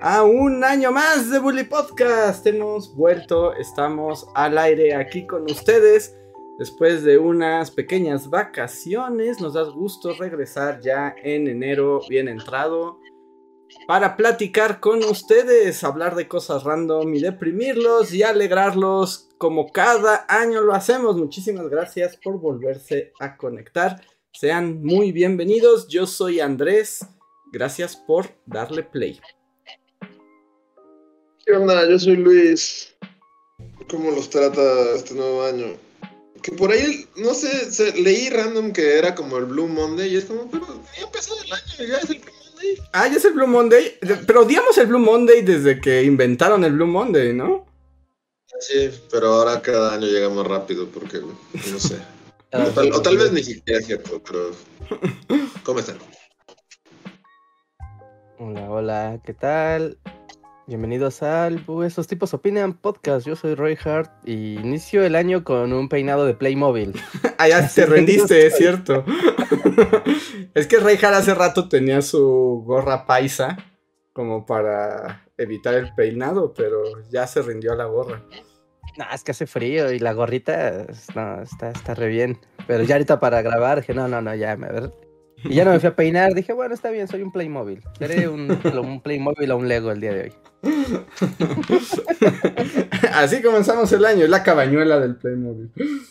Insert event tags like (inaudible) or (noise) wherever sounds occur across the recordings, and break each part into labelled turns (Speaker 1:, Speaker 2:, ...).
Speaker 1: a un año más de Bully Podcast. Hemos vuelto, estamos al aire aquí con ustedes. Después de unas pequeñas vacaciones, nos da gusto regresar ya en enero bien entrado para platicar con ustedes, hablar de cosas random y deprimirlos y alegrarlos como cada año lo hacemos. Muchísimas gracias por volverse a conectar. Sean muy bienvenidos. Yo soy Andrés. Gracias por darle play.
Speaker 2: ¿Qué onda? Yo soy Luis. ¿Cómo los trata este nuevo año? Que por ahí, no sé, se- leí random que era como el Blue Monday y es como, pero ya empezó el año, ya es el Blue Monday.
Speaker 1: Ah, ya es el Blue Monday. Pero odiamos el Blue Monday desde que inventaron el Blue Monday, ¿no? (laughs)
Speaker 2: Sí, pero ahora cada año llega más rápido porque, no sé.
Speaker 3: Ah,
Speaker 2: o, tal, o Ah, tal vez ni siquiera es cierto, pero... ¿Cómo están?
Speaker 3: Hola, hola, ¿qué tal? Bienvenidos al Bu- Esos tipos opinan podcast. Yo soy Roy Hart y inicio el año con un peinado de Playmobil.
Speaker 1: Ah, ya te rendiste, es cierto. (laughs) es que Reinhardt hace rato tenía su gorra paisa como para evitar el peinado, pero ya se rindió a la gorra. (laughs)
Speaker 3: No, es que hace frío y la gorrita es- no, está, está re bien. Pero ya ahorita para grabar dije, no, no, no, ya me ver. Y ya no me fui a peinar. Dije, bueno, está bien, soy un Playmobil. Seré un, un Playmobil o un Lego el día de hoy.
Speaker 1: Así comenzamos el año, es la cabañuela del Playmobil.
Speaker 2: (laughs)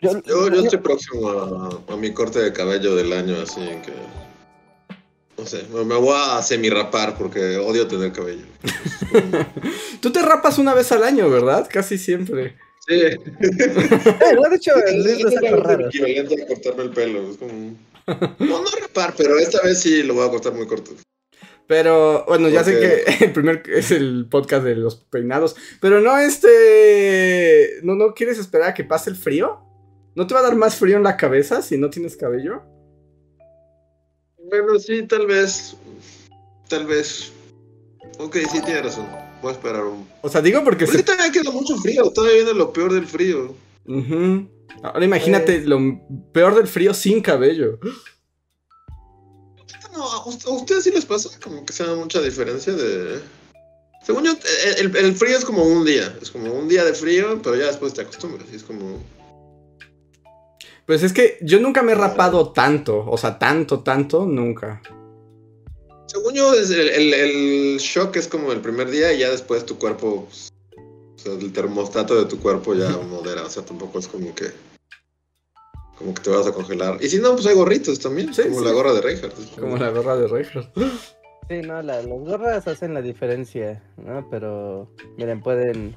Speaker 2: Yo, yo estoy próximo a, a mi corte de cabello del año, así que... No sé, me me voy a semirrapar porque odio tener cabello.
Speaker 1: Tú te rapas una vez al año, ¿verdad? Casi siempre.
Speaker 2: Sí.
Speaker 3: Eh, lo ha dicho el Luis
Speaker 2: Es
Speaker 3: los sacos
Speaker 2: el
Speaker 3: raros.
Speaker 2: equivalente a cortarme el pelo. Es como... un- No, no repar, pero esta vez sí lo voy a cortar muy corto.
Speaker 1: Pero bueno, ya sé
Speaker 2: Ok.
Speaker 1: que el primer es el podcast de los peinados, pero no este no no quieres esperar a que pase el frío? ¿No te va a dar más frío en la cabeza si no tienes cabello?
Speaker 2: Bueno, sí, tal vez. Tal vez. Ok, sí, tiene razón. Voy a esperar un.
Speaker 1: O sea, digo porque
Speaker 2: Porque
Speaker 1: se...
Speaker 2: todavía queda mucho frío. Todavía viene lo peor del frío.
Speaker 1: Ujú. Ahora imagínate lo peor del frío sin cabello.
Speaker 2: No, a ust- a ustedes sí les pasa como que se da mucha diferencia de. Según yo, e-, el, el frío es como un día. Es como un día de frío, pero ya después te acostumbras. Y es como.
Speaker 1: Pues es que yo nunca me he rapado tanto, o sea, tanto, tanto, nunca.
Speaker 2: Según yo, es el, el- el shock es como el primer día y ya después tu cuerpo, pues, o sea, el termostato de tu cuerpo
Speaker 1: (laughs)
Speaker 2: ya modera, o sea, tampoco es como que como que te vas a congelar. Y si no, pues hay gorritos también,
Speaker 1: Sí,
Speaker 2: como
Speaker 1: sí.
Speaker 2: la gorra de Reinhardt. es
Speaker 1: Como la gorra de Reinhardt.
Speaker 3: Sí, no, la- las gorras hacen la diferencia, ¿no? Pero, miren, pueden...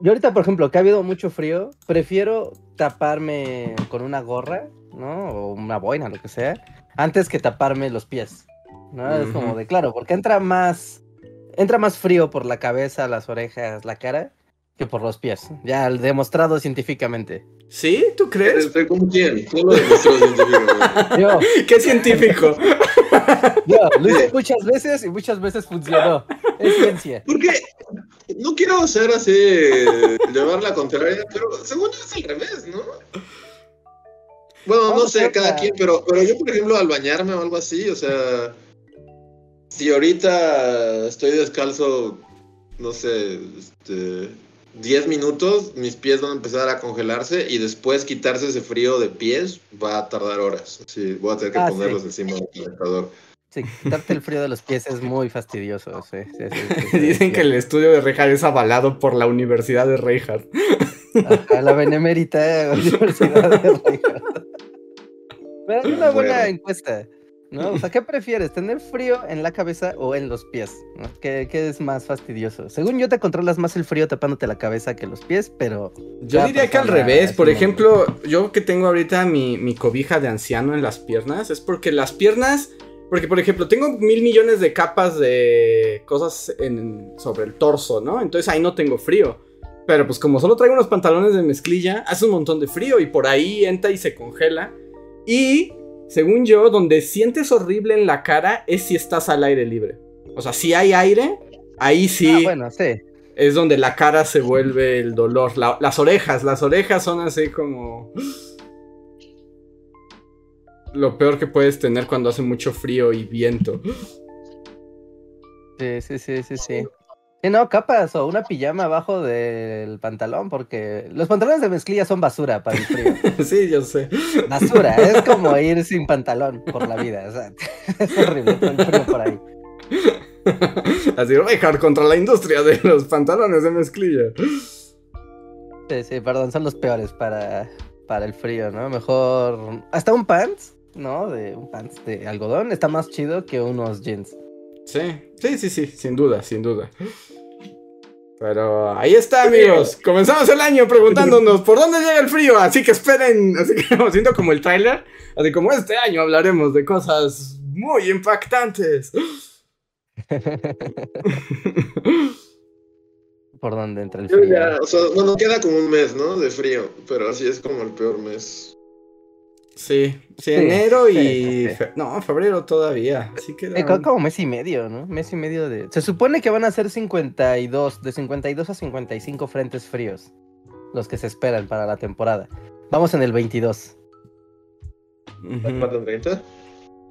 Speaker 3: Yo ahorita, por ejemplo, que ha habido mucho frío, prefiero taparme con una gorra, ¿no? O una boina, lo que sea, antes que taparme los pies, ¿no? Es como
Speaker 1: Ujú.
Speaker 3: de, claro, porque entra más... Entra más frío por la cabeza, las orejas, la cara, que por los pies. Ya demostrado científicamente.
Speaker 1: ¿Sí? ¿Tú crees?
Speaker 2: Estoy como quién, ¿Quién lo
Speaker 1: (laughs)
Speaker 2: demostró científicamente?
Speaker 3: Yo,
Speaker 1: Qué científico. (laughs)
Speaker 3: yo, lo (laughs) hice muchas veces y muchas veces funcionó. Es ciencia.
Speaker 2: Porque no quiero ser así, (laughs) eh, llevar la contraria, pero según yo es al revés, ¿no? Bueno, no
Speaker 3: Vamos
Speaker 2: sé,
Speaker 3: a
Speaker 2: cada
Speaker 3: otra.
Speaker 2: quien, pero, pero yo, por ejemplo, al bañarme o algo así, o sea, si ahorita estoy descalzo, no sé, este, 10 minutos, mis pies van a empezar a congelarse y después quitarse ese frío de pies va a tardar horas. Sí, voy a tener que
Speaker 3: Ah, sí.
Speaker 2: ponerlos encima del calentador.
Speaker 3: Sí, quitarte el frío de los pies es muy fastidioso. Sí, sí,
Speaker 1: (laughs)
Speaker 3: sí, sí, sí,
Speaker 1: Dicen
Speaker 3: sí.
Speaker 1: que el estudio de Reinhardt es avalado por la Universidad de Reinhardt.
Speaker 3: Ajá,
Speaker 1: (laughs)
Speaker 3: la benemérita Universidad de Reyes. Pero es una buena
Speaker 2: Bueno.
Speaker 3: encuesta. ¿no? O sea, ¿qué prefieres? ¿Tener frío en la cabeza o en los pies? ¿no? ¿Qué, qué es más fastidioso? Según yo, te controlas más el frío tapándote la cabeza que los pies, pero.
Speaker 1: Yo
Speaker 3: Ya,
Speaker 1: diría
Speaker 3: pues,
Speaker 1: que al
Speaker 3: ya,
Speaker 1: revés,
Speaker 3: es
Speaker 1: por
Speaker 3: un-
Speaker 1: ejemplo, yo que tengo ahorita mi, mi cobija de anciano en las piernas, es porque las piernas Porque, por ejemplo, tengo mil millones de capas de cosas en- sobre el torso, ¿no? Entonces ahí no tengo frío. Pero pues como solo traigo unos pantalones de mezclilla, hace un montón de frío y por ahí entra y se congela. Y, según yo, donde sientes horrible en la cara es si estás al aire libre. O sea, si hay aire, ahí sí
Speaker 3: Ah, bueno, sí.
Speaker 1: es donde la cara se vuelve el dolor. La- las orejas, las orejas son así como... Lo peor que puedes tener cuando hace mucho frío y viento. (laughs)
Speaker 3: Sí, sí, sí, sí, sí. Sí, no, capas o una pijama abajo del pantalón, porque los pantalones de mezclilla son basura para el frío.
Speaker 1: sí, yo sé.
Speaker 3: Basura, es como ir sin pantalón por la vida. O sea, (laughs) es horrible todo el frío por ahí.
Speaker 1: Así voy a dejar contra la industria de los pantalones de mezclilla.
Speaker 3: Sí, sí, perdón, son los peores para, para el frío, ¿no? Mejor. Hasta un pants, ¿no? De un pants de algodón está más chido que unos jeans.
Speaker 1: Sí, sí, sí, sí, sin duda, sin duda. Pero ahí está, amigos. Comenzamos el año preguntándonos por dónde llega el frío, así que esperen, así que (laughs) vamos siendo como el tráiler, así como este año hablaremos de cosas muy impactantes.
Speaker 3: Por donde entra el
Speaker 2: Yo
Speaker 3: frío.
Speaker 2: ya, o sea, bueno, queda como un mes, ¿no? De frío, pero así es como el peor mes.
Speaker 1: Sí, sí, enero
Speaker 3: sí,
Speaker 1: y
Speaker 3: sí.
Speaker 1: fe- no, febrero todavía, así que
Speaker 3: Eh, co- como mes y medio, ¿no? Mes y medio de... Se supone que van a ser 52, de 52 a 55 frentes fríos, los que se esperan para la temporada. Vamos en el 22,
Speaker 2: ¿Cuánto, 30?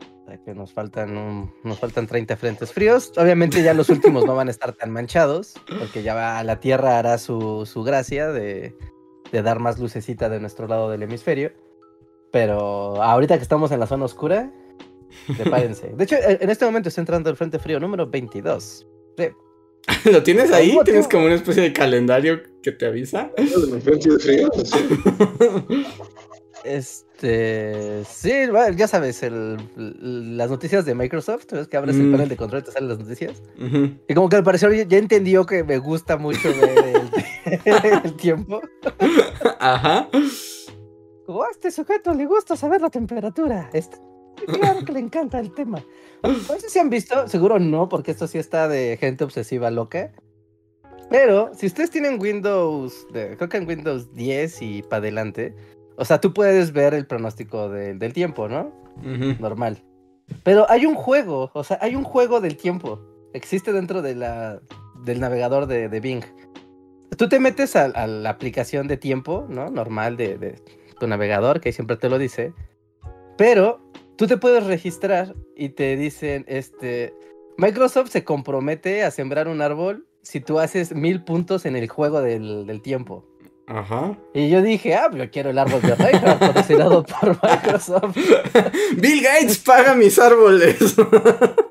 Speaker 3: o sea que nos faltan, un- nos faltan 30 frentes fríos. Obviamente ya los últimos no van a estar tan manchados, porque ya va- la Tierra hará su, su gracia de, de dar más lucecita de nuestro lado del hemisferio. Pero ahorita que estamos en la zona oscura, prepárense. De hecho, eh, en este momento está entrando el frente frío número 22.
Speaker 1: (laughs) ¿Lo tienes ahí?
Speaker 3: ¿Cómo
Speaker 1: ¿Tienes
Speaker 3: tengo?
Speaker 1: como una especie de calendario que te avisa?
Speaker 2: ¿Me sentí de frío? Sí.
Speaker 3: Este. Sí, bueno, ya sabes, el- l- las noticias de Microsoft, ves que abres
Speaker 1: Mm.
Speaker 3: el panel de control y te salen las noticias.
Speaker 1: Ujú. (laughs)
Speaker 3: Y como que al parecer ya- ya entendió que me gusta mucho ver el, (laughs) el tiempo.
Speaker 1: Ajá.
Speaker 3: Como a este sujeto le gusta saber la temperatura. Está claro que le encanta el tema. No sé si han visto, seguro no, porque esto sí está de gente obsesiva loca. Pero si ustedes tienen Windows, de- creo que en Windows 10 y para adelante, o sea, tú puedes ver el pronóstico de- del tiempo, ¿no?
Speaker 1: Ujú.
Speaker 3: normal. Pero hay un juego, o sea, hay un juego del tiempo. Existe dentro de la, del navegador de, de Bing. Tú te metes a, a la aplicación de tiempo, ¿no? Normal de, de tu navegador, que siempre te lo dice. Pero tú te puedes registrar y te dicen, este, Microsoft se compromete a sembrar un árbol si tú haces mil puntos en el juego del, del tiempo.
Speaker 1: Ajá.
Speaker 3: Y yo dije, ah, yo quiero el árbol de Reinhardt, patrocinado por Microsoft.
Speaker 1: Bill Gates paga mis árboles. (laughs)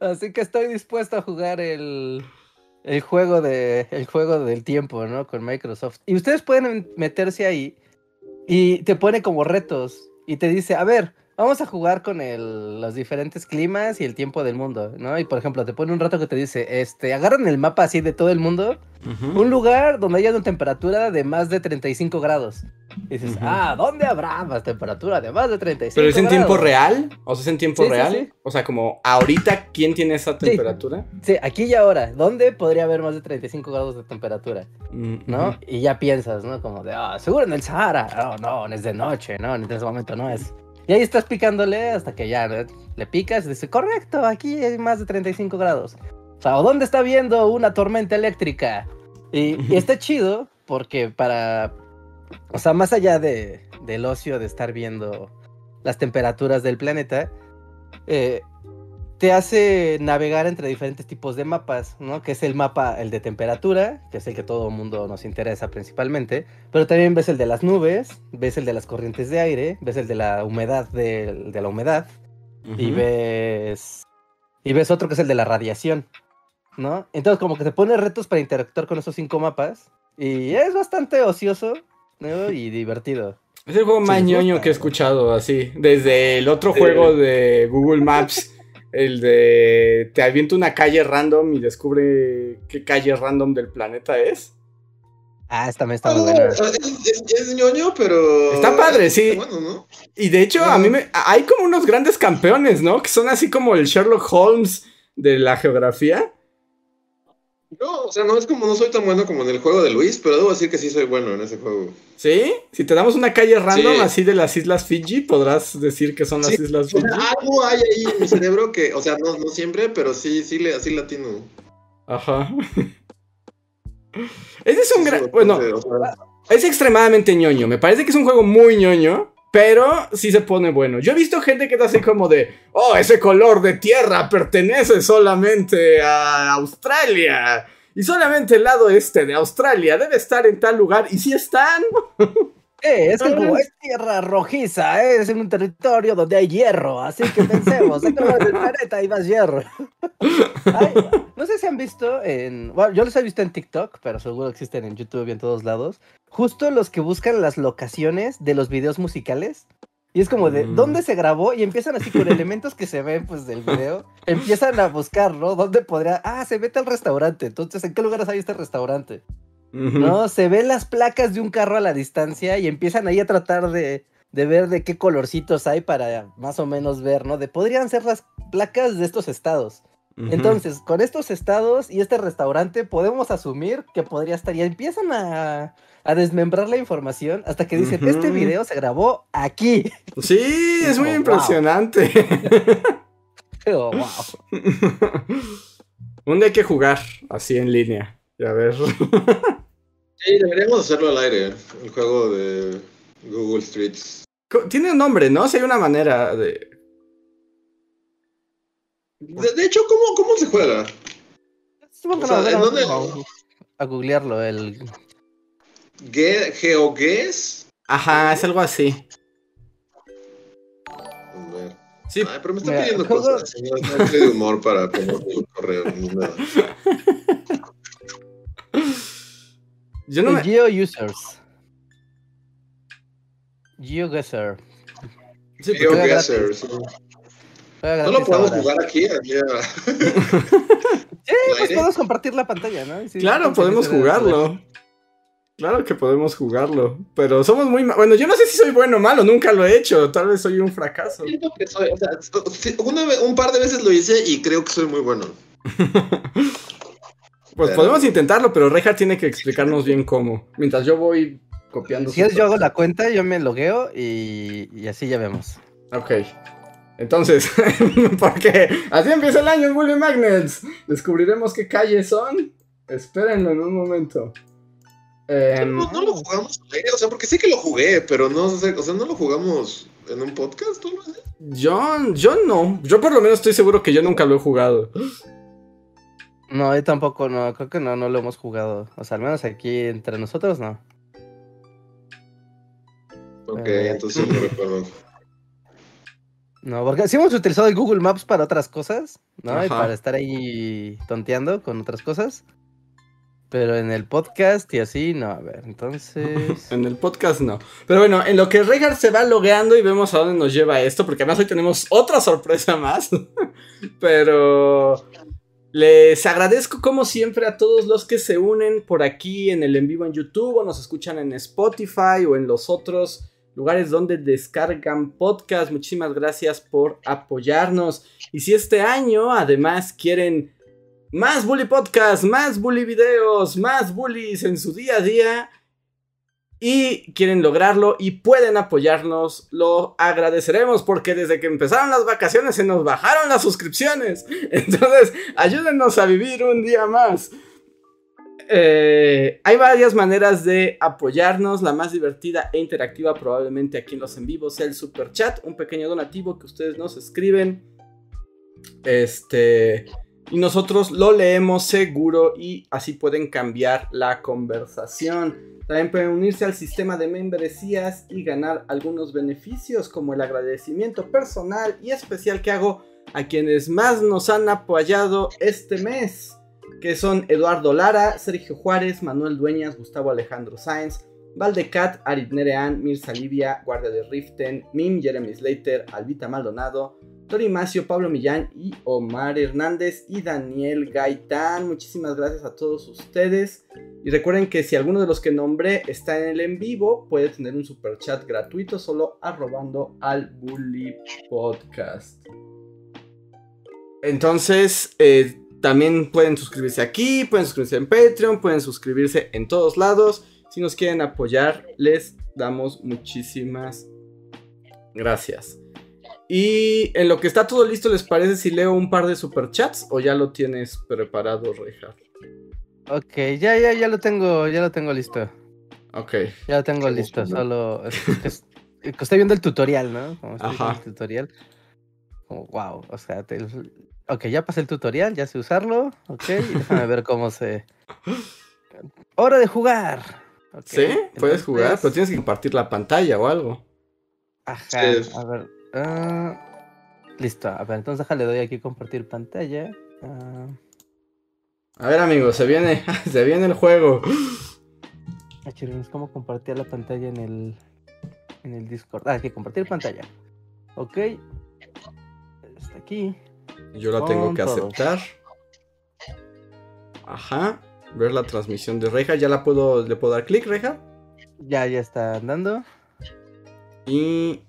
Speaker 3: Así que estoy dispuesto a jugar el, el juego de el juego del tiempo, ¿no? Con Microsoft. Y ustedes pueden meterse ahí y te pone como retos y te dice, a ver, vamos a jugar con el- los diferentes climas y el tiempo del mundo, ¿no? Y por ejemplo, te pone un reto que te dice, este, agarran el mapa así de todo el mundo, un lugar donde haya una temperatura de más de 35 grados. Y dices,
Speaker 1: Ujú.
Speaker 3: ah, ¿dónde habrá más temperatura de más de 35
Speaker 1: ¿Pero es en tiempo
Speaker 3: grados?"
Speaker 1: real? ¿O sea, es en tiempo
Speaker 3: Sí, sí,
Speaker 1: real?
Speaker 3: sí.
Speaker 1: O sea, como ahorita, ¿quién tiene esa
Speaker 3: Sí.
Speaker 1: temperatura?
Speaker 3: Sí, aquí y ahora, ¿dónde podría haber más de 35 grados de temperatura?
Speaker 1: Mm,
Speaker 3: ¿no?
Speaker 1: ujú.
Speaker 3: Y ya piensas, ¿no? Como de, ah, seguro en el Sahara. No, no, no es de noche, no, en ese momento no es. Y ahí estás picándole hasta que ya ¿no? le picas y dice, correcto, aquí hay más de 35 grados. O sea, ¿o ¿dónde está viendo una tormenta eléctrica? Y, y está chido porque para, o sea, más allá de, del ocio de estar viendo las temperaturas del planeta, eh, te hace navegar entre diferentes tipos de mapas, ¿no? Que es el mapa, el de temperatura, que es el que todo mundo nos interesa principalmente, pero también ves el de las nubes, ves el de las corrientes de aire, ves el de la humedad, del- de, la humedad, y
Speaker 1: Ujú.
Speaker 3: ves... Y ves otro que es el de la radiación, ¿no? Entonces como que te pone retos para interactuar con esos cinco mapas, y es bastante ocioso, ¿no? Y divertido.
Speaker 1: Es el juego más
Speaker 3: Sí, les
Speaker 1: ñoño
Speaker 3: gusta,
Speaker 1: que he
Speaker 3: ¿no?
Speaker 1: escuchado, así. Desde el otro
Speaker 2: Sí.
Speaker 1: juego de Google Maps, el de te aviento una calle random y descubre qué calle random del planeta es.
Speaker 3: Ah, esta también está muy buena.
Speaker 2: Es, es- es ñoño, pero.
Speaker 1: Está padre, sí.
Speaker 2: Bueno, ¿no?
Speaker 1: Y de hecho, a mí me. Hay como unos grandes campeones, ¿no? Que son así como el Sherlock Holmes de la geografía.
Speaker 2: No, o sea, no es como no soy tan bueno como en el juego de Luis, pero debo decir que sí soy bueno en ese juego.
Speaker 1: ¿Sí? Si te damos una calle random
Speaker 2: Sí.
Speaker 1: así de las Islas Fiji, podrás decir que son las
Speaker 2: Sí. Ah,
Speaker 1: Islas
Speaker 2: O
Speaker 1: Fiji.
Speaker 2: sea, algo hay ahí en mi cerebro que, o sea, no, no siempre, pero sí, sí, le- así latino.
Speaker 1: Ajá. Ese es un gran.
Speaker 2: Entonces,
Speaker 1: Bueno,
Speaker 2: o sea,
Speaker 1: es extremadamente ñoño. Me parece que es un juego muy ñoño, pero sí se pone bueno. Yo he visto gente que está así como de. Oh, ese color de tierra pertenece solamente a Australia. Y solamente el lado este de Australia debe estar en tal lugar. Y si están.
Speaker 3: Eh, es que como es tierra rojiza, eh, es en un territorio donde hay hierro, así que pensemos, en todo el planeta hay más hierro. Ay, no sé si han visto en, bueno, yo los he visto en TikTok, pero seguro existen en YouTube y en todos lados, justo los que buscan las locaciones de los videos musicales. Y es como de,
Speaker 1: Mm.
Speaker 3: ¿dónde se grabó? Y empiezan así con elementos que se ven pues del video. Empiezan a buscar, ¿no? ¿Dónde podría? Ah, se ve tal restaurante. Entonces, ¿en qué lugares hay este restaurante? No, se ven las placas de un carro a la distancia y empiezan ahí a tratar de, de ver de qué colorcitos hay para más o menos ver, ¿no? De podrían ser las placas de estos estados.
Speaker 1: Ujú.
Speaker 3: Entonces, con estos estados y este restaurante podemos asumir que podría estar. Y empiezan a, a desmembrar la información hasta que dicen, este
Speaker 1: Ujú.
Speaker 3: video se grabó aquí. (laughs)
Speaker 1: Sí, es muy
Speaker 3: Oh, Wow.
Speaker 1: impresionante. (laughs)
Speaker 3: Oh, wow.
Speaker 1: Un día hay que jugar así en línea. Y a ver.
Speaker 2: sí, deberíamos hacerlo al aire, el juego de Google Streets.
Speaker 1: Co- Tiene un nombre, ¿no? Si hay una manera de.
Speaker 2: De, de hecho, ¿cómo, ¿cómo se juega?
Speaker 3: Supongo que
Speaker 2: O sea,
Speaker 3: no,
Speaker 2: ¿en
Speaker 3: vamos
Speaker 2: dónde-
Speaker 3: a- a googlearlo, el
Speaker 2: ¿Ge- ¿GeoGuess?
Speaker 1: Ajá, es algo así.
Speaker 2: A ver.
Speaker 1: Sí,
Speaker 2: Ay, pero me está
Speaker 3: Mira,
Speaker 2: pidiendo
Speaker 3: el juego-
Speaker 2: cosas. señor. No estoy de humor para poner mi correo. ni nada.
Speaker 1: yo no me.
Speaker 3: Geo Users. GeoGuessr.
Speaker 1: sí,
Speaker 3: Yo-
Speaker 1: porque-
Speaker 2: GeoGuessr, sí.
Speaker 3: Juega
Speaker 2: No lo
Speaker 3: gratis
Speaker 2: podemos
Speaker 3: ahora.
Speaker 2: jugar aquí. aquí
Speaker 3: (laughs)
Speaker 2: a-
Speaker 3: Eh,
Speaker 2: al
Speaker 3: pues
Speaker 2: aire.
Speaker 3: podemos compartir la pantalla, ¿no? Sí,
Speaker 1: claro,
Speaker 3: sí,
Speaker 1: podemos
Speaker 3: sí, sí,
Speaker 1: jugarlo. Claro que podemos jugarlo. Pero somos muy. ma- Bueno, yo no sé si soy bueno o malo, nunca lo he hecho. Tal vez soy un fracaso.
Speaker 2: Siento que soy- pues, o sea, so- sí, una ve- un par de veces lo hice y creo que soy muy bueno.
Speaker 1: Pues
Speaker 2: Pero-
Speaker 1: podemos intentarlo, pero Reja tiene que explicarnos bien cómo. Mientras yo voy copiando.
Speaker 3: Si
Speaker 1: sus
Speaker 3: es, yo hago
Speaker 1: cosas.
Speaker 3: la cuenta, yo me logueo y, y así ya vemos.
Speaker 1: Ok. Entonces, (laughs) porque así empieza el año en Bully Magnets. Descubriremos qué calles son. Espérenlo en un momento. Em,
Speaker 2: No, no lo jugamos, al aire, o sea, porque sé que lo jugué, pero no sé, o sea, no lo jugamos en un podcast, ¿no?
Speaker 1: yo, yo no. Yo por lo menos estoy seguro que yo nunca lo he jugado.
Speaker 3: No, yo tampoco, no, creo que no, no lo hemos jugado. O sea, al menos aquí entre nosotros no.
Speaker 2: Ok,
Speaker 3: Eh.
Speaker 2: entonces sí lo recuerdo.
Speaker 3: No, porque sí hemos utilizado el Google Maps para otras cosas, ¿no? Y
Speaker 1: Ajá.
Speaker 3: para estar ahí tonteando con otras cosas. Pero en el podcast y así, no, a ver,
Speaker 1: (laughs)
Speaker 3: entonces.
Speaker 1: En el podcast no. Pero bueno, en lo que Regar se va logueando y vemos a dónde nos lleva esto, porque además hoy tenemos otra sorpresa más. (laughs) Pero les agradezco como siempre a todos los que se unen por aquí en el en vivo en YouTube o nos escuchan en Spotify o en los otros lugares donde descargan podcast. Muchísimas gracias por apoyarnos. Y si este año además quieren más bully podcast, más bully videos, más bullies en su día a día y quieren lograrlo y pueden apoyarnos, lo agradeceremos porque desde que empezaron las vacaciones se nos bajaron las suscripciones. (laughs) Entonces, ayúdenos a vivir un día más. Eh, hay varias maneras de apoyarnos. La más divertida e interactiva, probablemente aquí en los en vivos, sea el super chat, un pequeño donativo que ustedes nos escriben. Este. Y nosotros lo leemos seguro y así pueden cambiar la conversación. También pueden unirse al sistema de membresías y ganar algunos beneficios como el agradecimiento personal y especial que hago a quienes más nos han apoyado este mes, que son Eduardo Lara, Sergio Juárez, Manuel Dueñas, Gustavo Alejandro Sáenz, Valdecat, Arid Nerean, Mirza Livia, Guardia de Riften, Mim, Jeremy Slater, Albita Maldonado, Tori Macio, Pablo Millán y Omar Hernández y Daniel Gaitán. Muchísimas gracias a todos ustedes. Y recuerden que si alguno de los que nombré está en el en vivo, puede tener un super chat gratuito solo arrobando al Bully Podcast. Entonces, eh, también pueden suscribirse aquí, pueden suscribirse en Patreon, pueden suscribirse en todos lados. Si nos quieren apoyar, les damos muchísimas gracias. Y en lo que está todo listo, ¿les parece si leo un par de superchats o ya lo tienes preparado, Richard?
Speaker 3: Ok, ya, ya, ya lo tengo, ya lo tengo listo.
Speaker 1: Ok.
Speaker 3: Ya lo tengo listo, solo
Speaker 1: (laughs)
Speaker 3: es- es- estoy viendo el tutorial, ¿no? Como estoy viendo
Speaker 1: Ajá.
Speaker 3: el tutorial. Como, wow, o sea, te- ok, ya pasé el tutorial, ya sé usarlo, ok, déjame ver cómo se...
Speaker 1: (laughs)
Speaker 3: ¡Hora de jugar! Ok,
Speaker 1: ¿Sí? Puedes jugar,
Speaker 3: entonces-
Speaker 1: pero tienes que compartir la pantalla o algo.
Speaker 3: Ajá,
Speaker 2: Sí.
Speaker 3: a ver. ah, listo, a ver, entonces déjale, doy aquí compartir pantalla. ah,
Speaker 1: A ver, amigos, se viene, (laughs) se viene el juego.
Speaker 3: Ah, chirrín, es como compartir la pantalla en el, en el Discord. Ah, aquí, compartir pantalla. Ok. Está aquí.
Speaker 1: Yo la tengo
Speaker 3: Con
Speaker 1: que
Speaker 3: todos.
Speaker 1: aceptar. Ajá. Ver la transmisión de Reja. Ya la puedo, le puedo dar clic, Reja.
Speaker 3: Ya, ya está andando.
Speaker 1: Y.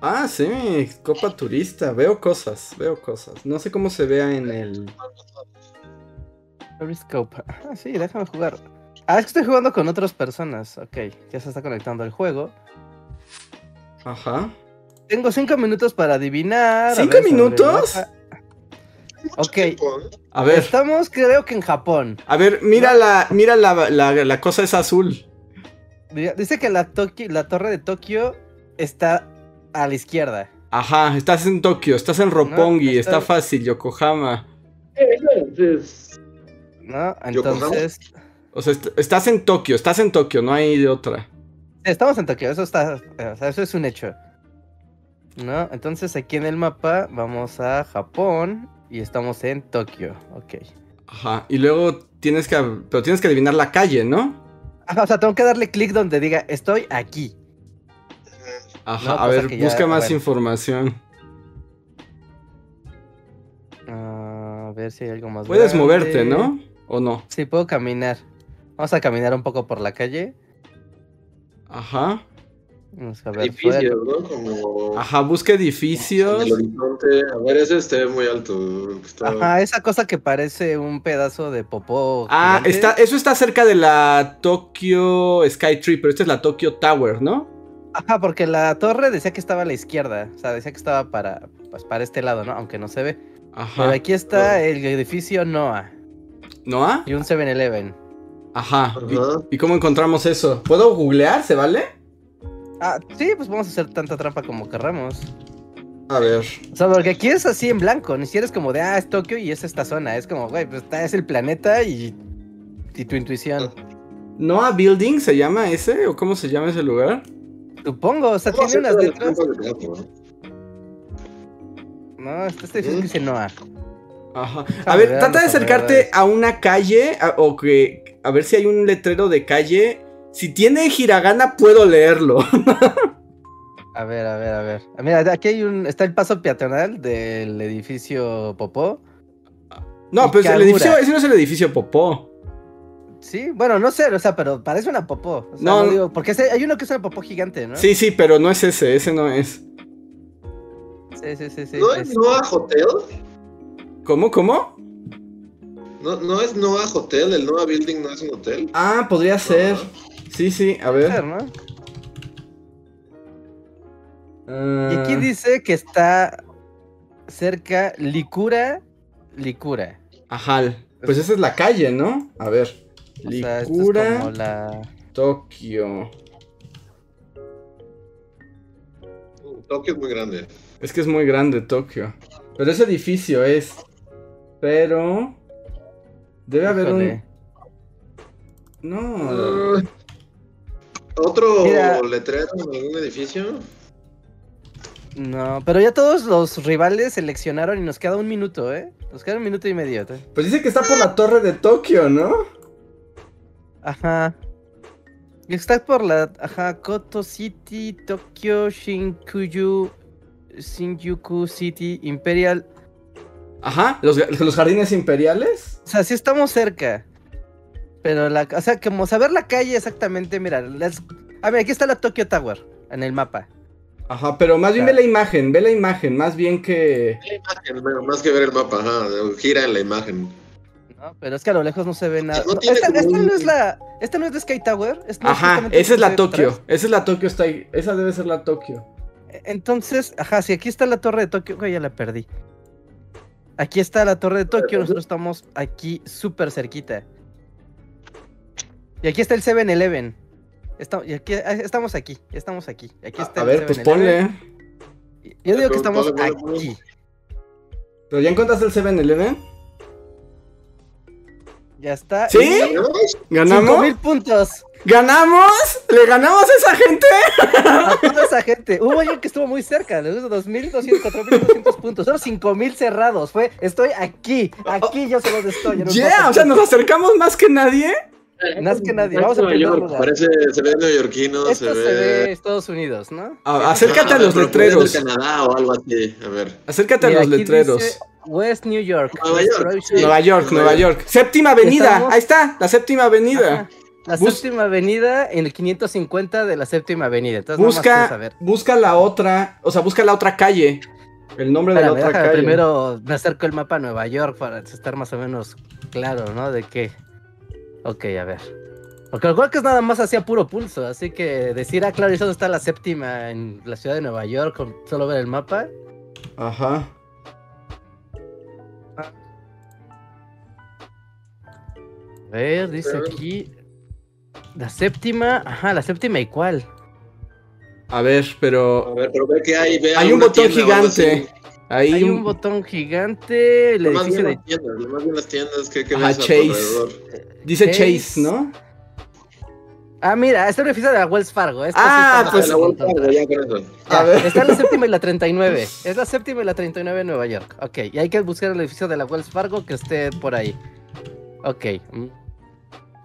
Speaker 1: Ah, sí, Copa Turista. Veo cosas, veo cosas. No sé cómo se vea en el.
Speaker 3: Periscope. Ah, sí, déjame jugar. Ah, es que estoy jugando con otras personas. Ok, ya se está conectando el juego.
Speaker 1: Ajá.
Speaker 3: Tengo cinco minutos para adivinar. a
Speaker 1: ¿Cinco
Speaker 3: ver, sobre
Speaker 1: minutos?
Speaker 3: la- Ok,
Speaker 2: Tiempo, ¿eh?
Speaker 1: A ver,
Speaker 3: estamos creo que en Japón.
Speaker 1: a ver, mira la, mira la, la, la cosa es azul.
Speaker 3: Di- Dice que la, Toki- la torre de Tokio está a la izquierda.
Speaker 1: Ajá, estás en Tokio, estás en Roppongi,
Speaker 3: No,
Speaker 1: está
Speaker 3: está-
Speaker 1: fácil, Yokohama.
Speaker 3: ¿No?
Speaker 2: Yokohama.
Speaker 3: Entonces...
Speaker 1: O sea, est- estás en Tokio, estás en Tokio, no hay de otra.
Speaker 3: Estamos en Tokio, eso está. o sea, eso es un hecho. ¿No? Entonces aquí en el mapa vamos a Japón y estamos en Tokio. Ok.
Speaker 1: Ajá, y luego tienes que, pero tienes que adivinar la calle, ¿no?
Speaker 3: Ah, o sea, tengo que darle clic donde diga estoy aquí.
Speaker 1: Ajá,
Speaker 3: No,
Speaker 1: a
Speaker 3: cosa
Speaker 1: ver,
Speaker 3: que ya-
Speaker 1: busca
Speaker 3: a
Speaker 1: más
Speaker 3: ver.
Speaker 1: información.
Speaker 3: Ah, a ver si hay algo más.
Speaker 1: Puedes
Speaker 3: grande.
Speaker 1: moverte, ¿no? ¿O no?
Speaker 3: Sí, puedo caminar. Vamos a caminar un poco por la calle.
Speaker 1: Ajá.
Speaker 3: Vamos a ver.
Speaker 2: Edificios,
Speaker 3: fuera-
Speaker 2: ¿no? Como
Speaker 1: Ajá, busca edificios.
Speaker 2: en el horizonte. A ver, ese esté muy alto. el que está-
Speaker 3: Ajá, esa cosa que parece un pedazo de popó.
Speaker 1: Ah,
Speaker 3: gigante.
Speaker 1: está, eso está cerca de la Tokyo Skytree, pero esta es la Tokyo Tower, ¿no?
Speaker 3: Ajá, porque la torre decía que estaba a la izquierda. O sea, decía que estaba para, pues, para este lado, ¿no? Aunque no se ve. Pero
Speaker 1: Ajá.
Speaker 3: aquí está el edificio Noah
Speaker 1: ¿Noah?
Speaker 3: y un 7-Eleven.
Speaker 1: Ajá. ¿Y-
Speaker 2: Ajá.
Speaker 1: ¿Y, cómo encontramos eso? ¿Puedo googlear? ¿Se vale?
Speaker 3: Ah, sí, pues vamos a hacer tanta trampa como querramos.
Speaker 1: A ver.
Speaker 3: O sea, porque aquí es así en blanco, ni siquiera es como de, ah, es Tokio y es esta zona. Es como, güey, pues está, es el planeta y, y tu intuición.
Speaker 1: ¿Noah Building se llama ese? ¿O cómo se llama ese lugar?
Speaker 3: Supongo, o sea,
Speaker 2: ¿Cómo
Speaker 3: tiene
Speaker 2: se
Speaker 3: unas
Speaker 2: llama la
Speaker 3: letras.
Speaker 2: trampa de gato?
Speaker 3: No, este, este edificio que dice Noah.
Speaker 1: Ajá. A
Speaker 3: Déjame
Speaker 1: ver,
Speaker 3: ver
Speaker 1: trata de
Speaker 3: las
Speaker 1: acercarte
Speaker 3: novedades.
Speaker 1: a una calle a- o que. A ver si hay un letrero de calle. Si tiene hiragana, puedo leerlo. (laughs)
Speaker 3: A ver, a ver, a ver. Ah, Mira, aquí hay un, está el paso peatonal del edificio Popó.
Speaker 1: No,
Speaker 3: Y
Speaker 1: pero el
Speaker 3: Kagura.
Speaker 1: edificio, ese no es el edificio Popó.
Speaker 3: Sí, bueno, no sé, o sea, pero parece una popó. O sea,
Speaker 1: No,
Speaker 3: no,
Speaker 1: no.
Speaker 3: digo, porque ese- hay uno que es una popó gigante, ¿no?
Speaker 1: Sí, sí, pero no es ese, ese no es.
Speaker 3: sí, sí, sí. sí,
Speaker 2: ¿No
Speaker 3: es-
Speaker 2: es Noah Hotel?
Speaker 1: ¿Cómo, cómo?
Speaker 2: ¿No, ¿No es Noah Hotel? ¿El Noah Building no es un hotel?
Speaker 1: Ah, podría ser. Sí, sí, a ver.
Speaker 3: ser, ¿no?
Speaker 1: Ah,
Speaker 3: Y aquí dice que está cerca Licura, Licura.
Speaker 1: Ajá. Pues esa es la calle, ¿no? A ver.
Speaker 3: O sea, esto es
Speaker 1: Licura,
Speaker 3: como la...
Speaker 1: Tokio.
Speaker 2: Tokio es muy grande.
Speaker 1: Es que es muy grande Tokio. Pero ese edificio es. Pero. Debe haber un.
Speaker 3: Híjole.
Speaker 1: No.
Speaker 2: Ah. ¿Otro
Speaker 3: Mira.
Speaker 2: letrero en algún edificio?
Speaker 3: No, pero ya todos los rivales seleccionaron y nos queda un minuto, ¿eh? Nos queda un minuto y medio. ¿eh?
Speaker 1: Pues dice que está por la torre de Tokio, ¿no?
Speaker 3: Ajá. Y Está por la... Ajá, Koto City, Tokio, Shinkuyu, Shinjuku City, Imperial.
Speaker 1: Ajá. Los, ga- los jardines imperiales.
Speaker 3: O sea, sí estamos cerca. Pero la, o sea, como saber la calle exactamente, mira, las- a ver, aquí está la Tokyo Tower en el mapa.
Speaker 1: Ajá, pero más bien ve la imagen, ve la imagen, más bien que...
Speaker 2: La imagen, bueno, más que ver el mapa, ajá, gira en la imagen.
Speaker 3: ¿no? Pero es que a lo lejos no se ve nada.
Speaker 2: No
Speaker 3: No,
Speaker 2: tiene
Speaker 3: esta,
Speaker 2: como
Speaker 3: esta
Speaker 2: un-
Speaker 3: no es la, esta no es la Sky Tower. es- no es
Speaker 1: Ajá,
Speaker 3: justamente
Speaker 1: esa es la
Speaker 3: que se ve
Speaker 1: Tokio,
Speaker 3: atrás.
Speaker 1: esa es la Tokio, está ahí, esa debe ser la Tokio.
Speaker 3: Entonces, ajá, si aquí está la torre de Tokio, güey, ya la perdí. Aquí está la torre de Tokio, nosotros estamos aquí súper cerquita. Y aquí está el 7-Eleven. Esta- y aquí- ah, Estamos aquí, estamos aquí. aquí
Speaker 1: A,
Speaker 3: está
Speaker 1: a
Speaker 3: el
Speaker 1: ver, pues
Speaker 3: 7-Eleven.
Speaker 1: ponle.
Speaker 3: Yo digo que estamos
Speaker 2: Ponle, ponle, ponle.
Speaker 3: aquí.
Speaker 1: ¿Pero ya encontraste el 7-Eleven?
Speaker 3: Ya está.
Speaker 1: ¿Sí?
Speaker 3: Y cinco
Speaker 1: ¿Ganamos?
Speaker 3: mil puntos
Speaker 1: ¿Ganamos? ¿Le ganamos a esa gente?
Speaker 3: a toda esa gente. Hubo alguien que estuvo muy cerca, le puso 2.200, 4.200 puntos. Son 5.000 cerrados. Fue, estoy aquí, aquí yo solo estoy. yo no
Speaker 1: Yeah,
Speaker 3: puedo
Speaker 1: o sea, nos acercamos más que nadie.
Speaker 3: Más que nadie. Vamos a
Speaker 4: Nueva
Speaker 3: primer
Speaker 4: York.
Speaker 3: lugar.
Speaker 2: Parece, se ve neoyorquino,
Speaker 3: Esto
Speaker 2: se ve.
Speaker 3: Estados Unidos, ¿no?
Speaker 1: Ah, acércate a
Speaker 2: Ajá,
Speaker 1: los
Speaker 2: pero puede ser
Speaker 1: letreros.
Speaker 2: Canadá o algo así, a ver.
Speaker 1: Acércate
Speaker 3: Mira,
Speaker 1: a los
Speaker 3: aquí
Speaker 1: letreros.
Speaker 3: dice West New York.
Speaker 2: Nueva
Speaker 3: West
Speaker 2: York,
Speaker 3: Providence.
Speaker 2: sí.
Speaker 1: Nueva York,
Speaker 2: Nueva
Speaker 1: Nueva York. Séptima avenida.
Speaker 3: Estamos-
Speaker 1: Ahí está, la séptima avenida.
Speaker 3: Ajá. La
Speaker 1: Bus-
Speaker 3: séptima avenida en el 550 de la séptima avenida. Entonces, nada más quieres
Speaker 1: Busca,
Speaker 3: saber.
Speaker 1: busca la otra, o sea, busca la otra calle. El nombre
Speaker 3: Espérame,
Speaker 1: de la otra
Speaker 3: déjame
Speaker 1: calle.
Speaker 3: primero me acerco el mapa a Nueva York para estar más o menos claro, ¿no? De qué. Ok, a ver. Porque recuerdo que es nada más hacia puro pulso, así que decir, ah, claro, eso está la séptima en la ciudad de Nueva York, con solo ver el mapa.
Speaker 1: Ajá.
Speaker 3: A ver, dice
Speaker 2: Pero-
Speaker 3: aquí. La séptima, ajá, la séptima y cuál.
Speaker 1: A ver,
Speaker 2: A
Speaker 1: pero
Speaker 2: ver, pero ve que hay. Ve
Speaker 1: Hay
Speaker 2: alguna
Speaker 1: un botón
Speaker 2: tienda o algo así.
Speaker 1: gigante. ahí
Speaker 3: Hay un botón gigante, el
Speaker 2: Más
Speaker 3: edificio
Speaker 2: bien
Speaker 3: de
Speaker 2: las tiendas, más bien las tiendas que, que
Speaker 1: Ajá,
Speaker 2: ves a tu
Speaker 1: Chase.
Speaker 2: alrededor.
Speaker 1: dice
Speaker 3: Chase.
Speaker 1: Chase, ¿no?
Speaker 3: Ah, mira, este es el edificio de la Wells Fargo. esto sí
Speaker 1: Ah,
Speaker 3: está
Speaker 2: Ah,
Speaker 1: pues-
Speaker 2: la
Speaker 3: más
Speaker 2: vuelta,
Speaker 3: tonto.
Speaker 2: ya con eso.
Speaker 1: A
Speaker 3: Ya,
Speaker 1: ver.
Speaker 3: Está la séptima y la 39. Es la séptima y la 39 en Nueva York. Ok, y hay que buscar el edificio de la Wells Fargo que esté por ahí. Ok. mm.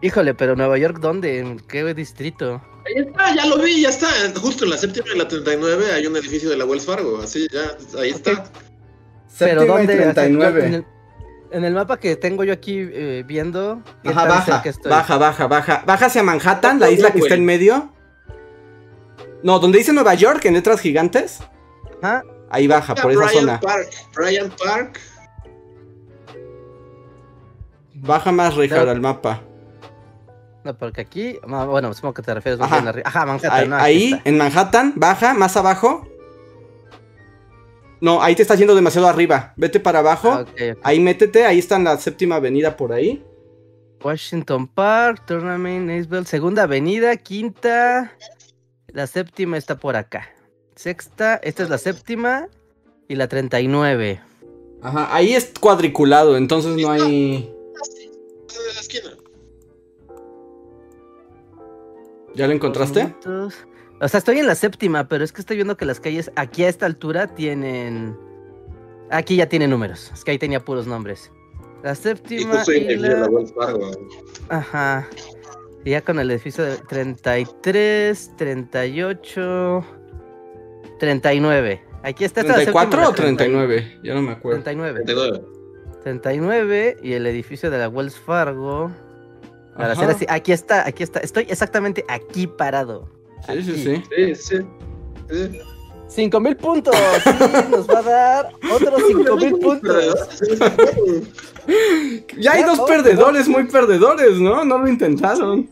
Speaker 3: Híjole, pero Nueva York, ¿dónde? ¿En qué distrito?
Speaker 2: Ahí está, ya lo vi, ya está. Justo en la séptima y la 39 hay un edificio de la Wells Fargo, así, ya, ahí está.
Speaker 1: Séptima
Speaker 3: pero
Speaker 1: y
Speaker 3: ¿dónde? O sea,
Speaker 1: 39.
Speaker 3: en, el, en el mapa que tengo yo aquí eh, viendo. ¿qué
Speaker 1: Ajá,
Speaker 3: tan
Speaker 1: baja,
Speaker 3: cerca estoy?
Speaker 1: baja, baja, baja. Baja hacia Manhattan, la
Speaker 2: Oye,
Speaker 1: isla que
Speaker 2: güey.
Speaker 1: está en medio. No, donde dice Nueva York en letras gigantes.
Speaker 3: Ajá.
Speaker 1: Ahí baja, por esa
Speaker 2: Bryant
Speaker 1: zona.
Speaker 2: Park, Bryant Park.
Speaker 1: Baja más, Richard, al mapa.
Speaker 3: No, porque aquí. ah, Bueno, supongo que te refieres más
Speaker 1: Ajá.
Speaker 3: bien arriba. Ajá, Manhattan.
Speaker 1: Ahí,
Speaker 3: no, aquí
Speaker 1: ahí,
Speaker 3: está.
Speaker 1: en Manhattan, baja, más abajo. No, ahí te estás yendo demasiado arriba. Vete para abajo.
Speaker 3: Ah, ok, ok.
Speaker 1: Ahí métete, ahí está en la séptima avenida por ahí.
Speaker 3: Washington Park, Tournament, Nashville, Segunda Avenida, Quinta. La séptima está por acá. Sexta, esta es la séptima. Y la 39.
Speaker 1: Ajá, ahí es cuadriculado, entonces no hay.
Speaker 2: De la esquina.
Speaker 1: ¿Ya lo encontraste?
Speaker 3: Dos minutos. O sea, estoy en la séptima, pero es que estoy viendo que las calles aquí a esta altura tienen. Aquí ya tiene números. Es que ahí tenía puros nombres. La
Speaker 2: Y
Speaker 3: séptima.
Speaker 2: justo ahí
Speaker 3: Y
Speaker 2: en la...
Speaker 3: la...
Speaker 2: Wells Fargo.
Speaker 3: Ajá. Y ya con el edificio de 33, 38, 39. Aquí está esta la séptima,
Speaker 1: ¿34 o
Speaker 3: la 30,
Speaker 1: 39? Ya no me acuerdo.
Speaker 3: 39.
Speaker 2: 39.
Speaker 3: 39 y el edificio de la Wells Fargo. Para
Speaker 1: Ajá.
Speaker 3: hacer así, aquí está, aquí está. Estoy exactamente aquí parado.
Speaker 1: Sí, sí,
Speaker 3: aquí.
Speaker 2: Sí,
Speaker 1: sí.
Speaker 2: sí. sí.
Speaker 3: 5000 puntos. Sí, nos va a dar
Speaker 1: (laughs)
Speaker 3: otros 5000 puntos.
Speaker 1: Ya hay
Speaker 3: Ya,
Speaker 1: dos
Speaker 3: no,
Speaker 1: perdedores muy perdedores, ¿no? No lo intentaron.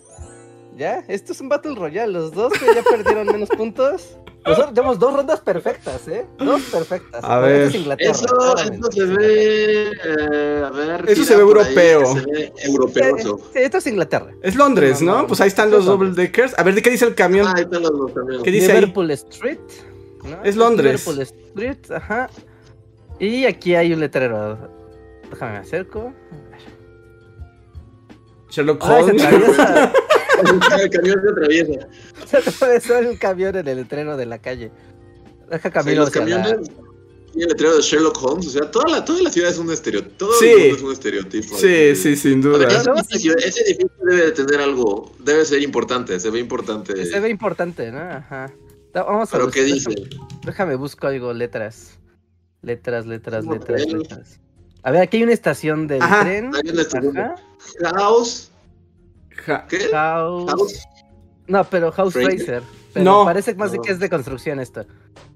Speaker 3: Ya, esto es un Battle Royale. Los dos que ya perdieron menos puntos. Nosotros tenemos dos rondas perfectas, ¿eh? Dos perfectas.
Speaker 1: A
Speaker 3: Bueno,
Speaker 1: ver.
Speaker 3: esta es Inglaterra,
Speaker 2: Eso,
Speaker 3: claramente.
Speaker 2: eso se ve. eh, a ver.
Speaker 1: Eso
Speaker 2: tira
Speaker 1: se ve
Speaker 2: por ahí,
Speaker 1: europeo.
Speaker 2: Se ve europeo.
Speaker 3: Sí, esto es Inglaterra.
Speaker 1: Es Londres,
Speaker 3: No,
Speaker 1: ¿no?
Speaker 3: no.
Speaker 1: Pues ahí están los
Speaker 3: Es
Speaker 1: double
Speaker 3: Londres.
Speaker 1: deckers. A ver, ¿de qué dice el camión?
Speaker 2: Ah, ahí están los dos también. (laughs)
Speaker 1: ¿Qué dice ahí?
Speaker 3: Liverpool Street. ¿no?
Speaker 1: Es Londres.
Speaker 3: Liverpool Street, ajá. Y aquí hay un letrero. Déjame me acerco.
Speaker 1: Sherlock (laughs)
Speaker 3: Ay, se
Speaker 1: Holmes.
Speaker 3: atraviesa,
Speaker 2: El camión se atraviesa.
Speaker 3: se atravesó el camión en el letrero de la calle. Deja
Speaker 2: Sí,
Speaker 3: camino
Speaker 2: los
Speaker 3: hacia la-
Speaker 2: camiones. Y el letrero de Sherlock Holmes. O sea, toda la, toda la ciudad es un estereotipo. Todo
Speaker 1: Sí.
Speaker 2: el mundo es un estereotipo.
Speaker 1: Sí, sí, sin duda.
Speaker 2: Además, ese, edificio, ese edificio debe de tener algo, debe ser importante, se ve importante.
Speaker 3: Se ve importante, ¿no? Ajá. Da- Vamos a
Speaker 2: eh. Pero ¿qué dice?
Speaker 3: buscar- Déjame busco algo, letras. Letras, letras,
Speaker 2: Un
Speaker 3: letras,
Speaker 2: hotel.
Speaker 3: letras. A ver, aquí hay una estación del
Speaker 1: Ajá,
Speaker 3: tren.
Speaker 2: hay una estación.
Speaker 3: Ajá.
Speaker 2: House
Speaker 1: Ja-
Speaker 2: este ¿Qué?
Speaker 3: House.
Speaker 2: House.
Speaker 3: No, pero House
Speaker 2: Fraser.
Speaker 3: Fraser. Pero
Speaker 1: No.
Speaker 3: Parece más
Speaker 2: No.
Speaker 3: que es de construcción esto.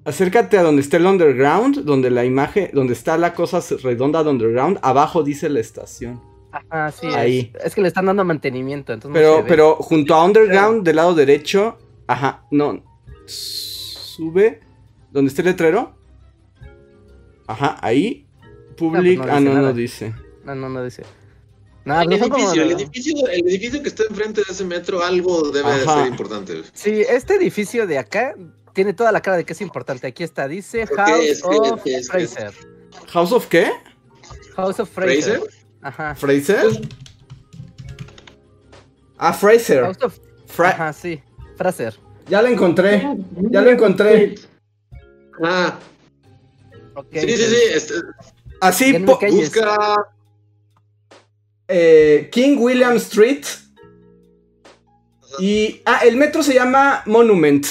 Speaker 1: Acércate a donde está el underground, donde la imagen, donde está la cosa redonda de underground, abajo dice la estación.
Speaker 3: Ah, sí. es-
Speaker 1: Ahí.
Speaker 3: Es, que le están dando mantenimiento. Entonces no se
Speaker 1: Pero,
Speaker 3: ve.
Speaker 1: pero junto a underground, del lado derecho, ajá, no, sube, donde está el letrero, ajá, ahí, public,
Speaker 3: No, pues no
Speaker 1: ah,
Speaker 3: dice
Speaker 1: no, no
Speaker 3: nada.
Speaker 1: dice.
Speaker 3: No, no, no dice. Ah, No,
Speaker 2: El
Speaker 3: pero son como
Speaker 2: edificio, el
Speaker 3: de-
Speaker 2: edificio, el edificio que está enfrente de ese metro, algo debe de
Speaker 1: Ajá.
Speaker 2: ser importante. güey.
Speaker 3: Sí, este edificio de acá tiene toda la cara de que es importante. Aquí está, dice
Speaker 2: Ok,
Speaker 3: House
Speaker 2: es que-
Speaker 3: of
Speaker 2: es que-
Speaker 3: Fraser.
Speaker 1: House of qué?
Speaker 3: House of Fraser.
Speaker 2: ¿Fraser?
Speaker 3: Ajá.
Speaker 1: Fraser. Ah, Fraser.
Speaker 3: House of...
Speaker 1: Fra-
Speaker 3: Ajá, sí. Fraser.
Speaker 1: ya la encontré. Eh, Ya lo encontré.
Speaker 2: Ah,
Speaker 3: Ok.
Speaker 2: sí, sí, sí. este,
Speaker 1: Así,
Speaker 3: Ya no
Speaker 1: po-
Speaker 3: me Calles.
Speaker 2: busca.
Speaker 1: eh, King William Street. Y. Ah, el metro se llama Monument.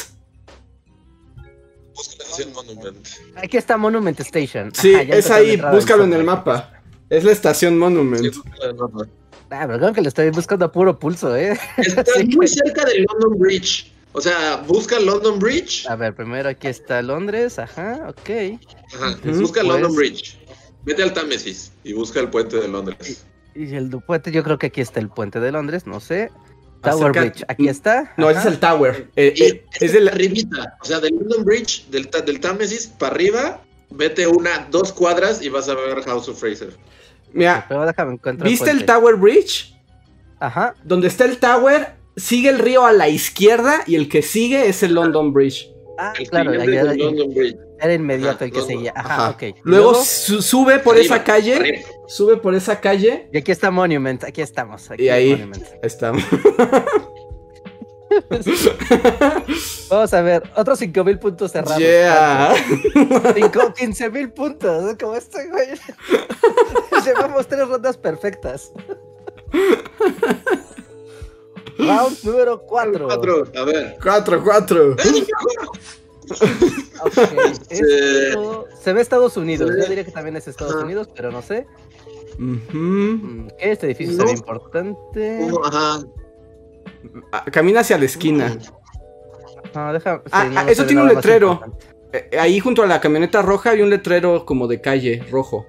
Speaker 2: Busca la estación Monument.
Speaker 3: Aquí está Monument Station.
Speaker 1: Sí,
Speaker 3: Ajá, ya
Speaker 1: es
Speaker 3: encontré la
Speaker 1: ahí,
Speaker 3: entrada del
Speaker 1: búscalo en el
Speaker 3: subway.
Speaker 1: mapa. Es la estación Monument.
Speaker 2: Sí, busca la nota.
Speaker 3: Ah, pero creo que le estoy buscando a puro pulso, ¿eh?
Speaker 2: Está
Speaker 3: Sí.
Speaker 2: muy cerca del London Bridge. O sea, busca London Bridge.
Speaker 3: A ver, primero aquí está Londres. Ajá, ok.
Speaker 2: Ajá,
Speaker 1: Ujú,
Speaker 2: busca London
Speaker 3: pues.
Speaker 2: Bridge. Vete al Támesis y busca el puente de Londres.
Speaker 3: Y el du- puente, yo creo que aquí está el puente de Londres, no sé. Tower
Speaker 1: Acerca- Mm,
Speaker 3: Bridge, aquí está.
Speaker 1: No, ese
Speaker 3: Ajá.
Speaker 1: es el Tower. Eh,
Speaker 2: Y
Speaker 1: eh, es de la-
Speaker 2: arribita, o sea, del London Bridge, del, Ta- del Támesis para arriba, vete una, dos cuadras y vas a ver House of Fraser.
Speaker 1: Mira,
Speaker 3: Pero déjame encontrar.
Speaker 1: ¿viste el
Speaker 3: puente.
Speaker 1: Tower Bridge?
Speaker 3: Ajá.
Speaker 1: Donde está el Tower, sigue el río a la izquierda y el que sigue es el London Bridge.
Speaker 3: Ah,
Speaker 2: El
Speaker 3: claro,
Speaker 2: final
Speaker 3: ahí
Speaker 2: del
Speaker 3: era,
Speaker 2: London Bridge.
Speaker 3: era inmediato el que
Speaker 2: Ajá,
Speaker 3: seguía. Ajá,
Speaker 1: Ajá.
Speaker 3: ok. Y
Speaker 1: Luego su- sube por
Speaker 2: Arriba,
Speaker 1: esa calle,
Speaker 2: arriba.
Speaker 1: sube por esa calle
Speaker 3: Y aquí está Monument, aquí estamos. Aquí
Speaker 1: Y
Speaker 3: es
Speaker 1: ahí.
Speaker 3: Monument.
Speaker 1: Estamos.
Speaker 3: Vamos a ver, otros 5000 puntos cerrados.
Speaker 1: Yeah. (laughs)
Speaker 3: 15000 puntos, ¿no? como este güey. (laughs) Llevamos tres rondas perfectas. Round número 4.
Speaker 2: Cuatro, a ver.
Speaker 1: 4, 4. (laughs)
Speaker 3: Se ve Estados Unidos.
Speaker 2: Se ve-
Speaker 3: Yo diría que también es Estados
Speaker 2: Ajá.
Speaker 3: Unidos, pero no sé. Mm, Este edificio
Speaker 2: No.
Speaker 3: se ve importante.
Speaker 2: Uno, Oh, ajá.
Speaker 1: Ah,
Speaker 2: Mm.
Speaker 1: Camina hacia la esquina.
Speaker 3: No, deja, sí,
Speaker 1: Ah,
Speaker 3: no,
Speaker 1: ah,
Speaker 3: no
Speaker 1: eso
Speaker 3: se ve
Speaker 1: tiene
Speaker 3: nada
Speaker 1: un
Speaker 3: más
Speaker 1: letrero.
Speaker 3: importante.
Speaker 1: Eh, Ahí junto a la camioneta roja hay un letrero como de calle, rojo.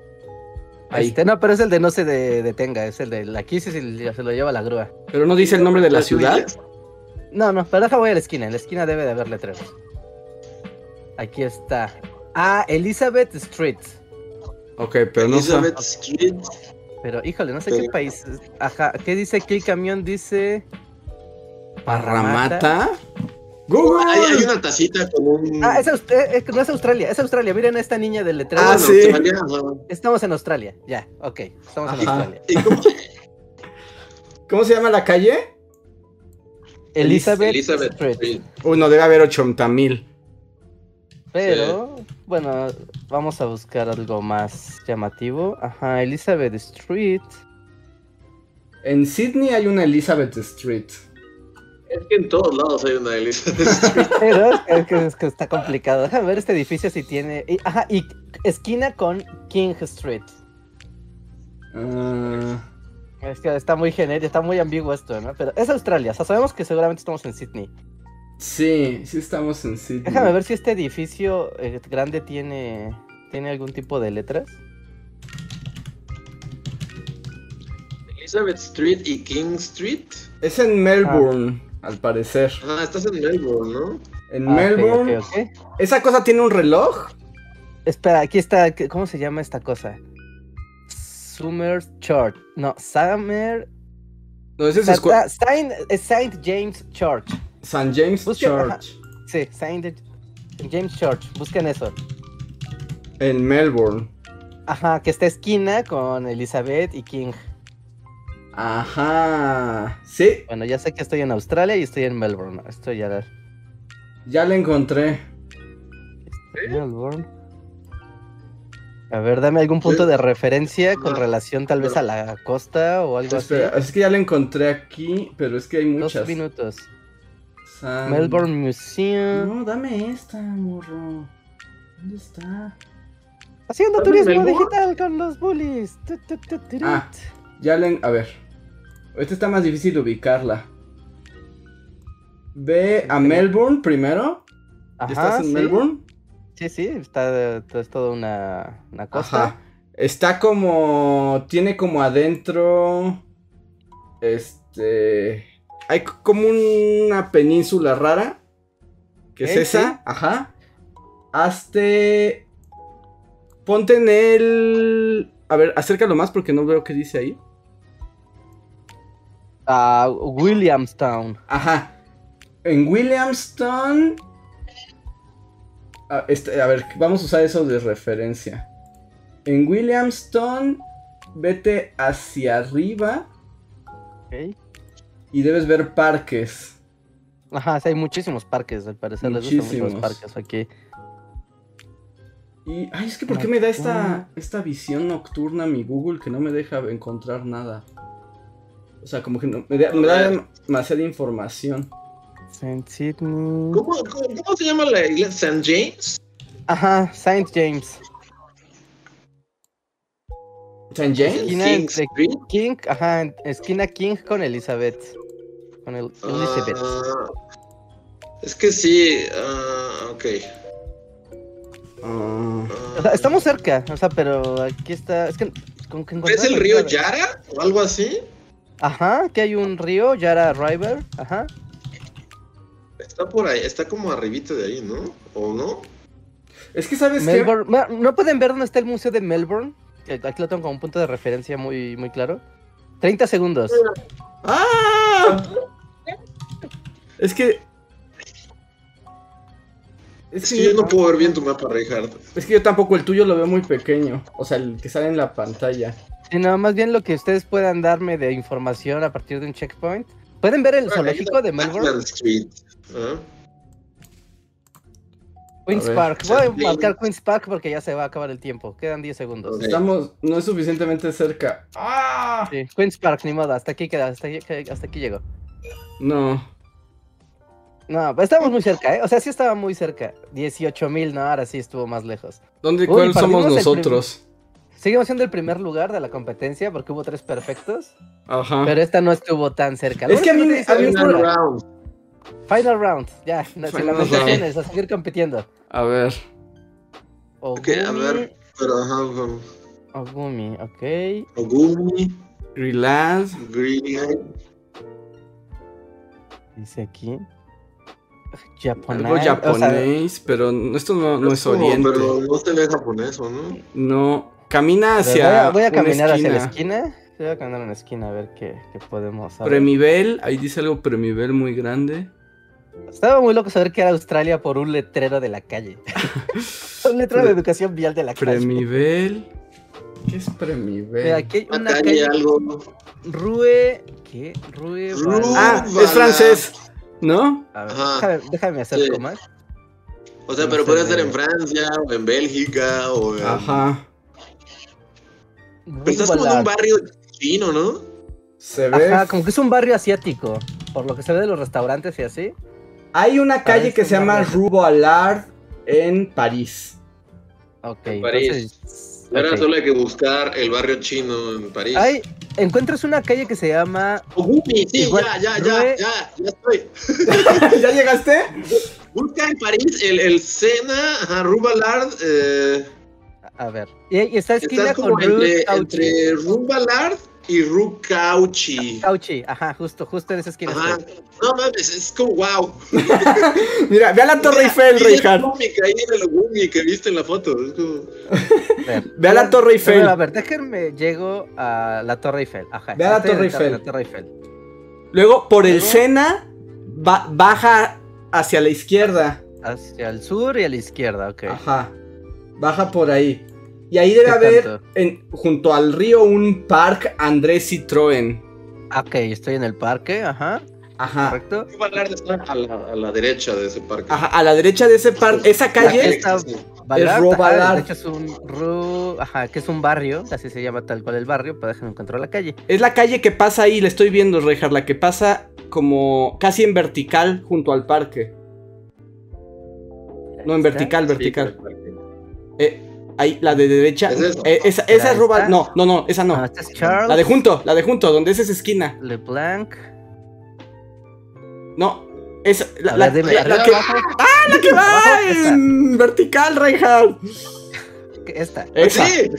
Speaker 1: Ahí.
Speaker 3: Este, no, pero es el de no se de- detenga. Es el de aquí sí se, se lo lleva la grúa.
Speaker 1: Pero no dice el nombre de la ciudad.
Speaker 3: No, no, pero deja voy a la esquina. En la esquina debe de haber letreros. Aquí está. Ah, Elizabeth Street.
Speaker 1: Ok, pero no sé.
Speaker 2: Elizabeth Street.
Speaker 3: Pero híjole, no sé
Speaker 2: Pero-
Speaker 3: qué país. es. Ajá, ¿qué dice aquí el camión? Dice.
Speaker 1: ¿Parramata? Oh,
Speaker 2: Hay, hay
Speaker 1: ¡Google!
Speaker 2: una tacita con un.
Speaker 3: Ah, es Aust- eh, eh, no es Australia, es Australia. Miren a esta niña del letrero.
Speaker 1: Ah,
Speaker 2: en
Speaker 3: No,
Speaker 1: sí.
Speaker 2: Australia, ajá.
Speaker 3: Estamos en Australia. Ya, ok. Estamos en
Speaker 1: Ajá.
Speaker 3: Australia.
Speaker 2: ¿Y cómo?
Speaker 1: ¿Cómo se llama la calle?
Speaker 3: Elizabeth,
Speaker 2: Elizabeth
Speaker 3: Street.
Speaker 2: Street.
Speaker 1: Uy, no, debe haber 80 mil.
Speaker 3: Pero, bueno, vamos a buscar algo más llamativo. Ajá, Elizabeth Street.
Speaker 1: En Sydney hay una Elizabeth Street.
Speaker 2: Es que en todos lados hay una Elizabeth Street.
Speaker 3: Pero es que, es que está complicado. A ver, este edificio si tiene. y- Ajá, y esquina con King Street.
Speaker 1: Ah,
Speaker 3: Es que está muy genérico, está muy ambiguo esto, ¿no? Pero es Australia, o sea, sabemos que seguramente estamos en Sydney.
Speaker 1: sí, sí estamos en Sydney.
Speaker 3: Déjame ver si este edificio eh, grande tiene, tiene algún tipo de letras.
Speaker 2: Elizabeth Street y King Street.
Speaker 1: Es en Melbourne, al parecer.
Speaker 2: Ah, estás en Melbourne, ¿no?
Speaker 1: En
Speaker 3: Ah, ok,
Speaker 1: Melbourne.
Speaker 3: ok, ok.
Speaker 1: ¿Esa cosa tiene un reloj?
Speaker 3: Espera, aquí está. ¿qué- ¿Cómo se llama esta cosa? Summer Church. No, Summer.
Speaker 1: No, ese es
Speaker 3: Sa-
Speaker 1: escue-
Speaker 3: ah, Saint, eh, Saint James Church.
Speaker 1: San James
Speaker 3: Busca-
Speaker 1: Church.
Speaker 3: Sí, Saint de- James Church. Busquen eso.
Speaker 1: En Melbourne.
Speaker 3: Ajá, que está esquina con Elizabeth y King.
Speaker 1: Ajá. Sí,
Speaker 3: Bueno, ya sé que estoy en Australia y estoy en Melbourne. Esto ya. la-
Speaker 1: ya la encontré.
Speaker 3: Melbourne. A ver, dame algún punto de referencia con
Speaker 2: Ah,
Speaker 3: relación tal vez a la costa o algo así.
Speaker 1: Espera, es que ya la encontré aquí, pero es que hay
Speaker 3: ¿Ah, Dos
Speaker 1: muchas.
Speaker 3: minutos.
Speaker 1: San-
Speaker 3: Melbourne Museum.
Speaker 1: No, dame esta, morro. ¿Dónde está?
Speaker 3: Haciendo
Speaker 2: ¿Estás en
Speaker 3: turismo
Speaker 2: Melbourne?
Speaker 3: digital con los bullies. Tu, tu, tu, tu, tu.
Speaker 1: Ah. Ya la en- A ver. Ahorita está más difícil ubicarla. Ve a Melbourne primero. ¿Ya
Speaker 3: Ajá,
Speaker 1: ¿Estás en
Speaker 3: sí.
Speaker 1: Melbourne?
Speaker 3: Sí, sí, está, eh, es toda una, una costa.
Speaker 1: Ajá. Está como. Tiene como adentro. Este. Hay c- como una península rara. Que es
Speaker 3: Ok,
Speaker 1: esa.
Speaker 3: sí.
Speaker 1: Ajá. Hazte. Ponte en el. A ver, acércalo más porque no veo qué dice ahí.
Speaker 3: A Ah, Williamstown.
Speaker 1: Ajá. En Williamston. Ah, este, a ver, vamos a usar eso de referencia. En Williamston, vete hacia arriba
Speaker 3: ok.
Speaker 1: y debes ver parques.
Speaker 3: Ajá, sí, hay muchísimos parques, al parecer les gustan mucho
Speaker 1: Muchísimos.
Speaker 3: los parques aquí.
Speaker 1: Y, ay, es que ¿por qué me da esta, esta visión nocturna mi Google que no me deja encontrar nada? O sea, como que no- me, da, me da demasiada información.
Speaker 3: Saint Sydney.
Speaker 2: ¿Cómo, cómo, cómo se llama la iglesia? ¿St. James?
Speaker 3: Ajá, Saint James.
Speaker 1: ¿St. James?
Speaker 3: Esquina
Speaker 2: King
Speaker 3: entre-
Speaker 2: Street.
Speaker 3: King, ajá, en- esquina King con Elizabeth. Con el Elizabeth.
Speaker 2: Ah, es que sí. ah, ok.
Speaker 1: Ah,
Speaker 2: Ah,
Speaker 3: (laughs) O sea, estamos cerca, o sea, pero aquí está. Es que. Con que
Speaker 2: ¿Es
Speaker 3: encontrar
Speaker 2: el
Speaker 3: la
Speaker 2: río
Speaker 3: clave.
Speaker 2: Yara o algo así?
Speaker 3: Ajá, que hay un río, Yara River. Ajá.
Speaker 2: Está por ahí, está como arribita de ahí, ¿no? ¿O no?
Speaker 1: es que, ¿sabes qué?
Speaker 3: Melbourne. Ma- ¿No pueden ver dónde está el museo de Melbourne? Que Aquí lo tengo como un punto de referencia muy, muy claro. 30 segundos.
Speaker 1: ¡Ah! Es que. Es
Speaker 2: Es
Speaker 1: que,
Speaker 2: que yo no puedo ver bien tu mapa, Reinhardt.
Speaker 1: es que yo tampoco, el tuyo lo veo muy pequeño. O sea, el que sale en la pantalla.
Speaker 3: Sí, no, más bien lo que ustedes puedan darme de información a partir de un checkpoint. ¿Pueden ver el zoológico de Melbourne?
Speaker 2: Batman Street. ¿ah?
Speaker 3: Queen's
Speaker 1: A ver.
Speaker 3: Park. Voy a
Speaker 2: Saint
Speaker 3: marcar
Speaker 2: James.
Speaker 3: Queen's Park porque ya se va a acabar el tiempo. Quedan 10 segundos.
Speaker 2: Ok.
Speaker 1: Estamos. No es suficientemente cerca. ¡Ah!
Speaker 3: Sí, Queen's Park, ni modo. Hasta aquí queda, hasta aquí, hasta aquí llegó.
Speaker 1: No.
Speaker 3: No, pues estábamos muy cerca, ¿eh? O sea, sí estaba muy cerca. 18 mil, no, ahora sí estuvo más lejos.
Speaker 1: ¿Dónde,
Speaker 3: Uy,
Speaker 1: cuál somos
Speaker 3: partimos el
Speaker 1: nosotros?
Speaker 3: Seguimos siendo el primer lugar de la competencia porque hubo tres perfectos,
Speaker 1: Ajá.
Speaker 3: pero esta no estuvo tan cerca.
Speaker 1: Ah. Es que a mí me- a mí
Speaker 2: Final
Speaker 1: me-
Speaker 3: Final, round.
Speaker 2: round.
Speaker 3: Final round, ya, no, sin
Speaker 1: Final
Speaker 3: lamentaciones, a seguir compitiendo.
Speaker 1: A ver.
Speaker 2: Ok, a ver. Pero ajá, ajá.
Speaker 3: Ogumi, ok.
Speaker 2: Ogumi,
Speaker 1: Relax.
Speaker 2: Green Eye,
Speaker 3: Dice aquí.
Speaker 1: Algo
Speaker 3: Japonés. o sea,
Speaker 1: japonés, pero no- esto no, no es
Speaker 2: como-
Speaker 1: oriente.
Speaker 2: Pero no se ve japonés, ¿o no?
Speaker 1: No. Camina hacia.
Speaker 3: voy a, voy a
Speaker 1: una
Speaker 3: caminar hacia la
Speaker 1: esquina.
Speaker 3: esquina. Voy a caminar a una esquina a ver qué, qué podemos saber.
Speaker 1: Premivel. Ahí dice algo premivel muy grande.
Speaker 3: Estaba muy loco saber que era Australia por un letrero de
Speaker 1: (laughs)
Speaker 3: la calle. un letrero de educación vial de la calle.
Speaker 1: Premivel. ¿Qué es
Speaker 3: Mira,
Speaker 1: Premivel?
Speaker 3: aquí hay una
Speaker 2: Acá hay
Speaker 3: calle.
Speaker 2: algo.
Speaker 3: Rue. ¿Qué? Rue.
Speaker 2: Rue-
Speaker 3: Val-
Speaker 1: Ah,
Speaker 2: Urbana.
Speaker 1: es francés, ¿no?
Speaker 3: A ver,
Speaker 2: Ajá.
Speaker 3: déjame, déjame hacer
Speaker 2: Sí.
Speaker 3: más.
Speaker 2: O sea,
Speaker 3: No
Speaker 2: pero
Speaker 3: se
Speaker 2: puede
Speaker 3: ve.
Speaker 2: ser en Francia, o en Bélgica, o en.
Speaker 1: Ajá.
Speaker 2: Pero estás como en un barrio chino, ¿no?
Speaker 1: Se ve.
Speaker 3: Ajá, como que es un barrio asiático. Por lo que se ve de los restaurantes y así.
Speaker 1: Hay una calle
Speaker 3: Parece
Speaker 1: que se
Speaker 3: un
Speaker 1: llama
Speaker 3: barrio.
Speaker 1: Rue Bollard en París.
Speaker 3: Ok.
Speaker 2: París.
Speaker 3: entonces-
Speaker 2: Ahora
Speaker 3: ok.
Speaker 2: solo hay que buscar el barrio chino en París.
Speaker 3: Hay, encuentras una calle que se llama.
Speaker 2: Ogumi, Oh, sí,
Speaker 3: Igual,
Speaker 2: ya, ya, ya,
Speaker 3: Rue-
Speaker 2: ya, ya estoy.
Speaker 1: (laughs) ¿Ya llegaste?
Speaker 2: Busca en París el, el Sena, ajá, Rue Ballard, eh,
Speaker 3: A ver. Y, y está esquina
Speaker 2: estás como
Speaker 3: con Rue
Speaker 2: entre,
Speaker 3: Cauchy.
Speaker 2: entre Rue Ballard y Rue Cauchy.
Speaker 3: Cauchy, ajá, justo, justo en esa esquina.
Speaker 2: Ajá.
Speaker 3: estoy.
Speaker 2: No mames, es como wow.
Speaker 1: Mira, ve a la Torre
Speaker 2: Mira,
Speaker 1: Eiffel,
Speaker 2: ahí es
Speaker 1: Reinhardt.
Speaker 2: Ogumi, que Ahí en el Ogumi que viste en la foto. es como-
Speaker 3: A ver.
Speaker 1: Ve a la Torre Eiffel.
Speaker 3: A ver, déjenme, llego a la Torre Eiffel. Ajá.
Speaker 1: Ve a la
Speaker 3: estoy en
Speaker 1: Torre
Speaker 3: to-
Speaker 1: Eiffel.
Speaker 3: La Torre Eiffel.
Speaker 1: Luego, por el
Speaker 3: Luego-
Speaker 1: Sena, ba- baja hacia la izquierda.
Speaker 3: Hacia el sur y a la izquierda, ok.
Speaker 1: Ajá. Baja por ahí. Y ahí debe
Speaker 3: ¿Qué
Speaker 1: haber,
Speaker 3: tanto?
Speaker 1: en- junto al río, un parque Andrés Citroën.
Speaker 3: Ok, estoy en el parque, ajá,
Speaker 1: Ajá.
Speaker 3: correcto.
Speaker 2: Rue Ballard está a la, a la derecha de ese parque.
Speaker 1: Ajá. A la derecha de ese parque, esa
Speaker 3: Aquí
Speaker 1: calle.
Speaker 3: está
Speaker 1: Es
Speaker 3: Ballard,
Speaker 1: Ro
Speaker 3: ajá,
Speaker 1: Ballard.
Speaker 3: de hecho es un Ru, ajá, que es un barrio, así se llama tal cual el barrio, pero déjenme encontrar la calle.
Speaker 1: Es la calle que pasa ahí, la estoy viendo, Rejar, la que pasa como casi en vertical junto al parque. No, en
Speaker 3: Ahí está.
Speaker 1: vertical,
Speaker 2: Sí,
Speaker 1: vertical.
Speaker 2: el parque.
Speaker 1: Eh, Ahí, la de derecha.
Speaker 2: ¿Es eso?
Speaker 1: Eh, esa esa
Speaker 3: ¿Será
Speaker 1: es Ruba-
Speaker 3: esta?
Speaker 1: No, no, no, esa no.
Speaker 3: Ah, este es Charles
Speaker 1: La de junto, la de junto, donde es esa esquina.
Speaker 3: LeBlanc.
Speaker 1: No. Esa, la,
Speaker 3: A
Speaker 1: la-
Speaker 3: ver, dime,
Speaker 1: la- la
Speaker 2: arriba,
Speaker 1: que,
Speaker 2: abajo.
Speaker 1: ¡Ah, la que
Speaker 3: (laughs) Abajo,
Speaker 1: va
Speaker 3: esa.
Speaker 1: en vertical, Reinhardt.
Speaker 3: Esta.
Speaker 1: Esa.
Speaker 2: Sí,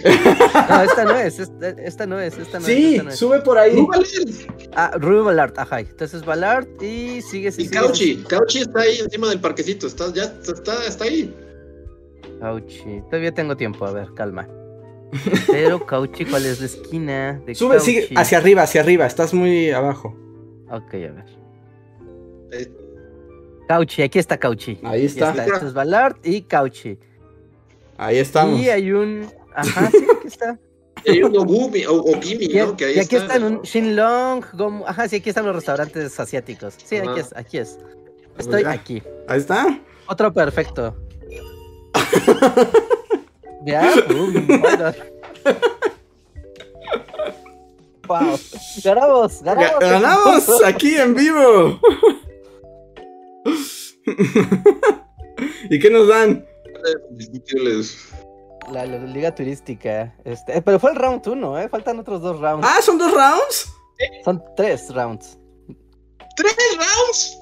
Speaker 3: No, esta no es. Esta, esta no es. Esta no es.
Speaker 1: Sí,
Speaker 3: esta no es.
Speaker 1: sube por (laughs) ahí.
Speaker 2: no valer.
Speaker 3: Ah, Rubén Ballard. Ajá. Entonces Ballard y sigue.
Speaker 2: Y
Speaker 3: sigue-
Speaker 2: Cauchi, Cauchi está ahí encima del parquecito, está, ya está, está, está ahí.
Speaker 3: Cauchi. Todavía tengo tiempo. A ver,
Speaker 1: (laughs)
Speaker 3: calma. Pero Cauchi, ¿cuál es la esquina? De
Speaker 1: Sube, sigue
Speaker 3: Cauchy?
Speaker 1: hacia arriba, hacia arriba. Estás muy abajo.
Speaker 3: Ok, a ver.
Speaker 2: Eh,
Speaker 3: Cauchi, aquí está Cauchi.
Speaker 1: Ahí
Speaker 3: Ya
Speaker 1: está.
Speaker 3: está. Esto es Ballard y Cauchi.
Speaker 1: Ahí estamos.
Speaker 3: Y hay un. Ajá, sí,
Speaker 1: (laughs)
Speaker 3: aquí está.
Speaker 2: hay un Ogumi, o, Ogimi,
Speaker 3: Y,
Speaker 2: ¿no? Que ahí
Speaker 3: y aquí
Speaker 2: está.
Speaker 3: están un Shinlong, Gomu. Ajá, sí, aquí están los restaurantes asiáticos. Sí,
Speaker 2: Ajá.
Speaker 3: aquí es, aquí es. Estoy
Speaker 1: Ah,
Speaker 3: aquí.
Speaker 1: Ahí está. (laughs)
Speaker 3: Otro perfecto. ya. boom, bueno. wow. Ganamos, ganamos.
Speaker 1: Ganamos aquí en vivo. (laughs) ¿Y qué nos dan?
Speaker 2: Discutibles.
Speaker 3: La, la liga turística. Este, eh, pero fue el round 1, ¿eh? Faltan otros dos rounds.
Speaker 1: Ah, son dos rounds.
Speaker 3: Son tres rounds.
Speaker 2: ¡Tres rounds!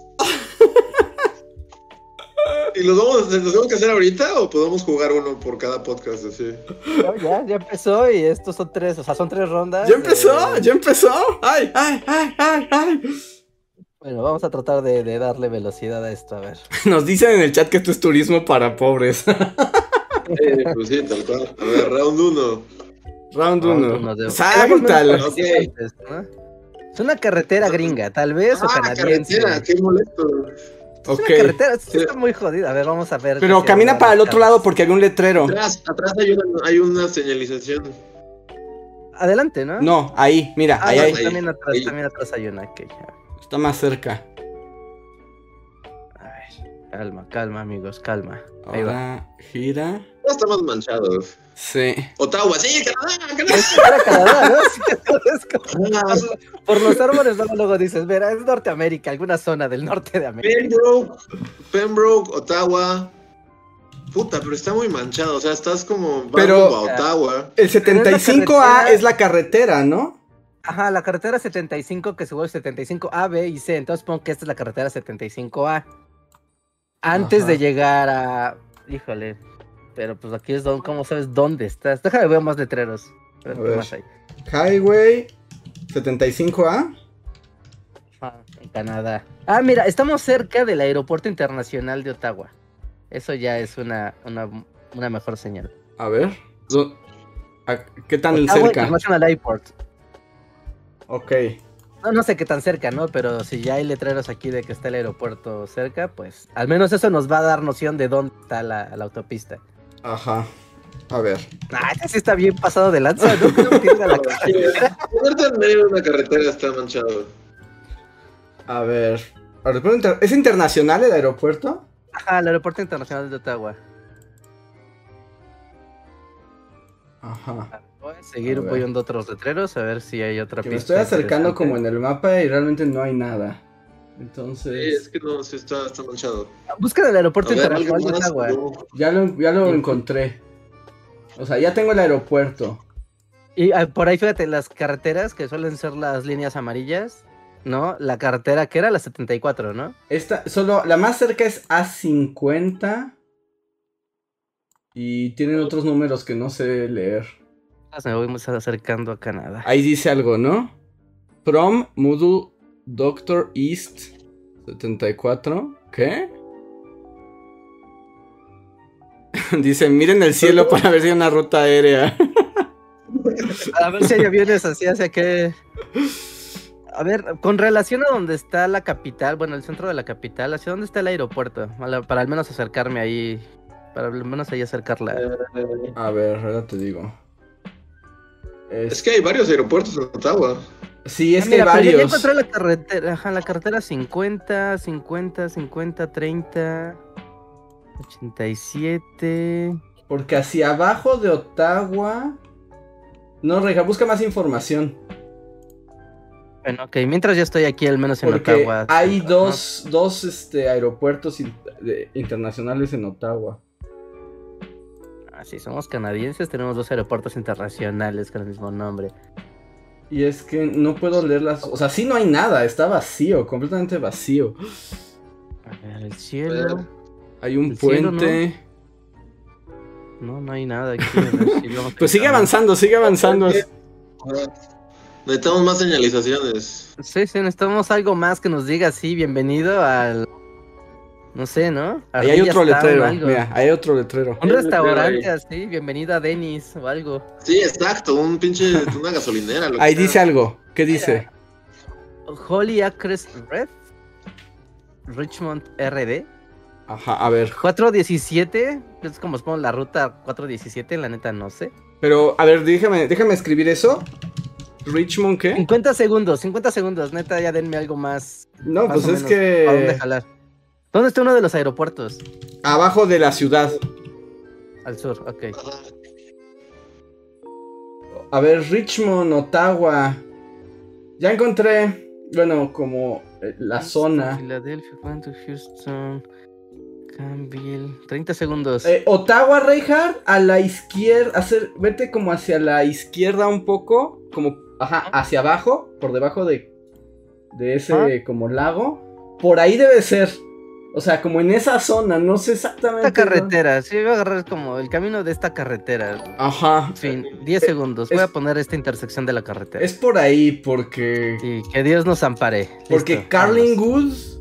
Speaker 2: ¿Y los, vamos, los tenemos que hacer ahorita o podemos jugar uno por cada podcast así?
Speaker 3: Ya, ya, ya empezó y estos son tres, o sea, son tres rondas.
Speaker 1: Ya empezó,
Speaker 3: Eh,
Speaker 1: ya empezó. Ay, ay, ay, ay, ay.
Speaker 3: Bueno, vamos a tratar de, de darle velocidad a esto, a ver.
Speaker 1: (laughs) Nos dicen en el chat que esto es turismo para pobres. (laughs)
Speaker 2: Eh, pues sí, tal cual. A ver, round uno.
Speaker 1: Round Pues
Speaker 3: Vámonos de-
Speaker 1: 1.
Speaker 3: Vámonos
Speaker 1: Sáctala.
Speaker 2: Ok.
Speaker 3: antes, ¿no? Es una carretera gringa, tal vez, o
Speaker 2: Ah,
Speaker 3: canadiense.
Speaker 2: carretera, qué molesto.
Speaker 3: Es una
Speaker 1: Ok.
Speaker 3: carretera, sí está muy jodida. A ver, vamos a ver.
Speaker 1: Pero
Speaker 3: si
Speaker 1: camina
Speaker 3: ahora
Speaker 1: para el
Speaker 3: las
Speaker 1: otro lado
Speaker 3: carreteras-
Speaker 1: porque había un letrero.
Speaker 2: Atrás, atrás hay una, hay una señalización.
Speaker 3: Adelante, ¿no?
Speaker 1: No, ahí, mira,
Speaker 3: Ah,
Speaker 1: ahí,
Speaker 3: no,
Speaker 1: ahí.
Speaker 2: ahí,
Speaker 3: También atrás,
Speaker 2: ahí.
Speaker 3: también atrás hay una. ok, ya.
Speaker 1: Está más cerca.
Speaker 3: A ver, calma, calma, amigos, calma. Ahí va.
Speaker 1: Ahora gira.
Speaker 2: Ya estamos manchados.
Speaker 1: Sí.
Speaker 2: Ottawa, sí, Canadá, Canadá.
Speaker 3: Es para Canadá, ¿no? (laughs) Sí, es como- Por los árboles, luego, luego dices, verá, es Norteamérica, alguna zona del norte de América.
Speaker 2: Pembroke, Pembroke, Ottawa. Puta, pero está muy manchado. O sea, estás como. vas
Speaker 1: Pero-
Speaker 2: rumbo a Ottawa.
Speaker 1: El
Speaker 3: es la
Speaker 1: 75A
Speaker 3: carretera.
Speaker 1: es la carretera, ¿no?
Speaker 3: Ajá, la carretera 75 que se vuelve 75A, B y C. Entonces pongo que esta es la carretera 75A. Antes de
Speaker 1: Ajá.
Speaker 3: llegar a. Híjole. Pero pues aquí es donde. ¿Cómo sabes dónde estás? Déjame ver más letreros. A ver
Speaker 1: A
Speaker 3: qué
Speaker 1: ver.
Speaker 3: más hay.
Speaker 1: Highway 75A.
Speaker 3: Ah, en Canadá. Ah, mira, estamos cerca del Aeropuerto Internacional de Ottawa. Eso ya es una, una, una mejor señal.
Speaker 1: A ver. do- a- ¿Qué tan
Speaker 3: Ottawa
Speaker 1: cerca?
Speaker 3: International Airport.
Speaker 1: Ok.
Speaker 3: No, no sé qué tan cerca, ¿no? Pero si ya hay letreros aquí de que está el aeropuerto cerca, pues al menos eso nos va a dar noción de dónde está la, la autopista.
Speaker 1: Ajá. A ver.
Speaker 3: Ah, este sí está bien pasado de lanza, ¿no? Creo que
Speaker 1: (laughs)
Speaker 3: tiene la cara.
Speaker 2: Ponerte en medio de una carretera está manchado.
Speaker 1: A ver. Aeropuerto inter- ¿Es internacional el aeropuerto?
Speaker 3: Ajá, el aeropuerto internacional de Ottawa.
Speaker 1: Ajá.
Speaker 3: Voy a seguir
Speaker 1: A ver.
Speaker 3: apoyando otros letreros a ver si hay otra
Speaker 1: Que
Speaker 3: pista.
Speaker 1: me estoy acercando
Speaker 3: interesante.
Speaker 1: como en el mapa y realmente no hay nada.
Speaker 2: Sí,
Speaker 1: Entonces.
Speaker 2: es que no, sí está, está manchado.
Speaker 3: Busca el aeropuerto
Speaker 2: algo
Speaker 3: internacional de
Speaker 2: más,
Speaker 3: Ottawa.
Speaker 2: no.
Speaker 1: Ya lo, ya lo
Speaker 3: Sí.
Speaker 1: encontré. O sea, ya tengo el aeropuerto.
Speaker 3: Y ah, por ahí fíjate, las carreteras que suelen ser las líneas amarillas, ¿no? La carretera que era la 74, ¿no?
Speaker 1: Esta, solo, la más cerca es A50. Y tienen otros números que no sé leer.
Speaker 3: Me voy más acercando a Canadá.
Speaker 1: Ahí dice algo, ¿no? Prom, Moodle, Doctor East 74. ¿Qué? (laughs) dice, miren el cielo para ver si hay una ruta aérea. (laughs)
Speaker 3: A ver si hay aviones así hacia que. A ver, con relación a donde está la capital, bueno, el centro de la capital, ¿hacia dónde está el aeropuerto? Para, para al menos acercarme ahí. Para al menos ahí acercarla.
Speaker 2: Eh,
Speaker 1: A ver, ahora te digo. Es-
Speaker 2: Es que hay varios aeropuertos en Ottawa.
Speaker 1: sí, es
Speaker 3: Ah,
Speaker 1: que hay
Speaker 3: mira, pero ya- Ya
Speaker 1: varios.
Speaker 3: encontré la carretera, ajá, la carretera 50, 50, 50, 30, 87.
Speaker 1: Porque hacia abajo de Ottawa. No, Reja, busca más información.
Speaker 3: Bueno, ok, mientras yo estoy aquí, al menos en
Speaker 1: Porque
Speaker 3: Ottawa.
Speaker 1: hay
Speaker 3: ajá.
Speaker 1: dos, dos este, aeropuertos in- de- internacionales en Ottawa.
Speaker 3: Ah, Así somos canadienses, tenemos dos aeropuertos internacionales con el mismo nombre.
Speaker 1: Y es que no puedo leerlas. O sea, sí no hay nada, está vacío, completamente vacío.
Speaker 3: A ver, el cielo.
Speaker 1: Hay un
Speaker 3: El cielo,
Speaker 1: puente.
Speaker 3: No, no hay nada aquí. a ver si luego
Speaker 1: (laughs) Pues sigue
Speaker 3: pensamos.
Speaker 1: avanzando, sigue avanzando.
Speaker 2: Ahora, Necesitamos más señalizaciones.
Speaker 3: Sí, sí, necesitamos algo más que nos diga así, bienvenido al... No sé, ¿no?
Speaker 1: Ahí hay
Speaker 3: Arriba
Speaker 1: otro
Speaker 3: está un
Speaker 1: letrero,
Speaker 3: algo.
Speaker 1: mira, hay otro letrero.
Speaker 3: Un
Speaker 2: Hay un letrero
Speaker 3: restaurante
Speaker 2: ahí.
Speaker 3: así, bienvenido a Denis o algo.
Speaker 2: Sí, exacto, un pinche, una gasolinera. lo que
Speaker 1: Ahí
Speaker 2: sea.
Speaker 1: dice algo. ¿Qué dice?
Speaker 3: Holy Acres Red. Richmond RD.
Speaker 1: Ajá, a ver.
Speaker 3: 417. Es como supongo la ruta 417, la neta no sé.
Speaker 1: Pero, a ver, déjame, déjame escribir eso. Richmond, ¿qué?
Speaker 3: 50 segundos, 50 segundos, neta, ya denme algo más.
Speaker 1: No,
Speaker 3: más
Speaker 1: pues
Speaker 3: o
Speaker 1: es
Speaker 3: menos, ¿A dónde
Speaker 1: que
Speaker 3: jalar? ¿Dónde está uno de los aeropuertos?
Speaker 1: abajo de la ciudad.
Speaker 3: Al sur, ok.
Speaker 2: Ajá.
Speaker 1: A ver, Richmond, Ottawa. Ya encontré, bueno, como eh, la zona.
Speaker 3: Filadelfia, Toronto, Houston, Campbell. 30 segundos.
Speaker 1: Eh, Ottawa, Reinhardt, a la izquierda, hacer, vete como hacia la izquierda un poco, como, ajá, hacia abajo, por debajo de, de ese
Speaker 3: Ajá.
Speaker 1: como lago. Por ahí debe ser. O sea, como en esa zona, no sé exactamente.
Speaker 3: esta carretera, sí, voy a agarrar como el camino de esta carretera.
Speaker 1: Ajá.
Speaker 3: En fin, 10
Speaker 1: Eh,
Speaker 3: segundos. Voy a
Speaker 1: es-
Speaker 3: poner esta intersección de la carretera.
Speaker 1: Es por ahí porque...
Speaker 3: Sí, que Dios nos ampare.
Speaker 1: Porque
Speaker 3: Listo,
Speaker 1: Carling Woods...
Speaker 3: vámonos.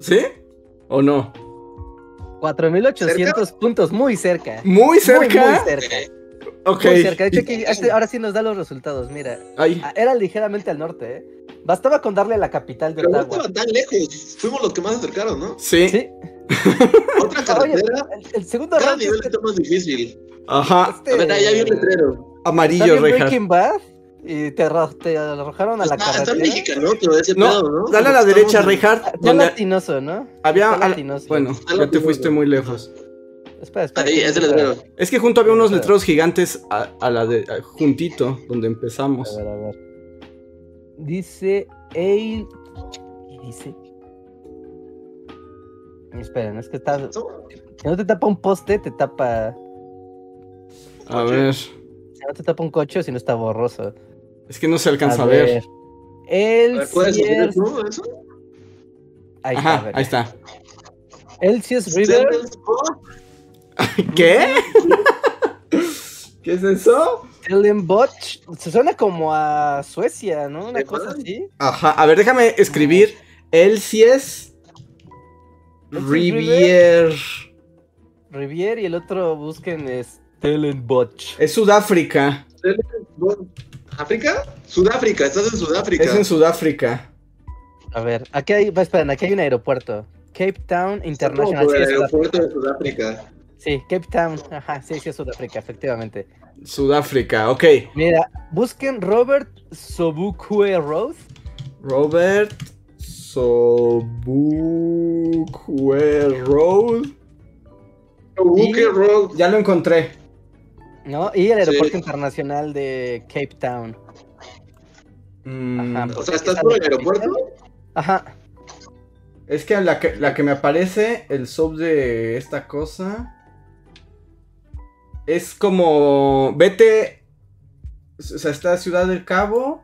Speaker 1: ¿Sí? ¿O no?
Speaker 3: 4800 puntos, muy cerca.
Speaker 1: Muy
Speaker 3: Muy,
Speaker 1: cerca.
Speaker 3: muy cerca.
Speaker 1: ok.
Speaker 3: Muy cerca. De hecho, aquí-
Speaker 1: (laughs)
Speaker 3: este- ahora sí nos da los resultados. Mira,
Speaker 1: Ay,
Speaker 3: Ah, era ligeramente al norte, ¿eh? Bastaba con darle a la capital de
Speaker 2: Pero no estaba
Speaker 3: Ottawa.
Speaker 2: tan lejos. Fuimos los que más se acercaron,
Speaker 1: (laughs)
Speaker 2: ¿no?
Speaker 1: sí.
Speaker 3: Sí.
Speaker 2: Otra
Speaker 3: Oye,
Speaker 2: carretera.
Speaker 3: el, el segundo
Speaker 2: Cada
Speaker 3: round
Speaker 2: nivel
Speaker 3: es
Speaker 2: está más difícil.
Speaker 1: Ajá.
Speaker 3: este-
Speaker 2: A ver, ahí había un letrero.
Speaker 1: Amarillo,
Speaker 3: Salió
Speaker 1: Reinhardt.
Speaker 3: Breaking Bad y te, arro- te arrojaron a la
Speaker 2: Ah, Está, está
Speaker 3: carretera.
Speaker 2: mexicanote ese
Speaker 1: No,
Speaker 2: pedo, ¿no?
Speaker 1: Dale a la
Speaker 2: Estamos
Speaker 1: derecha,
Speaker 2: en-
Speaker 1: Reinhardt.
Speaker 3: Está
Speaker 1: donde
Speaker 3: latinoso, ¿no?
Speaker 1: había...
Speaker 3: está
Speaker 1: al-
Speaker 3: latinoso.
Speaker 1: Bueno,
Speaker 2: Está
Speaker 1: ya te
Speaker 2: latinoso.
Speaker 1: fuiste muy lejos.
Speaker 3: Espera, espera.
Speaker 2: Ahí, ese letrero.
Speaker 1: Es que junto había unos
Speaker 3: Claro.
Speaker 1: letreros gigantes a, a la de... a- juntito, donde empezamos.
Speaker 3: A ver, a ver. Dice Ale. ¿Qué dice? Esperen, es que está. Si no te tapa un poste, te tapa.
Speaker 1: A ver.
Speaker 3: Si no te tapa un coche, si no está borroso.
Speaker 1: Es que no se alcanza a ver.
Speaker 3: El
Speaker 2: ¿Puedes hacer
Speaker 3: Sears.
Speaker 2: tú eso?
Speaker 3: Ahí está, a
Speaker 1: Ajá,
Speaker 3: ver.
Speaker 1: ahí está.
Speaker 3: El Sears
Speaker 1: ¿eh?
Speaker 3: River.
Speaker 2: Sentence, oh,
Speaker 1: ¿Qué? (laughs) ¿Qué es eso?
Speaker 3: Ellenbosch. Se suena como a Suecia, ¿no? Una
Speaker 2: Sí,
Speaker 3: cosa
Speaker 2: ¿verdad?
Speaker 3: así.
Speaker 1: Ajá, a ver, déjame escribir. Él sí es.
Speaker 3: ¿Es
Speaker 1: Rivier.
Speaker 3: Rivier y el otro busquen es Ellenbosch.
Speaker 1: Es Sudáfrica.
Speaker 2: bueno. ¿África? Sudáfrica, estás en Sudáfrica.
Speaker 1: Es en Sudáfrica.
Speaker 3: A ver, aquí hay, va, esperen, aquí hay un aeropuerto. Cape Town
Speaker 2: Está como
Speaker 3: International.
Speaker 2: por
Speaker 3: Sí,
Speaker 2: el
Speaker 3: es Sudáfrica.
Speaker 2: aeropuerto de Sudáfrica.
Speaker 3: Sí, Cape Town. Ajá, sí, sí, es Sudáfrica, efectivamente.
Speaker 1: Sudáfrica, ok.
Speaker 3: Mira, busquen Robert Sobukwe Road.
Speaker 1: Robert Sobukwe Road.
Speaker 2: Booker Road.
Speaker 1: Ya lo encontré.
Speaker 3: ¿no? Y el aeropuerto
Speaker 2: Sí.
Speaker 3: internacional de Cape Town.
Speaker 1: Mm,
Speaker 3: Ajá. pues.
Speaker 2: O sea, ¿estás por el aeropuerto?
Speaker 3: Ajá.
Speaker 1: es que la, que la que me aparece, el sub de esta cosa. Es como. Vete. O sea, está Ciudad del Cabo.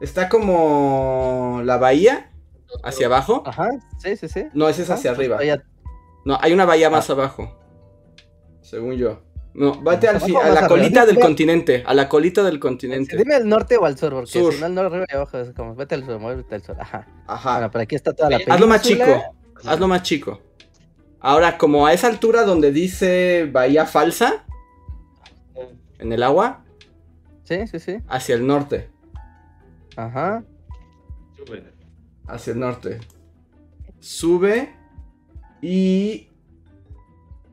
Speaker 1: Está como. La bahía. Hacia abajo.
Speaker 3: Ajá. Sí, sí, sí.
Speaker 1: No, ese es hacia
Speaker 3: Ah,
Speaker 1: arriba.
Speaker 3: Oye,
Speaker 1: No, hay una bahía
Speaker 3: Ah.
Speaker 1: más abajo. Según yo. No, vete al
Speaker 3: ¿Abajo
Speaker 1: fi-
Speaker 3: o
Speaker 1: a
Speaker 3: más
Speaker 1: la
Speaker 3: arriba?
Speaker 1: colita del
Speaker 3: Dime-
Speaker 1: continente. A la colita del continente.
Speaker 3: dime al norte o al sur, porque
Speaker 1: Sur.
Speaker 3: si no al norte, arriba y abajo es como vete al sur, muévete al sur. Ajá. Bueno,
Speaker 1: Ajá.
Speaker 3: pero aquí está toda la
Speaker 1: Hazlo más chico.
Speaker 3: península.
Speaker 1: Hazlo más chico. Ahora, como a esa altura donde dice bahía falsa, en el agua,
Speaker 3: Sí, sí, sí.
Speaker 1: hacia el norte.
Speaker 3: Ajá.
Speaker 1: Hacia el norte. Sube y...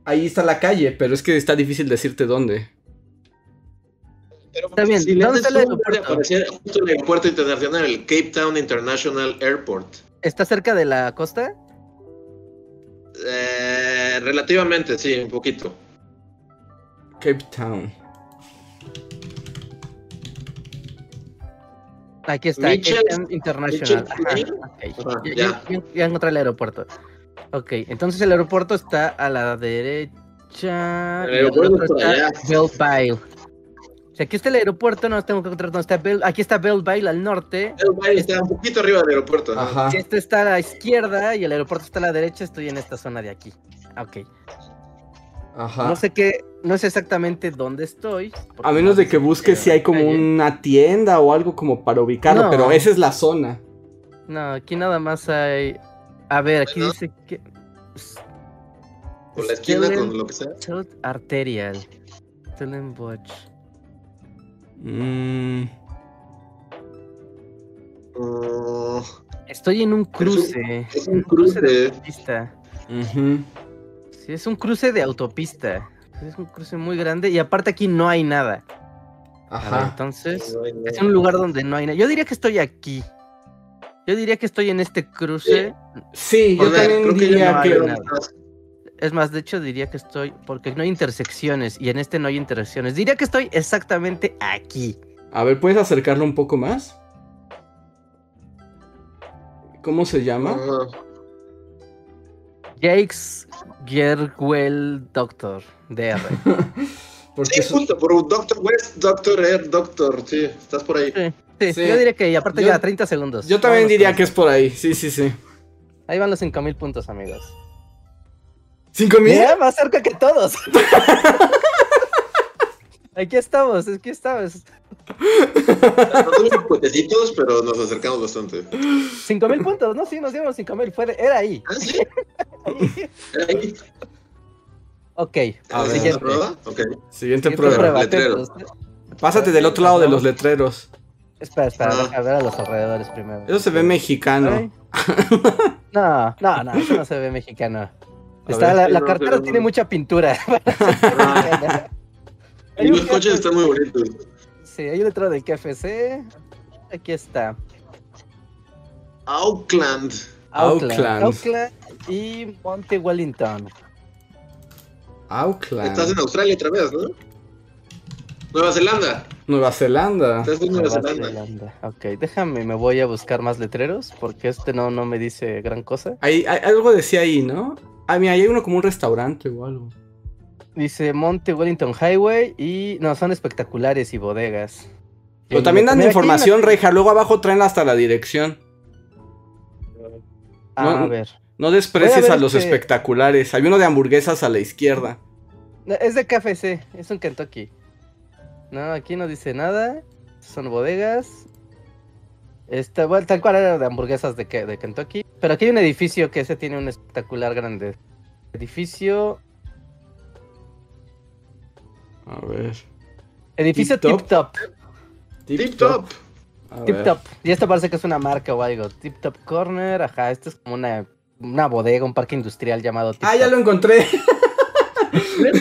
Speaker 1: Ahí está la calle, pero es que está difícil decirte dónde.
Speaker 3: Está bien.
Speaker 2: Si le
Speaker 3: ¿Dónde
Speaker 2: haces
Speaker 3: está el
Speaker 2: zoom, puede
Speaker 3: aeropuerto?
Speaker 2: aparecer justo el aeropuerto internacional, el Cape Town International Airport.
Speaker 3: ¿Está cerca de la costa?
Speaker 2: Eh, relativamente, sí, un poquito.
Speaker 1: Cape Town.
Speaker 3: Aquí está,
Speaker 2: Mitchell-
Speaker 3: Cape Town International.
Speaker 2: Mitchell
Speaker 3: Ajá, ok.
Speaker 2: Plain. Ajá,
Speaker 3: Ya-
Speaker 2: ya.
Speaker 3: ya- ya encontré el aeropuerto. Ok, entonces el aeropuerto está a la derecha.
Speaker 2: El
Speaker 3: Ah, y
Speaker 2: aeropuerto
Speaker 3: otro
Speaker 2: está
Speaker 3: está
Speaker 2: allá.
Speaker 3: Belle Vile. Si aquí está el aeropuerto, no tengo que encontrar dónde está Belle. Aquí está Belle Vile al norte.
Speaker 2: El baile está un poquito arriba del aeropuerto. ajá.
Speaker 1: Ajá.
Speaker 3: Si este está a la izquierda y el aeropuerto está a la derecha, estoy en esta zona de aquí. Ok.
Speaker 1: Ajá.
Speaker 3: No sé qué, no sé exactamente dónde estoy. porque
Speaker 1: Ah. A menos de que
Speaker 3: no-
Speaker 1: busques si hay como
Speaker 3: calle.
Speaker 1: una tienda o algo como para ubicarlo,
Speaker 3: No.
Speaker 1: pero esa es la zona.
Speaker 3: No, aquí nada más hay. A ver, aquí
Speaker 2: Bueno.
Speaker 3: dice que.
Speaker 2: Por la esquina,
Speaker 3: Skellen
Speaker 2: con lo que sea.
Speaker 3: Tilt Arterial. Stellenbosch.
Speaker 1: Mm,
Speaker 2: Mm,
Speaker 3: Estoy en un cruce.
Speaker 2: es un
Speaker 3: de
Speaker 2: cruce.
Speaker 3: autopista.
Speaker 1: ujú.
Speaker 3: Sí, es un cruce de autopista. Es un cruce muy grande y aparte aquí no hay nada. A ver,
Speaker 1: Ajá.
Speaker 3: entonces, es un lugar donde no hay nada. Yo diría que estoy aquí. Yo diría que estoy en este cruce.
Speaker 1: Sí, yo
Speaker 2: Joder,
Speaker 1: también
Speaker 2: creo que
Speaker 1: diría
Speaker 2: ya no
Speaker 1: que.
Speaker 2: hay
Speaker 3: una-
Speaker 2: nada más.
Speaker 3: Es más, de hecho diría que estoy porque no hay intersecciones y en este no hay intersecciones. Diría que estoy exactamente aquí.
Speaker 1: A ver, ¿puedes acercarlo un poco más? ¿Cómo se llama?
Speaker 2: Ajá.
Speaker 3: Jake's Gerwell Doctor DR.
Speaker 1: Porque
Speaker 2: Sí,
Speaker 1: eso-
Speaker 2: justo, por Doctor West, Doctor Air, Doctor, sí, estás por ahí.
Speaker 3: Sí,
Speaker 1: Sí.
Speaker 3: yo diría que y aparte
Speaker 1: Yo-
Speaker 3: ya 30 segundos.
Speaker 1: yo también
Speaker 3: Vámonos
Speaker 1: diría
Speaker 3: con
Speaker 1: que es por ahí. Sí, sí, sí.
Speaker 3: eso. ahí van los 5000 puntos, amigos.
Speaker 1: ¿Cinco mil?
Speaker 3: Mira, más cerca que
Speaker 1: (laughs)
Speaker 3: todos. aquí estamos, aquí estamos.
Speaker 2: No somos potecitos, pero nos acercamos bastante.
Speaker 3: 5000 puntos, no, sí, nos dieron 5000, fue de- era
Speaker 1: (laughs)
Speaker 3: ahí.
Speaker 2: Ah, sí. Ahí.
Speaker 3: Ok,
Speaker 1: A
Speaker 2: Ah,
Speaker 1: ver.
Speaker 2: ¿sí,
Speaker 3: siguiente.
Speaker 2: ya prueba? Ok.
Speaker 1: Siguiente
Speaker 3: Siguiente
Speaker 1: prueba.
Speaker 3: prueba,
Speaker 2: Este letrero.
Speaker 3: atentos.
Speaker 1: Pásate del otro lado de los letreros.
Speaker 3: Espera, espera,
Speaker 2: Ah.
Speaker 3: deja ver a los alrededores primero.
Speaker 1: Eso se ve mexicano.
Speaker 2: (laughs)
Speaker 3: Ay. No, no, no, eso no se ve mexicano. Está
Speaker 1: ver,
Speaker 3: la,
Speaker 2: sí,
Speaker 3: la
Speaker 2: no,
Speaker 3: cartera
Speaker 2: pero-
Speaker 3: tiene mucha pintura. (laughs)
Speaker 2: Ah, y los coches están muy bonitos.
Speaker 3: Sí, hay un letrero del KFC. Aquí está.
Speaker 2: Auckland.
Speaker 1: Auckland.
Speaker 3: Auckland. Auckland y Monte Wellington.
Speaker 1: Auckland.
Speaker 2: Estás en Australia otra vez, ¿no? Nueva Zelanda.
Speaker 1: Nueva Zelanda.
Speaker 2: Estás en Nueva
Speaker 3: Nueva
Speaker 2: Zelanda.
Speaker 3: Ah, Zelanda. Ok, déjame, me voy a buscar más letreros porque este no, no me dice gran cosa.
Speaker 1: Ahí- hay- algo decía ahí, ¿no? Ah, mira, ahí hay uno como un restaurante o algo.
Speaker 3: Dice Monte Wellington Highway y no, son espectaculares y bodegas. Eh,
Speaker 1: Pero también dan
Speaker 3: Mira, aquí hay una-
Speaker 1: información, reja. Luego abajo traen hasta la dirección.
Speaker 3: Ah,
Speaker 1: ¿no?
Speaker 3: a ver.
Speaker 1: No desprecies
Speaker 3: Voy a ver
Speaker 1: a los
Speaker 3: este-
Speaker 1: espectaculares. Hay uno de hamburguesas a la izquierda.
Speaker 3: No, Es de KFC, es un Kentucky. No, aquí no dice nada. Son bodegas. Esta, bueno, tal cual era de hamburguesas de, Ke- de Kentucky. Pero aquí hay un edificio que ese tiene un espectacular grande. Edificio.
Speaker 1: A ver.
Speaker 3: Edificio
Speaker 1: Tip
Speaker 3: Tip
Speaker 1: Top.
Speaker 3: Top.
Speaker 2: Tip Top.
Speaker 1: A
Speaker 3: Tip
Speaker 1: ver.
Speaker 3: Top. Y esto parece que es una marca o algo. Tip Top Corner. Ajá, esto es como una, una bodega, un parque industrial llamado Tip
Speaker 1: Ah, ya lo
Speaker 3: Top.
Speaker 1: encontré. (laughs)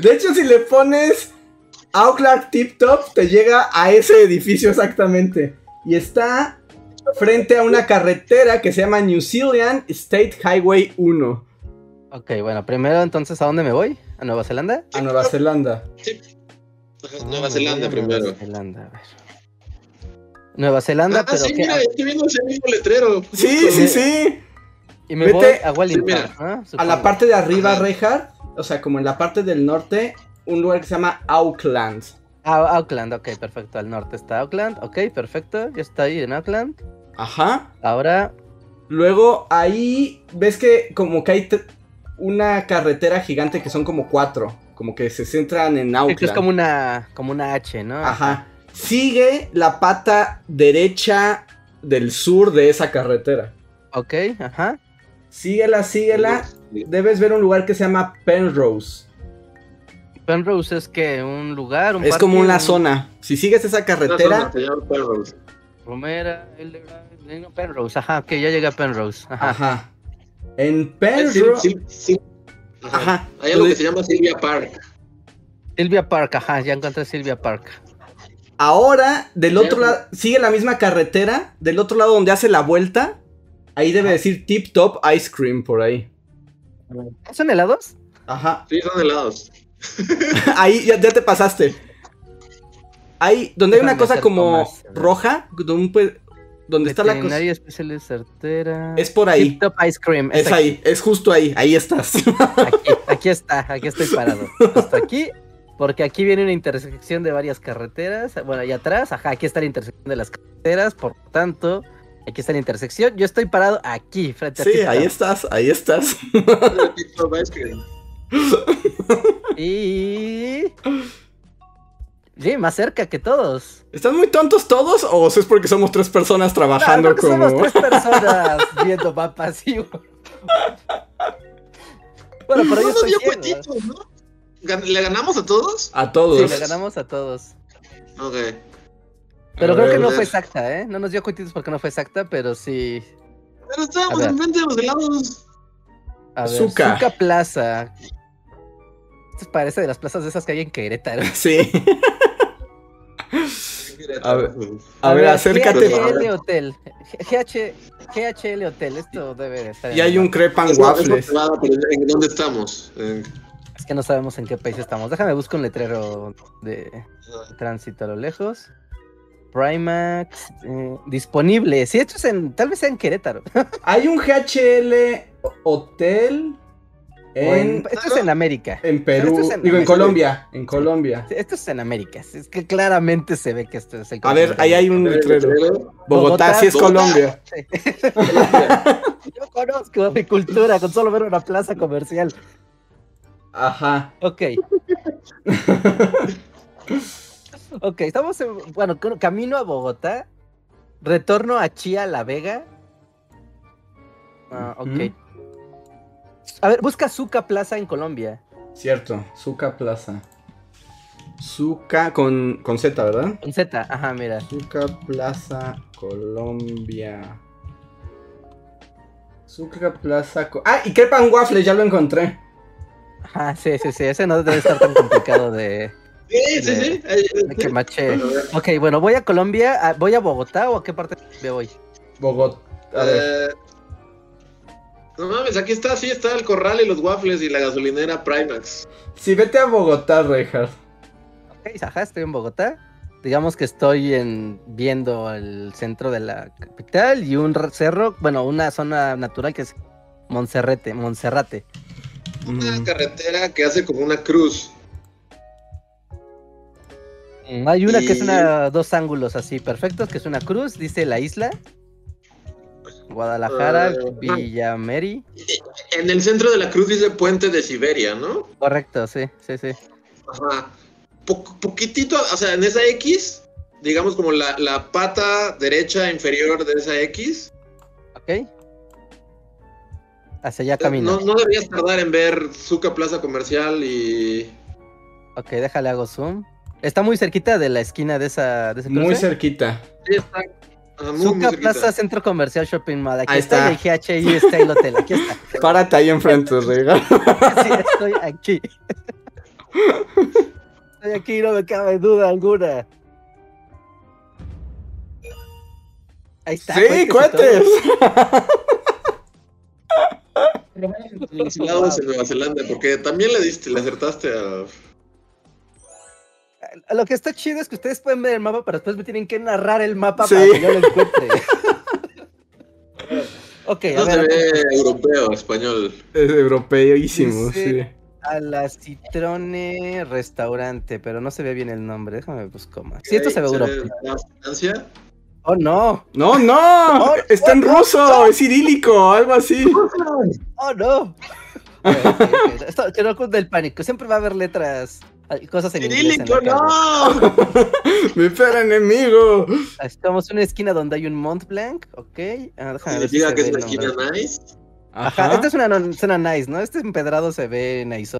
Speaker 1: De hecho, si le pones Auckland Tip Top, te llega a ese edificio exactamente. Y está frente a una carretera que se llama New Zealand State Highway 1
Speaker 3: Ok, bueno, primero entonces, ¿a dónde me voy? ¿A Nueva Zelanda?
Speaker 1: a Nueva Zelanda.
Speaker 2: Ajá,
Speaker 3: Ah,
Speaker 2: Nueva
Speaker 3: me
Speaker 2: Zelanda
Speaker 3: voy a Nueva
Speaker 2: primero.
Speaker 3: Zelanda, a ver. Nueva Zelanda,
Speaker 2: Ah,
Speaker 3: pero
Speaker 2: sí,
Speaker 3: ¿qué?
Speaker 2: mira, estoy viendo ese mismo letrero.
Speaker 1: Sí,
Speaker 2: Justo.
Speaker 1: sí, sí.
Speaker 3: Y me
Speaker 1: Vete-
Speaker 3: voy a Wellington.
Speaker 2: Sí, mira,
Speaker 3: ¿no?
Speaker 1: A la
Speaker 3: Supongo.
Speaker 1: parte de arriba, Rejar, o sea, como en la parte del norte, un lugar que se llama Auckland.
Speaker 3: Ah, Auckland, ok, perfecto. Al norte está Auckland, ok, perfecto. Yo estoy en Auckland.
Speaker 1: Ajá.
Speaker 3: Ahora,
Speaker 1: Luego ahí ves que como que hay t- una carretera gigante que son como cuatro, como que se centran en Auckland.
Speaker 3: esto es como una, como una H, ¿no?
Speaker 1: Ajá. Sigue la pata derecha del sur de esa carretera.
Speaker 3: Ok, ajá.
Speaker 1: Síguela, síguela. Debes ver un lugar que se llama Penrose.
Speaker 3: Penrose es que un lugar, un
Speaker 1: Es
Speaker 3: parque,
Speaker 1: como una
Speaker 3: un-
Speaker 1: zona. Si sigues esa
Speaker 2: Una
Speaker 1: carretera,
Speaker 2: zona, se llama Penrose.
Speaker 3: Romera, Eldebrand, no, Penrose, ajá, ok, ya llegué a Penrose. Ajá.
Speaker 1: ajá. En
Speaker 2: Ay, Eh, sí,
Speaker 1: Penrose,
Speaker 2: sí, sí. Ajá.
Speaker 1: ajá.
Speaker 2: Hay algo que
Speaker 1: Entonces,
Speaker 2: se llama Silvia Park.
Speaker 3: Silvia Park, ajá, ya encontré Silvia Park.
Speaker 1: Ahora del otro
Speaker 2: Ya.
Speaker 1: lado sigue la misma carretera, del otro lado donde hace la vuelta, ahí debe decir Tip Top Ice Cream por ahí.
Speaker 3: ¿Son helados?
Speaker 1: Ajá.
Speaker 2: Sí, son helados.
Speaker 1: (laughs) Ahí ya, ya te pasaste. Ahí, donde hay una
Speaker 3: Déjame
Speaker 1: cosa
Speaker 3: hacer
Speaker 1: como
Speaker 3: tomas.
Speaker 1: roja, de un, pe- donde está la cosa.
Speaker 3: Veterinaria especial de certera.
Speaker 1: Es por ahí.
Speaker 3: Tip Top Ice Cream.
Speaker 1: Es
Speaker 3: aquí,
Speaker 1: ahí, es justo ahí, ahí estás.
Speaker 3: Aquí, aquí está, aquí estoy parado. Hasta aquí, porque aquí viene una intersección de varias carreteras. Bueno, y atrás, ajá, aquí está la intersección de las carreteras, por lo tanto, aquí está la intersección. Yo estoy parado aquí, frente
Speaker 1: (laughs)
Speaker 3: a
Speaker 1: Sí,
Speaker 3: ti.
Speaker 1: ahí estás, ahí estás.
Speaker 3: Y... Sí, más cerca que todos.
Speaker 1: ¿Están muy tontos todos o es porque somos tres personas trabajando
Speaker 3: Claro, creo que
Speaker 1: como...
Speaker 3: Somos tres personas (laughs) viendo mapas y... Bueno, pero
Speaker 2: No
Speaker 3: yo
Speaker 2: nos
Speaker 3: estoy
Speaker 2: dio
Speaker 3: lleno.
Speaker 2: cuentito, ¿no? Gan- ¿Le ganamos a todos?
Speaker 1: A todos.
Speaker 3: Sí, le ganamos a todos.
Speaker 2: Ok.
Speaker 3: Pero creo que no
Speaker 2: Entonces-
Speaker 3: fue exacta, ¿eh? No nos dio cuentitos porque no fue exacta, pero sí.
Speaker 2: Pero
Speaker 3: A
Speaker 2: estábamos
Speaker 3: ver.
Speaker 2: enfrente de los helados.
Speaker 3: A ver,
Speaker 1: Zucca.
Speaker 3: Zucca Plaza. Esto parece de las plazas de esas que hay en Querétaro. (laughs)
Speaker 1: Sí. A ver. A, ver, acércate.
Speaker 2: ¿qué-
Speaker 3: GHL Hotel. GH, GHL Hotel. Esto debe estar. en
Speaker 1: Y hay
Speaker 3: el
Speaker 1: un
Speaker 3: mapa.
Speaker 1: crepan
Speaker 2: Es una- es una
Speaker 1: waffles.
Speaker 2: privada, pero ¿En dónde estamos? En-
Speaker 3: Es que no sabemos en qué país estamos. Déjame buscar un letrero de. Tránsito a lo lejos. Primax. eh, disponible. Sí, esto es en. Tal vez sea en Querétaro.
Speaker 1: Hay un GHL hotel
Speaker 3: O en-
Speaker 1: en,
Speaker 3: esto es en América.
Speaker 1: en
Speaker 3: Pero
Speaker 1: Perú.
Speaker 3: esto es en-
Speaker 1: digo, en Colombia. En Colombia.
Speaker 3: Esto es en América. Es que claramente se ve que esto es el.
Speaker 1: A ver, ahí hay un
Speaker 2: en el
Speaker 1: letrero.
Speaker 2: letrero.
Speaker 1: Bogotá, sí es
Speaker 2: Bogotá.
Speaker 1: Colombia.
Speaker 3: Yo conozco mi cultura con solo ver una plaza comercial.
Speaker 1: Ajá.
Speaker 3: Ok. (laughs) ok, estamos en. Bueno, cam- camino a Bogotá. Retorno a Chía La Vega. Ah, ok.
Speaker 1: Ujú.
Speaker 3: A ver, busca Zuca Plaza en Colombia.
Speaker 1: Cierto. Zuca Plaza. Zuca con, con Z, ¿verdad?
Speaker 3: Con Z, ajá, mira.
Speaker 1: Zuca Plaza, Colombia. Zuca Plaza. Co- ah, y crepan waffles, ya lo encontré.
Speaker 3: Ajá, Ah, sí, sí, sí. Ese no debe estar tan complicado de,
Speaker 2: Sí, sí, sí. ahí-
Speaker 3: de que mache.
Speaker 2: Bueno, a ver.
Speaker 3: Ok, bueno, voy a Colombia. a- ¿Voy a Bogotá o a qué parte me voy?
Speaker 1: Bogotá. A ver.
Speaker 2: Eh, No mames, aquí está, sí, está el corral y los waffles y la gasolinera Primax.
Speaker 1: Si vete a Bogotá, Reinhardt.
Speaker 2: Ah,
Speaker 3: Ok, ajá, estoy en Bogotá. Digamos que estoy en, viendo el centro de la capital y un r- cerro, bueno, una zona natural que es Monserrate, Monserrate.
Speaker 2: Una
Speaker 1: Mm.
Speaker 2: carretera que hace como una cruz.
Speaker 3: Hay una que es
Speaker 2: Mm. Y-
Speaker 3: una, dos ángulos así perfectos, que es una cruz, dice la isla. Guadalajara,
Speaker 2: Eh,
Speaker 3: Villameri.
Speaker 2: En el centro de la cruz dice Puente de Siberia, ¿no?
Speaker 3: Correcto, sí, sí, sí.
Speaker 2: Ajá. Po- poquitito, o sea, en esa X, digamos como la, la pata derecha inferior de esa X,
Speaker 3: Ok. Hacia allá camino.
Speaker 2: Eh, no, no deberías tardar en ver Zuca Plaza Comercial y...
Speaker 3: Ok, déjale hago zoom. Está muy cerquita de la esquina de esa de ese
Speaker 1: Muy
Speaker 3: cruce.
Speaker 1: cerquita.
Speaker 2: Sí, está ah, muy, muy
Speaker 3: Zucca
Speaker 2: cerquita.
Speaker 3: Plaza Centro Comercial Shopping Mall. Aquí
Speaker 1: Ahí
Speaker 3: está. este, el GHI Style Hotel. Aquí está.
Speaker 1: Párate ahí enfrente, Reinhardt.
Speaker 3: Sí, estoy aquí. Estoy aquí, no me cabe duda alguna. Ahí está.
Speaker 1: Sí,
Speaker 3: y
Speaker 1: cohetes.
Speaker 2: Los helados en Nueva Zelanda, porque también le diste, le acertaste a...
Speaker 3: todo. Lo que está chido es que ustedes pueden ver el mapa, pero después me tienen que narrar el mapa
Speaker 1: Sí.
Speaker 3: para que yo lo encuentre. ok, a
Speaker 2: No se
Speaker 3: ver.
Speaker 2: ve europeo, español.
Speaker 1: Es europeísimo,
Speaker 3: Sí, sí.
Speaker 1: sí.
Speaker 3: A la Citrone Restaurante, pero no se ve bien el nombre. Déjame buscar más. Sí, esto se ve
Speaker 2: duro.
Speaker 3: europeo.
Speaker 2: Francia?
Speaker 3: Oh, no.
Speaker 1: No, no. Está en ruso, es idílico, algo así.
Speaker 3: Oh, no. (laughs) Ok, (laughs) ok, ok. Esto, que no cunda el pánico. Siempre va a haber letras, hay cosas en inglés. en la
Speaker 2: Cirílico,
Speaker 3: calle.
Speaker 2: no.
Speaker 3: (laughs)
Speaker 1: Mi peor enemigo.
Speaker 3: Estamos en una esquina donde hay un Mont Blanc. Ok. Ah, déjame ver si
Speaker 2: Significa
Speaker 3: se
Speaker 2: que
Speaker 3: ve
Speaker 2: es
Speaker 3: el
Speaker 2: una
Speaker 3: nombre.
Speaker 2: esquina nice.
Speaker 3: Ah, Ajá, Esta es una no- zona nice, ¿no? Este empedrado se ve nice.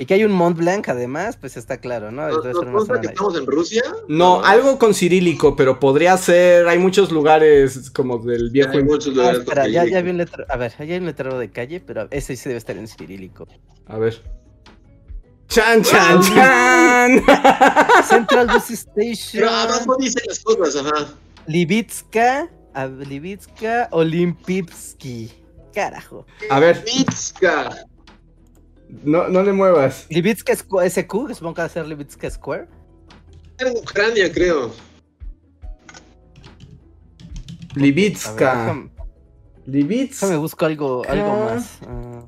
Speaker 3: Y que hay un Mont Blanc, además, pues está claro, ¿no?
Speaker 2: Nos
Speaker 3: Debe
Speaker 2: nos
Speaker 3: ser una
Speaker 2: consta
Speaker 3: zona
Speaker 2: que
Speaker 3: nice.
Speaker 2: estamos en Rusia.
Speaker 1: No, algo con cirílico, pero podría ser. Hay muchos lugares como del
Speaker 2: Ya
Speaker 1: viejo.
Speaker 2: hay muchos
Speaker 3: Ah,
Speaker 2: lugares
Speaker 3: espera,
Speaker 2: con
Speaker 3: ya, ya
Speaker 2: cirílico.
Speaker 3: vi un letrero. A ver, ahí hay un letrero de calle, pero ese sí debe estar en cirílico. (laughs)
Speaker 1: A ver. ¡Chan, chan, chan!
Speaker 3: Central Bus
Speaker 2: Pero
Speaker 3: Station,
Speaker 2: abajo dice las cosas, ajá.
Speaker 3: Libitska, a- Libitska, Olimpivsky. Carajo.
Speaker 1: A ver,
Speaker 2: Mitska.
Speaker 1: no, no le muevas.
Speaker 3: Libitska Square, SQ, que supongo que va a ser Libitska Square.
Speaker 2: Era en Ucrania, creo.
Speaker 3: A ver,
Speaker 1: Libitska.
Speaker 3: déjame, déjame
Speaker 1: Libitska.
Speaker 3: busco algo, algo
Speaker 1: Acá.
Speaker 3: más. Ah,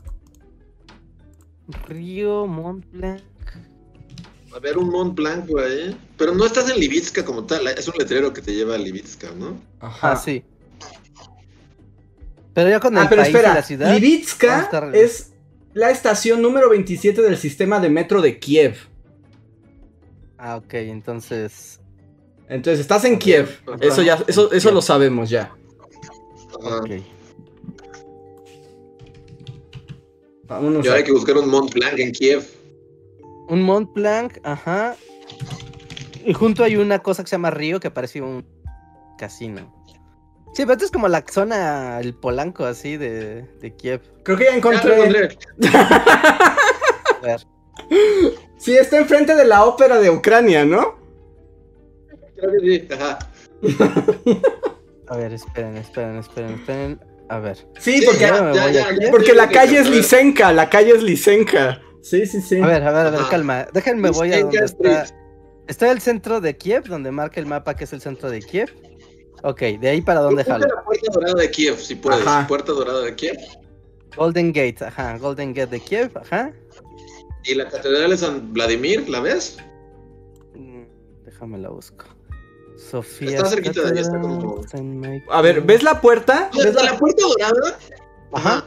Speaker 3: Río Montblanc.
Speaker 2: A ver, un Mont Blanc, güey. Pero no estás en Libitska como tal, eh. es un letrero que te lleva a Libitska, ¿no?
Speaker 1: Ajá.
Speaker 3: Ah, sí. Pero ya con
Speaker 1: Ah,
Speaker 3: el
Speaker 1: pero
Speaker 3: país y
Speaker 1: espera,
Speaker 3: la ciudad.
Speaker 1: Libitska
Speaker 3: vamos a estar relacionados.
Speaker 1: es la estación número 27 del sistema de metro de Kiev.
Speaker 3: Ah, ok, entonces.
Speaker 1: Entonces, estás en Kiev.
Speaker 2: Ajá.
Speaker 1: Eso ya, eso, eso lo sabemos ya. Ah.
Speaker 2: Ajá.
Speaker 3: ok.
Speaker 1: Vámonos.
Speaker 2: Y ahora
Speaker 1: a-
Speaker 2: hay que buscar un Mont Blanc en Kiev.
Speaker 3: Un Mont Blanc, ajá. Y junto hay una cosa que se llama Río que parece un casino. Sí, pero esto es como la zona, el Polanco así de, de Kiev.
Speaker 1: Creo que ya
Speaker 2: Ya lo
Speaker 1: encontré.
Speaker 2: encontré.
Speaker 3: A ver,
Speaker 1: Sí, está enfrente de la ópera de Ucrania, ¿no?
Speaker 2: Creo que sí. Ajá.
Speaker 3: a ver, esperen, esperen, esperen, esperen. A ver.
Speaker 1: Sí,
Speaker 2: Sí,
Speaker 1: porque,
Speaker 3: ya. me voy
Speaker 1: porque la calle es
Speaker 2: A ver,
Speaker 1: Lisenka, la calle es Lisenka. Sí, sí, sí.
Speaker 3: A ver, a ver, a ver,
Speaker 2: Ajá.
Speaker 3: calma. Déjenme voy a
Speaker 2: Lisenka
Speaker 3: donde está.
Speaker 2: Street.
Speaker 3: Está el centro de Kiev, donde marca el mapa que es el centro de Kiev. Ok, de ahí para dónde
Speaker 2: Busca
Speaker 3: jalo.
Speaker 2: la puerta dorada de Kiev, si puedes.
Speaker 1: Ajá.
Speaker 2: Puerta dorada de Kiev.
Speaker 3: Golden Gate, ajá, Golden Gate de Kiev, ajá.
Speaker 2: Y la catedral de San Vladimir, ¿la ves?
Speaker 3: Mm, Déjame la busco. Sofía.
Speaker 2: Está cerquita de ahí, está
Speaker 3: Catedral,
Speaker 2: como-
Speaker 3: Saint Michael.
Speaker 1: A ver, ¿ves la puerta?
Speaker 2: Desde
Speaker 1: ¿Ves
Speaker 2: la...
Speaker 1: la-
Speaker 2: puerta dorada.
Speaker 1: Ajá.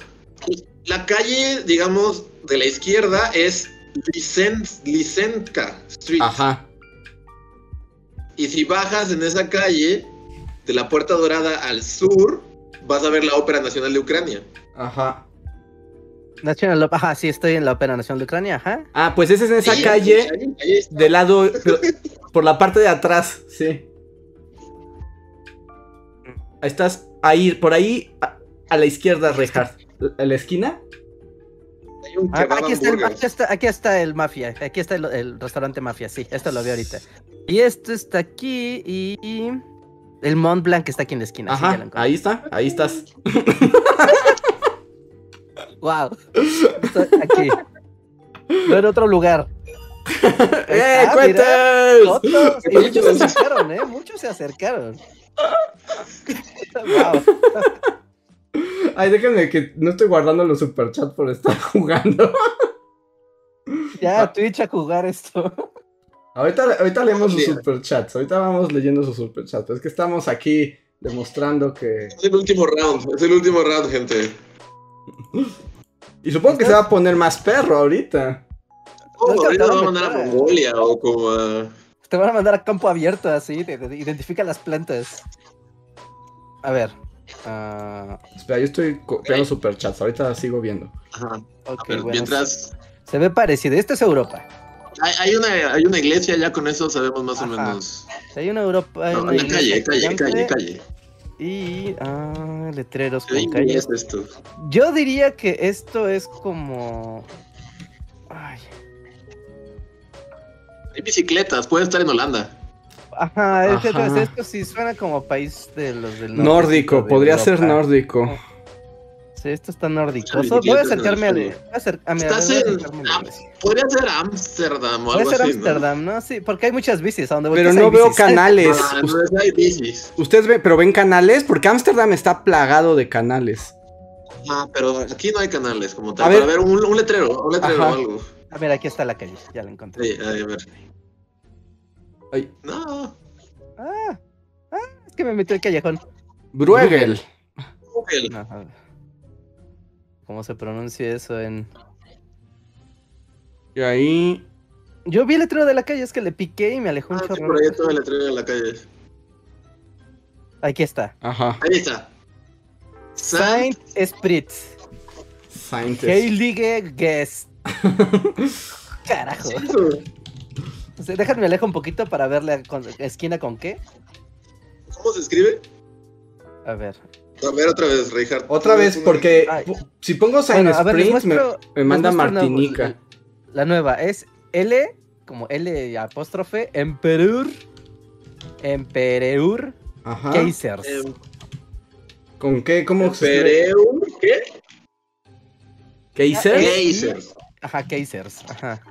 Speaker 2: La calle, digamos, de la izquierda es Lisen- Lisenka Street.
Speaker 1: Ajá.
Speaker 2: Y si bajas en esa calle, de la puerta dorada al sur, vas a ver la Ópera Nacional de Ucrania.
Speaker 1: Ajá.
Speaker 3: National Op- ajá, sí, estoy en la Operación de Ucrania, ajá.
Speaker 1: Ah, pues esa es en esa
Speaker 2: Sí,
Speaker 1: calle
Speaker 2: ahí- ahí está.
Speaker 1: del lado pero- por la parte de atrás, sí. Ahí estás ahí por ahí a, a la izquierda, Richard. ¿A la esquina?
Speaker 2: Hay un
Speaker 3: Ah,
Speaker 2: kebab
Speaker 3: aquí, está el,
Speaker 2: hamburger.
Speaker 3: aquí está- aquí está el Mafia, aquí está el, el restaurante Mafia, sí, esto lo veo ahorita. Y esto está aquí y... y El Mont Blanc está aquí en la esquina. sí, ya lo
Speaker 1: Ajá,
Speaker 3: encontré.
Speaker 1: ahí está, ahí estás.
Speaker 2: (laughs)
Speaker 3: Wow. Estoy aquí. No en otro
Speaker 2: (laughs)
Speaker 3: lugar. Ahí
Speaker 1: ¡Eh,
Speaker 3: está,
Speaker 1: cuentes!
Speaker 3: mira, Otros, y muchos
Speaker 2: (laughs)
Speaker 3: se
Speaker 2: Muchos.
Speaker 3: acercaron, ¿eh? Muchos se acercaron. Wow.
Speaker 1: Ay, déjenme que no estoy guardando los superchats por estar (laughs) jugando.
Speaker 2: Ah.
Speaker 3: Ya, Twitch a jugar esto.
Speaker 1: Ahorita, ahorita leemos sus
Speaker 2: Sí.
Speaker 1: superchats, ahorita vamos leyendo sus superchats. Es que estamos aquí demostrando que...
Speaker 2: Es el último round, es el último round, gente.
Speaker 1: Y supongo que se va a poner más perro ahorita.
Speaker 2: Oh,
Speaker 3: No,
Speaker 2: ahorita
Speaker 3: cabrón,
Speaker 2: va a mandar a
Speaker 3: claro.
Speaker 2: Mongolia o como a.
Speaker 3: Te van a mandar a campo abierto así. de- de- de- identifica las plantas. A ver. ah,
Speaker 1: Espera, yo estoy copiando superchats, ahorita sigo viendo.
Speaker 2: Ajá.
Speaker 3: ok,
Speaker 2: Pero
Speaker 3: bueno,
Speaker 2: mientras.
Speaker 3: Se ve parecido. Esta es Europa.
Speaker 2: Hay, hay una, hay una iglesia, ya con eso sabemos más o
Speaker 3: Ajá.
Speaker 2: menos.
Speaker 3: Hay una Europa. hay
Speaker 2: No,
Speaker 3: una
Speaker 2: la
Speaker 3: iglesia
Speaker 2: calle, calle,
Speaker 3: gigante
Speaker 2: calle, calle.
Speaker 3: Y ah, letreros
Speaker 2: ¿Qué
Speaker 3: con calles.
Speaker 2: es esto?
Speaker 3: Yo diría que esto es como. Ay,
Speaker 2: Hay bicicletas, puede estar en Holanda.
Speaker 3: Ajá, es que, pues,
Speaker 1: Ajá.
Speaker 3: esto sí suena como país de los del norte.
Speaker 1: Nórdico,
Speaker 3: de
Speaker 1: podría
Speaker 3: Europa.
Speaker 1: ser nórdico.
Speaker 3: Sí, esto está nórdico.
Speaker 2: Escucha,
Speaker 3: So- Voy a
Speaker 2: bicicleta,
Speaker 3: acercarme al.
Speaker 2: sí. este,
Speaker 3: Voy a acer- a mirar,
Speaker 2: Estás
Speaker 3: voy a
Speaker 2: en-
Speaker 3: acercarme al-
Speaker 2: ah, Podría ser Ámsterdam o
Speaker 3: Puede
Speaker 2: algo
Speaker 3: ser
Speaker 2: así.
Speaker 3: Ámsterdam, ¿no? Sí, porque hay muchas bicis a donde voy.
Speaker 1: Pero no veo
Speaker 2: ¿no?
Speaker 1: canales.
Speaker 2: Ah,
Speaker 1: Us-
Speaker 2: no, es- hay bicis.
Speaker 1: ¿Ustedes ven, pero ven canales? Porque Ámsterdam está plagado de canales.
Speaker 2: Ah, pero aquí no hay canales como tal.
Speaker 1: A
Speaker 2: A
Speaker 1: ver.
Speaker 2: ver, a ver un, un letrero, un letrero
Speaker 1: Ajá.
Speaker 2: o algo.
Speaker 3: A ver, aquí está la calle, ya la encontré.
Speaker 2: Sí, a ver.
Speaker 1: Ay.
Speaker 2: No,
Speaker 3: Ah, ah, es que me metió el callejón.
Speaker 1: Bruegel.
Speaker 2: Google.
Speaker 3: No, a ver. ¿Cómo se pronuncia eso en.?
Speaker 1: Y ahí.
Speaker 3: Yo vi el letrero de la calle, es que le piqué y me alejó un
Speaker 2: Ah, sí,
Speaker 3: chorro.
Speaker 2: por ahí todo el letrero en la calle.
Speaker 3: Aquí está.
Speaker 1: Ajá.
Speaker 2: Ahí está.
Speaker 3: Saint Spritz.
Speaker 1: Saintes.
Speaker 3: Heilige Guest. Carajo. O sea, déjame alejo un poquito para ver la con- esquina con qué.
Speaker 2: ¿Cómo se escribe?
Speaker 3: A ver.
Speaker 2: A ver otra vez, Richard.
Speaker 1: Otra vez, porque
Speaker 3: Ay.
Speaker 1: pu- si pongo Saint
Speaker 3: Bueno, a ver, les
Speaker 1: Sprint, me,
Speaker 3: muestro-
Speaker 1: me manda
Speaker 3: les muestro una- eh,
Speaker 1: Martinica.
Speaker 3: La nueva es L, como L apóstrofe, Empereur. Empereur
Speaker 1: Ajá.
Speaker 3: Kaisers.
Speaker 2: Eh,
Speaker 1: ¿Con qué? ¿Cómo se escribe?
Speaker 2: Pereu, ¿qué?
Speaker 1: ¿Kaiser?
Speaker 3: Eh.
Speaker 2: Geysers.
Speaker 3: Ajá, Kaisers. Ajá.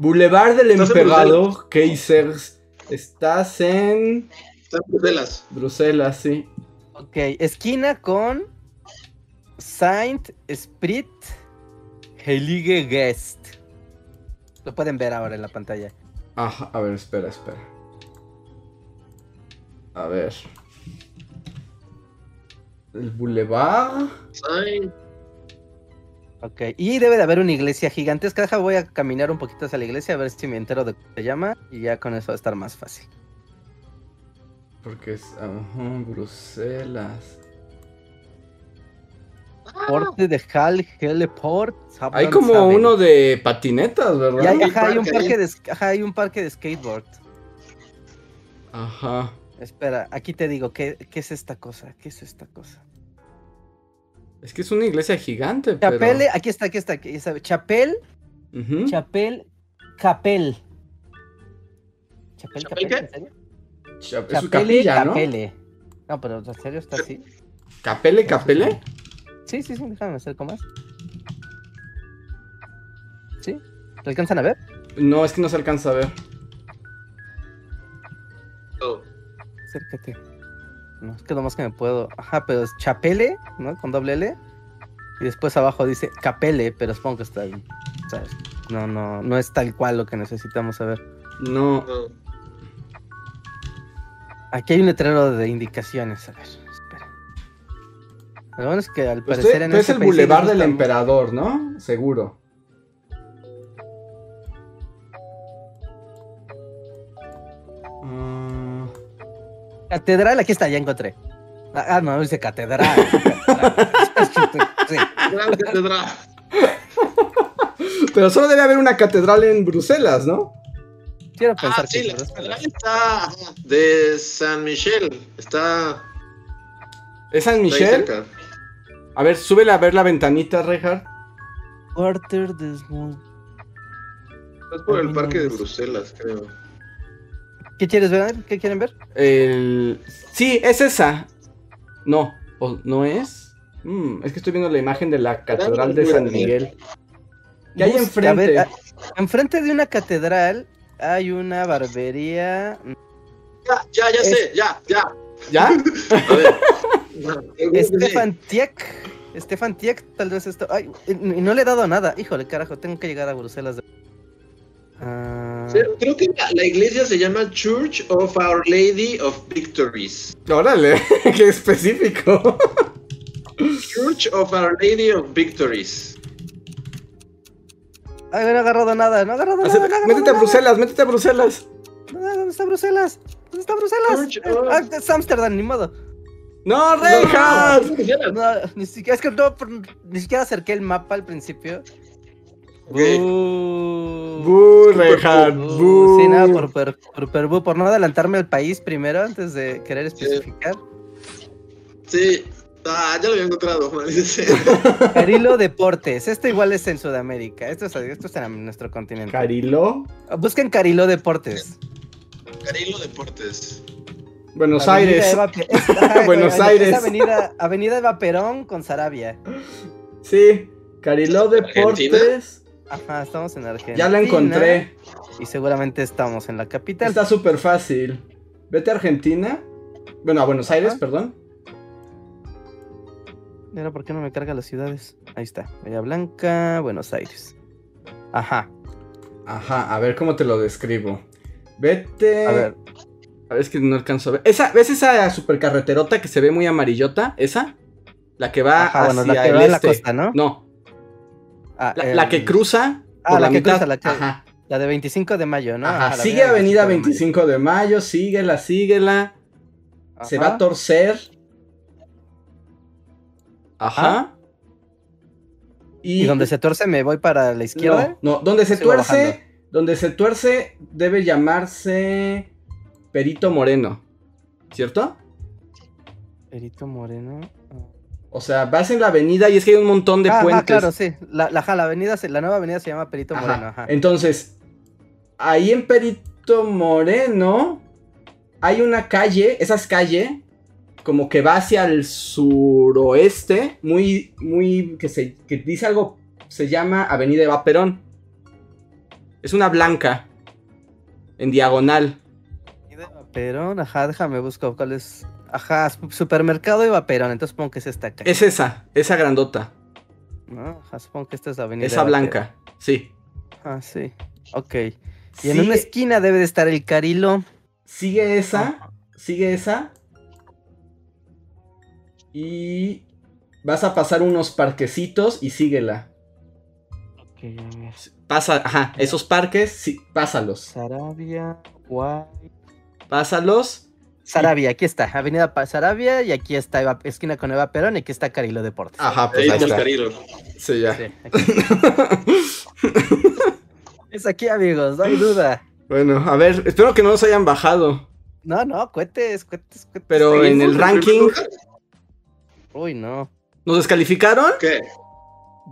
Speaker 1: Boulevard del
Speaker 2: Estás en
Speaker 1: Emperador Kaisers. Estás en
Speaker 2: Están en Bruselas.
Speaker 1: Bruselas, sí.
Speaker 3: Ok, Ok, esquina con Saint Spirit Heilige Guest. Lo pueden ver ahora en la pantalla.
Speaker 1: Ajá, a ver, espera, espera. A ver. El Boulevard.
Speaker 2: Ay,
Speaker 3: Ok, y debe de haber una iglesia gigantesca. Deja, voy a caminar un poquito hacia la iglesia a ver si me entero de cómo se llama. Y ya con eso va a estar más fácil.
Speaker 1: Porque es. ajá, Bruselas.
Speaker 2: Ah.
Speaker 3: Porte de Hal, Heleport.
Speaker 1: Hay como uno de patinetas,
Speaker 3: Y
Speaker 1: ¿verdad?
Speaker 3: hay, ajá, hay un
Speaker 2: Parque ahí.
Speaker 3: parque de, sk- ajá, hay un parque de skateboard.
Speaker 1: Ajá.
Speaker 3: Espera, aquí te digo, ¿qué, qué es esta cosa? ¿Qué es esta cosa?
Speaker 1: Es que es una iglesia gigante, pero.
Speaker 3: Chapelle, aquí está, aquí está, aquí está. Chapel,
Speaker 2: ¿Mm?
Speaker 1: Ujú.
Speaker 3: Chapel, Capel. Chapel,
Speaker 2: ¿Chapel
Speaker 3: Capel,
Speaker 2: qué?
Speaker 3: ¿en serio?
Speaker 1: Cha- es su
Speaker 3: Chapele,
Speaker 1: capilla, ¿no?
Speaker 3: Capele. No, pero ¿en serio está así?
Speaker 1: Capele, capele.
Speaker 3: Sí, sí, sí, déjame hacer con más. ¿Sí? ¿Lo alcanzan a ver?
Speaker 1: No, es que no se alcanza a ver.
Speaker 2: no.
Speaker 3: Acércate. No, es que lo más que me puedo. Ajá, pero es Chapele, ¿no? Con doble L. Y después abajo dice Capele, pero supongo que está bien. O sea, no, no, no es tal cual lo que necesitamos saber.
Speaker 1: No.
Speaker 2: no.
Speaker 3: Aquí hay un letrero de indicaciones. A ver, espera. Lo bueno es que al
Speaker 1: Usted,
Speaker 3: parecer en
Speaker 1: Pues tú es
Speaker 3: este
Speaker 1: el
Speaker 3: país sí les
Speaker 1: bulevar del
Speaker 3: gusta mu-
Speaker 1: emperador, ¿no? Seguro. Ah,
Speaker 3: Catedral, aquí está, ya encontré. Ah, ah, no, dice
Speaker 1: (laughs)
Speaker 3: catedral. catedral. Sí.
Speaker 2: Gran
Speaker 1: (laughs)
Speaker 2: catedral.
Speaker 1: Pero solo debe haber una catedral en Bruselas, ¿no?
Speaker 3: Quiero pensar
Speaker 2: Ah, sí,
Speaker 3: que
Speaker 2: la
Speaker 3: sí, ¿verdad?
Speaker 2: catedral está ajá, de San Michel. Está
Speaker 1: ¿Es San
Speaker 2: está ahí
Speaker 1: Michel?
Speaker 2: cerca.
Speaker 1: A ver, súbele a ver la ventanita, Reinhardt.
Speaker 3: Quarter de Small-
Speaker 2: Está por
Speaker 1: Ah.
Speaker 2: el parque de Bruselas, creo.
Speaker 3: ¿Qué quieres ver? ¿Qué quieren ver?
Speaker 1: El... Sí, es esa. No, ¿o ¿no es? Mm, es que estoy viendo la imagen de la catedral de San Miguel. ¿Qué hay
Speaker 3: Bus- a
Speaker 1: enfrente?
Speaker 3: ver, ah. a- enfrente de una catedral hay una barbería.
Speaker 2: Ya, ya, ya sé, ya, ya.
Speaker 1: ¿Ya?
Speaker 2: A (laughs) ver. No, seguro que sí.
Speaker 3: Estefan Tiek. Estefan Tiek, tal vez esto. Ay, y y no le he dado nada. Híjole, carajo, tengo que llegar a Bruselas. de- Ah,
Speaker 2: Sí, Creo que la, la iglesia se llama Church of Our Lady of Victories.
Speaker 1: Órale, (laughs) qué específico.
Speaker 2: Church of Our Lady of Victories.
Speaker 3: Ay, no he agarrado nada, no he agarrado nada. no he agarrado
Speaker 1: métete a
Speaker 3: nada.
Speaker 1: Bruselas, métete a Bruselas.
Speaker 3: Ah, ¿Dónde está Bruselas? ¿Dónde está Bruselas?
Speaker 2: George,
Speaker 3: Eh,
Speaker 2: ah.
Speaker 3: ah, es Ámsterdam, ni modo.
Speaker 1: ¡No,
Speaker 2: Ah,
Speaker 1: Reinhardt!
Speaker 2: ¿cómo se llama?
Speaker 3: No, ni siquiera, es que no, por- ni siquiera acerqué el mapa al principio.
Speaker 1: Uh.
Speaker 2: Ok.
Speaker 3: Bu-
Speaker 1: ¡Bú, Reinhardt!
Speaker 3: bu-
Speaker 1: ¡Bú!
Speaker 3: Uh, sí, nada, por, por, por, por bu- por no adelantarme al país primero antes de querer especificar.
Speaker 2: Sí. Ah, ya lo había encontrado, maldita sea.
Speaker 1: (laughs)
Speaker 3: Carilo Deportes. Este igual es en Sudamérica. Esto es, esto es en nuestro continente. Ah,
Speaker 1: Carilo.
Speaker 3: Busquen Carilo Deportes.
Speaker 2: Carilo Deportes.
Speaker 1: Buenos
Speaker 3: Avenida
Speaker 1: Aires.
Speaker 3: Eva Pe- es- ajá,
Speaker 1: (laughs)
Speaker 3: güey,
Speaker 1: Buenos
Speaker 3: es
Speaker 1: Aires.
Speaker 3: avenida, avenida Eva Perón con Sarabia.
Speaker 1: Sí, Carilo Deportes.
Speaker 3: Ajá, estamos en Argentina.
Speaker 1: Ya la encontré.
Speaker 3: Y seguramente estamos en la capital.
Speaker 1: Está súper fácil. Vete a Argentina. Bueno, a Buenos Aires,
Speaker 3: Ajá.
Speaker 1: perdón.
Speaker 3: Mira, ¿por qué no me carga las ciudades? Ahí está. Bahía Blanca, Buenos Aires. Ajá.
Speaker 1: Ajá, a ver cómo te lo describo. Vete.
Speaker 3: A ver.
Speaker 1: A ver, es que no alcanzo a ver. Esa, ¿Ves esa supercarreterota que se ve muy amarillota? ¿Esa? La que va
Speaker 3: Ajá,
Speaker 1: Ah, hacia
Speaker 3: bueno, la que
Speaker 1: el
Speaker 3: va a la
Speaker 1: este.
Speaker 3: costa, ¿no?
Speaker 1: No,
Speaker 3: Ah,
Speaker 1: la,
Speaker 3: em,
Speaker 1: la que cruza
Speaker 3: ah,
Speaker 1: por
Speaker 3: la
Speaker 1: la,
Speaker 3: que
Speaker 1: mitad.
Speaker 3: cruza, la que-
Speaker 1: Ajá,
Speaker 3: La de 25 de mayo, ¿no?
Speaker 1: ajá.
Speaker 3: Ajá, la
Speaker 1: Sigue Avenida
Speaker 3: 25
Speaker 1: 25 de mayo, síguela, síguela.
Speaker 3: de mayo.
Speaker 1: Se va a
Speaker 3: Ajá.
Speaker 1: torcer. Ajá.
Speaker 3: Ah. Y donde se torce me voy para la izquierda.
Speaker 1: No, no, donde se
Speaker 3: Sigo
Speaker 1: tuerce,
Speaker 3: bajando.
Speaker 1: donde se tuerce debe llamarse Perito Moreno, ¿cierto?
Speaker 3: Perito Moreno.
Speaker 1: O sea, vas en la avenida y es que hay un montón de
Speaker 3: ah,
Speaker 1: puentes.
Speaker 3: ajá, claro, sí. La, la, ajá, la avenida, se- la nueva avenida se llama Perito
Speaker 1: Ajá.
Speaker 3: Moreno, ajá.
Speaker 1: Entonces, ahí en Perito Moreno hay una calle, esa es calle, como que va hacia el suroeste, muy, muy, que se, que dice algo, se llama Avenida Eva Perón. Es una blanca, en diagonal.
Speaker 3: Avenida Perón, ajá, déjame buscar cuál es. Ajá, su- supermercado y vaperón, entonces supongo que es esta calle.
Speaker 1: Es esa, esa grandota.
Speaker 3: ¿no? Ajá, supongo que esta es la avenida.
Speaker 1: Esa blanca. Sí.
Speaker 3: Ah, sí. Ok. Y en
Speaker 1: Sigue-
Speaker 3: una esquina debe de estar el Carilo.
Speaker 1: Sigue esa. Sigue esa. Y vas a pasar unos parquecitos y síguela. Pasa, ajá, esos parques, sí, pásalos.
Speaker 3: Sarabia, Guay.
Speaker 1: Pásalos.
Speaker 3: Sarabia, aquí está. Avenida Pa- Sarabia y aquí está Eva- esquina con Eva Perón y aquí está Carilo Deportes.
Speaker 1: Ajá, pues
Speaker 2: Ahí está el Carilo.
Speaker 1: Sí, Ah, ya.
Speaker 3: Sí, aquí. es aquí, amigos, no hay duda.
Speaker 1: (laughs) bueno, a ver, espero que no nos hayan bajado.
Speaker 3: No, no, cohetes, cohetes, cohetes.
Speaker 1: Pero en el ranking,
Speaker 3: Uy, no.
Speaker 1: ¿nos descalificaron?
Speaker 2: ¿Qué?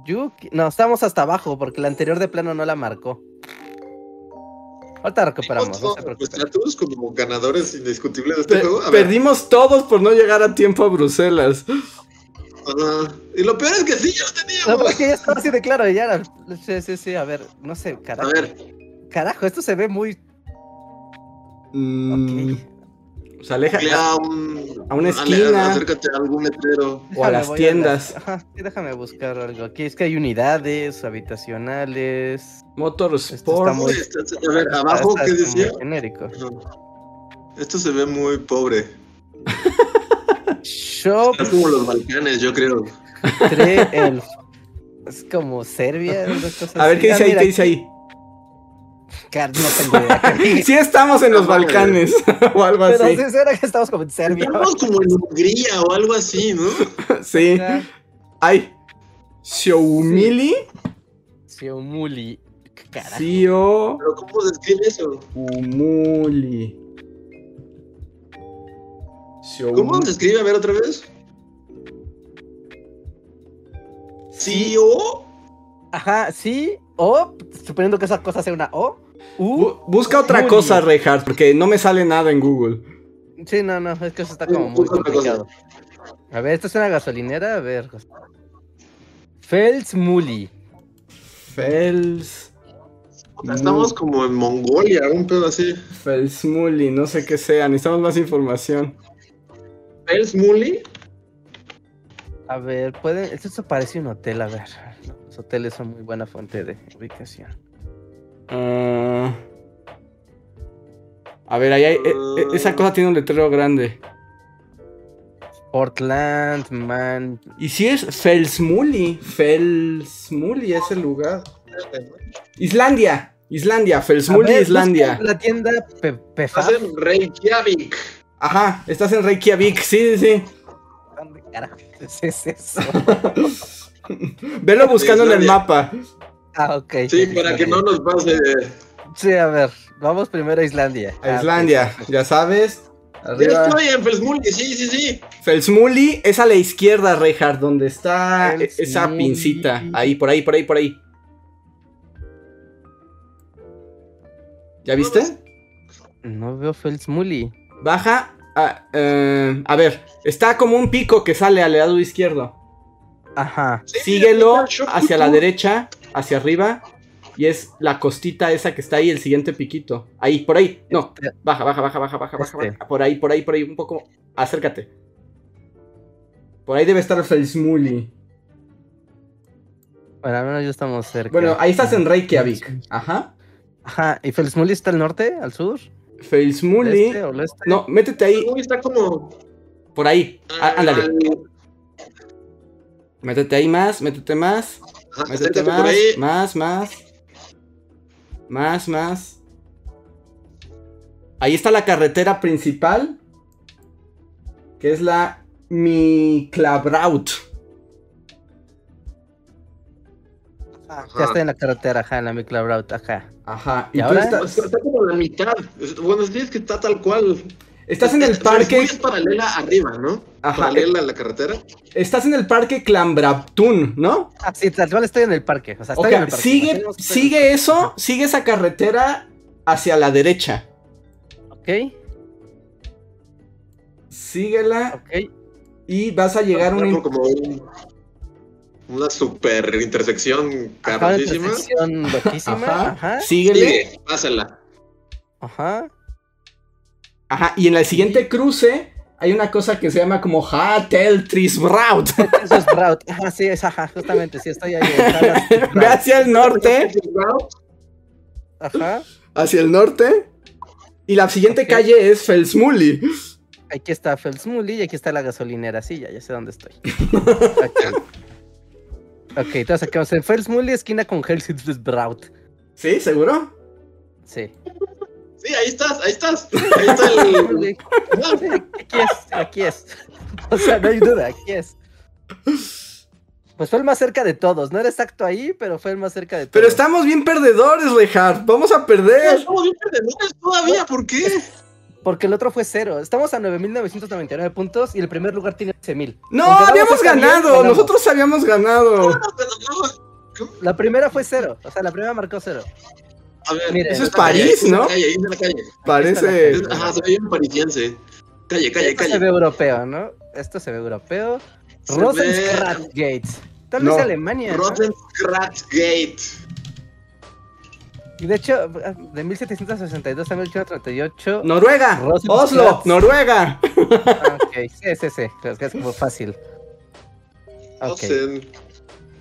Speaker 3: Yuki. No, estamos hasta abajo porque la anterior de plano no la marcó. Ahorita recuperamos, no se
Speaker 1: Pues,
Speaker 2: Nuestro
Speaker 3: preocupen.
Speaker 2: estatus como ganadores indiscutibles de este
Speaker 1: Pe-
Speaker 2: juego. A ver.
Speaker 1: perdimos todos por no llegar a tiempo a Bruselas.
Speaker 2: Ajá. ah, y lo peor es que sí, ya lo
Speaker 3: No,
Speaker 1: pues.
Speaker 2: teníamos.
Speaker 3: porque ya está así de claro, ya era- Sí, sí, sí, a ver, no sé,
Speaker 2: A
Speaker 3: carajo.
Speaker 2: ver,
Speaker 3: Carajo, esto se ve muy.
Speaker 1: Mm,
Speaker 3: Ok.
Speaker 1: se aleja
Speaker 2: ve a, un-
Speaker 1: A una
Speaker 2: ale-
Speaker 1: esquina.
Speaker 2: acércate a algún letrero.
Speaker 1: o a
Speaker 3: Déjame,
Speaker 1: las
Speaker 3: voy
Speaker 1: tiendas.
Speaker 3: Ajá, sí, déjame buscar algo aquí. Es que hay unidades habitacionales. Esto está
Speaker 1: Motorsport.
Speaker 3: muy-
Speaker 2: A ver,
Speaker 1: Ah,
Speaker 2: abajo,
Speaker 3: Está-
Speaker 2: ¿qué
Speaker 3: está
Speaker 2: decía?
Speaker 3: muy Genérico.
Speaker 2: Esto se ve muy pobre.
Speaker 3: Shop
Speaker 2: Es como los Balcanes, yo creo.
Speaker 3: Tre- el- (laughs) Es como Serbia. una cosa
Speaker 1: A ver
Speaker 3: así.
Speaker 1: qué
Speaker 3: Ah,
Speaker 1: dice ahí,
Speaker 3: mira,
Speaker 1: qué dice ahí.
Speaker 3: Car- no tengo idea (laughs) qué dice,
Speaker 1: (laughs) Sí estamos en los
Speaker 2: No mames.
Speaker 1: Balcanes (laughs) o algo
Speaker 3: Pero
Speaker 1: así.
Speaker 3: sí, será que estamos como en Serbia.
Speaker 1: (laughs)
Speaker 2: Estamos como en Hungría o algo así, ¿no?
Speaker 3: (laughs)
Speaker 1: Sí.
Speaker 3: Ah,
Speaker 1: Ay. Xiaomili.
Speaker 3: Siomuli. qué Carajo.
Speaker 1: Xiaomuli.
Speaker 2: Pero ¿cómo se escribe eso? ¿Cómo se
Speaker 1: Xiaomuli.
Speaker 2: escribe? A ver otra vez. Sí E o
Speaker 3: Ajá, sí. O, suponiendo que esa cosa sea una O. U.
Speaker 1: Bu- Busca otra
Speaker 3: Xiaomuli.
Speaker 1: cosa, Reinhardt, porque no me sale nada en Google.
Speaker 3: Sí, no, no, es que eso está como muy
Speaker 2: eh, Otra cosa.
Speaker 3: complicado. A ver, esto es una gasolinera, a ver. Felsmuli.
Speaker 1: Fels. Mm.
Speaker 2: Estamos como en Mongolia, un pedo así.
Speaker 1: Felsmuli, no sé qué sea. Necesitamos más información.
Speaker 2: Felsmuli.
Speaker 3: A ver, pueden. Esto se parece un hotel, a ver. Los hoteles son muy buena fuente de ubicación.
Speaker 1: Ah. a ver, ahí hay. e- e-
Speaker 2: Ah.
Speaker 1: esa cosa tiene un letrero grande.
Speaker 3: Portland, Man.
Speaker 1: Y si es Felsmuli, Felsmuli es el lugar. Islandia, Islandia,
Speaker 3: A
Speaker 1: Felsmuli,
Speaker 3: ver,
Speaker 1: Islandia.
Speaker 3: busca La tienda Pe- Pefab.
Speaker 2: Hacen Reykjavik.
Speaker 1: Ajá, estás en Reykjavik, sí, sí,
Speaker 3: ¿Dónde carajo es
Speaker 2: (laughs)
Speaker 3: eso?
Speaker 1: sí.
Speaker 3: (laughs)
Speaker 1: Velo buscando en el
Speaker 2: Islandia.
Speaker 1: mapa.
Speaker 3: Ah, ok.
Speaker 2: Sí, para que no nos pase.
Speaker 3: Sí, a ver, vamos primero a Islandia. Ah, pues,
Speaker 1: A Islandia, ya sabes.
Speaker 2: Ya
Speaker 1: Arriba.
Speaker 2: estoy en Felsmuli, sí, sí, sí.
Speaker 1: Felsmuli es a la izquierda, Reinhardt, donde está e- esa
Speaker 3: Felsmuli.
Speaker 1: pincita. Ahí, por ahí, por ahí, por ahí. ¿Ya viste?
Speaker 3: No veo Felsmuli.
Speaker 1: Baja. A, eh, a ver, está como un pico que sale al lado izquierdo.
Speaker 3: Ajá.
Speaker 2: Sí,
Speaker 1: Síguelo
Speaker 2: mira, yo-
Speaker 1: hacia la derecha, hacia arriba. Y es la costita esa que está ahí, el siguiente piquito. Ahí, por ahí. No,
Speaker 3: Este-
Speaker 1: baja, baja, baja, baja, baja, baja,
Speaker 3: Este.
Speaker 1: baja. Por ahí, por ahí, por ahí, un poco. Acércate. Por ahí debe estar Felsmuli.
Speaker 3: Bueno, al menos ya estamos cerca.
Speaker 1: Bueno, ahí estás en Reykjavik. Ajá.
Speaker 3: Ajá. ¿Y Felsmuli está al norte, al sur?
Speaker 1: Felsmuli.
Speaker 3: ¿Este o el este?
Speaker 1: No, métete ahí,
Speaker 2: Felsmuli está como.
Speaker 1: por ahí. Ah, ándale.
Speaker 2: al-
Speaker 1: Métete ahí más, métete más.
Speaker 2: ajá,
Speaker 1: Métete
Speaker 2: Acércate
Speaker 1: más,
Speaker 2: por ahí.
Speaker 1: más, más. Más, más. Ahí está la carretera principal. Que es la Miklabraut.
Speaker 3: Ah,
Speaker 2: Ajá.
Speaker 3: Ya está en la carretera, ajá, en la Miclabraut, ajá.
Speaker 1: Ajá.
Speaker 3: ¿Y
Speaker 1: tú
Speaker 3: ahora?
Speaker 2: O
Speaker 1: estás,
Speaker 2: sea, Está como a la mitad. Es- Bueno, sí, es que está tal cual.
Speaker 1: estás en el
Speaker 2: Felsmuli
Speaker 1: parque.
Speaker 2: pues, Es paralela arriba, ¿no?
Speaker 1: Ajá.
Speaker 2: Paralela a la carretera.
Speaker 1: Estás en el parque Klambraptun, ¿no?
Speaker 3: Ah, sí, tal cual estoy en el parque. O sea, estoy
Speaker 1: Ok,
Speaker 3: en el parque.
Speaker 1: sigue,
Speaker 3: Tenemos-
Speaker 1: sigue eso, sigue esa carretera hacia la derecha.
Speaker 3: Ok,
Speaker 1: Síguela
Speaker 3: ok.
Speaker 1: y vas a llegar a un.
Speaker 2: Como un- una super intersección
Speaker 3: Acaba una
Speaker 2: carnosísima.
Speaker 3: intersección loquísima,
Speaker 1: Ajá.
Speaker 3: ajá.
Speaker 1: Síguele.
Speaker 2: Sigue, pásala.
Speaker 3: Ajá.
Speaker 1: Ajá, y en el siguiente cruce hay una cosa que se llama como Hateltrisbraut.
Speaker 3: Eso es Braut. Ajá, sí, es, ajá, justamente, sí, estoy ahí. en Dallas,
Speaker 1: (laughs) Ve
Speaker 3: Braut.
Speaker 1: hacia el norte,
Speaker 3: Ajá,
Speaker 1: hacia el norte. Y la siguiente
Speaker 3: Ok.
Speaker 1: calle es Felsmuli.
Speaker 3: aquí está Felsmully y aquí está la gasolinera. Sí, ya, ya sé dónde estoy. Ok, Ok, entonces aquí vamos en Felsmully, esquina con Braut.
Speaker 1: ¿Sí? ¿Seguro?
Speaker 3: Sí.
Speaker 2: Sí, ahí estás, ahí estás. Ahí está el.
Speaker 3: (laughs) Sí, Aquí es, aquí es. O sea, no hay duda, aquí es. Pues fue el más cerca de todos. No era exacto ahí, pero fue el más cerca de todos.
Speaker 1: Pero estamos bien perdedores, Rehard. Vamos a perder.
Speaker 2: Estamos bien perdedores todavía, ¿por qué?
Speaker 3: Porque el otro fue cero. Estamos a 9.999 puntos y el primer lugar tiene 11.000.
Speaker 1: No,
Speaker 3: Aunque hagamos
Speaker 1: habíamos
Speaker 3: esta bien,
Speaker 1: ganado.
Speaker 3: ganamos.
Speaker 1: Nosotros habíamos ganado.
Speaker 2: Pero no,
Speaker 3: La primera fue cero. O sea, la primera marcó cero.
Speaker 2: A ver,
Speaker 3: Mira, eso es
Speaker 2: esta calle,
Speaker 1: París,
Speaker 2: esta
Speaker 1: ¿no?
Speaker 2: Calle, ahí es la calle.
Speaker 1: Parece.
Speaker 2: Es- Ajá, se ve bien parisiense. Calle, calle,
Speaker 3: Esto se ve
Speaker 2: calle.
Speaker 3: europeo, ¿no? Esto se ve europeo.
Speaker 2: Se ve
Speaker 3: Rosenskratz Gates. Tal vez
Speaker 1: No.
Speaker 3: Alemania. ¿no?
Speaker 2: Rosenskratz Gate.
Speaker 3: Y de hecho, de 1762 a 1838.
Speaker 1: Noruega.
Speaker 3: Rosenplatz.
Speaker 1: Oslo, Noruega.
Speaker 3: Ah, ok, sí, sí, sí. Creo que es como fácil.
Speaker 2: No
Speaker 3: Ok.
Speaker 2: sé.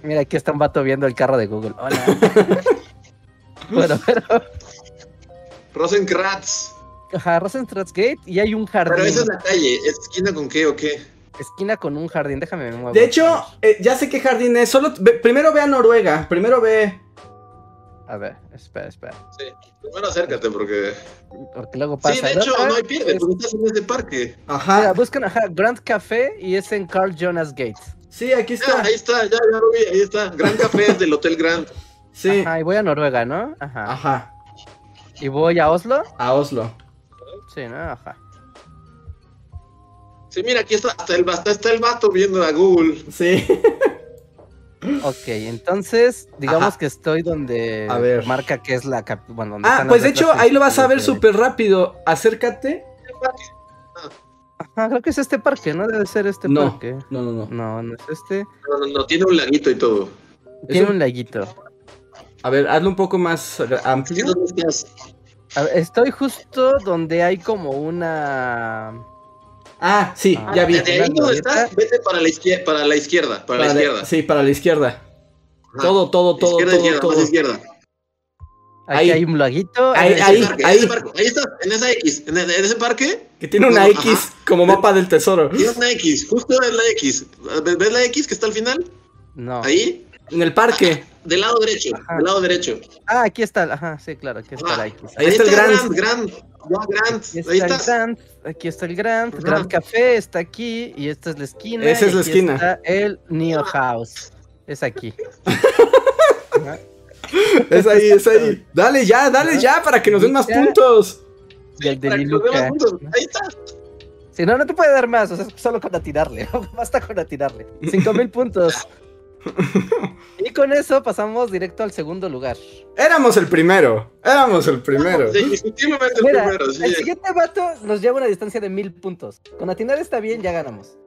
Speaker 3: Mira, aquí está un vato viendo el carro de Google.
Speaker 2: (laughs)
Speaker 3: Hola. bueno, pero.
Speaker 2: Rosenkratz.
Speaker 3: Ajá, Rosenstrasse Gate y hay un jardín.
Speaker 2: Pero esa es la calle. ¿Es esquina con qué o qué?
Speaker 3: Esquina con un jardín. Déjame me muevo.
Speaker 1: De hecho, eh, ya sé qué jardín es. Solo ve- primero ve a Noruega. Primero ve.
Speaker 3: A ver, espera, espera.
Speaker 2: Sí. Primero acércate porque.
Speaker 3: Porque luego pasa.
Speaker 2: Sí, de
Speaker 3: el
Speaker 2: hecho,
Speaker 3: otro.
Speaker 2: no hay pierde,
Speaker 3: Es-
Speaker 2: porque estás en este parque.
Speaker 3: Mira,
Speaker 1: Ajá.
Speaker 3: buscan ajá, Grand Café y es en Carl Jonas Gate.
Speaker 1: Sí, aquí
Speaker 2: Ya,
Speaker 1: está.
Speaker 2: ahí está, ya, ya lo vi, ahí está. Gran Café es del Hotel Grand.
Speaker 1: Sí. Ah.
Speaker 3: Ajá, y voy a Noruega, ¿no? Ajá.
Speaker 1: Ajá.
Speaker 3: ¿Y voy a Oslo?
Speaker 1: A Oslo.
Speaker 3: Sí, ¿no? Ajá.
Speaker 2: Sí, mira, aquí está, hasta el, va- hasta está el vato viendo a Google.
Speaker 1: Sí.
Speaker 3: Ok, entonces, digamos
Speaker 1: Ajá.
Speaker 3: que estoy donde
Speaker 1: A ver.
Speaker 3: marca que es la cap- bueno, donde
Speaker 1: Ah,
Speaker 3: están
Speaker 1: pues de
Speaker 3: las
Speaker 1: hecho,
Speaker 3: letras
Speaker 1: ahí lo vas a ver
Speaker 3: de-
Speaker 1: súper rápido. Acércate.
Speaker 3: Ajá, creo que es este parque, ¿no? Debe ser este
Speaker 1: No.
Speaker 3: parque.
Speaker 1: No, no, no.
Speaker 3: No, no es este.
Speaker 2: No, no, no, tiene un laguito y todo.
Speaker 3: Tiene
Speaker 1: un-
Speaker 3: un laguito.
Speaker 1: A ver, hazlo un poco más gra-
Speaker 2: ¿Sí?
Speaker 1: amplio.
Speaker 2: ¿Dónde estás?
Speaker 3: A ver, estoy justo donde hay como una.
Speaker 1: Ah, sí,
Speaker 3: Ah,
Speaker 1: ya vi.
Speaker 2: De ahí donde estás, vete para la izquierda, para la izquierda, para, la
Speaker 1: Para-
Speaker 2: izquierda.
Speaker 1: Sí, para la izquierda.
Speaker 2: Ajá.
Speaker 1: Todo, todo, todo,
Speaker 2: izquierda,
Speaker 1: todo,
Speaker 2: izquierda,
Speaker 1: todo.
Speaker 2: más izquierda.
Speaker 3: Aquí
Speaker 1: Ahí.
Speaker 3: hay un laguito.
Speaker 1: Ahí,
Speaker 3: en-
Speaker 1: ahí.
Speaker 2: Ese parque, ese parque. Ahí está, en esa X, en, e, en ese parque,
Speaker 1: Que tiene una
Speaker 2: Ajá.
Speaker 1: X como mapa del tesoro.
Speaker 2: tienes una X, justo en la X. ¿Ves ves la X que está al final?
Speaker 1: Ah.
Speaker 3: No.
Speaker 2: Ahí,
Speaker 1: En el parque.
Speaker 2: del lado derecho,
Speaker 3: Ajá.
Speaker 2: del lado derecho.
Speaker 3: Ah, aquí está. Ajá, sí, claro, aquí está
Speaker 2: Ajá.
Speaker 3: la X.
Speaker 1: Ah, Ahí está el Grand.
Speaker 2: Grand, Grand, ya, Grand.
Speaker 3: Aquí
Speaker 2: Ahí Pues
Speaker 3: está el
Speaker 2: estás.
Speaker 3: Grand, aquí está el Grand,
Speaker 2: Ajá.
Speaker 3: Grand Café está aquí y esta es la esquina.
Speaker 1: Esa
Speaker 3: y
Speaker 1: es la
Speaker 3: aquí
Speaker 1: esquina.
Speaker 3: Está el Neo House. Es aquí. Ajá,
Speaker 1: Es ahí,
Speaker 2: (laughs)
Speaker 1: es ahí. Dale ya, dale
Speaker 3: Ajá.
Speaker 1: ya para que nos den más
Speaker 3: Ya.
Speaker 1: puntos.
Speaker 3: Y el de
Speaker 2: Para que nos veamos
Speaker 3: Liluca.
Speaker 2: juntos. Ahí está.
Speaker 3: Si no, no te puede dar más, o sea, solo con atirarle, (laughs) ¿no? basta con atirarle. 5000
Speaker 1: (laughs)
Speaker 3: puntos. Y con eso pasamos directo al segundo lugar.
Speaker 1: Éramos el primero. Éramos el primero.
Speaker 2: Sí, indiscutiblemente el
Speaker 3: Mira,
Speaker 2: primero, sí.
Speaker 3: el siguiente vato nos lleva una distancia de 1000 puntos. Con atinar está bien,
Speaker 2: (laughs)
Speaker 3: ya ganamos.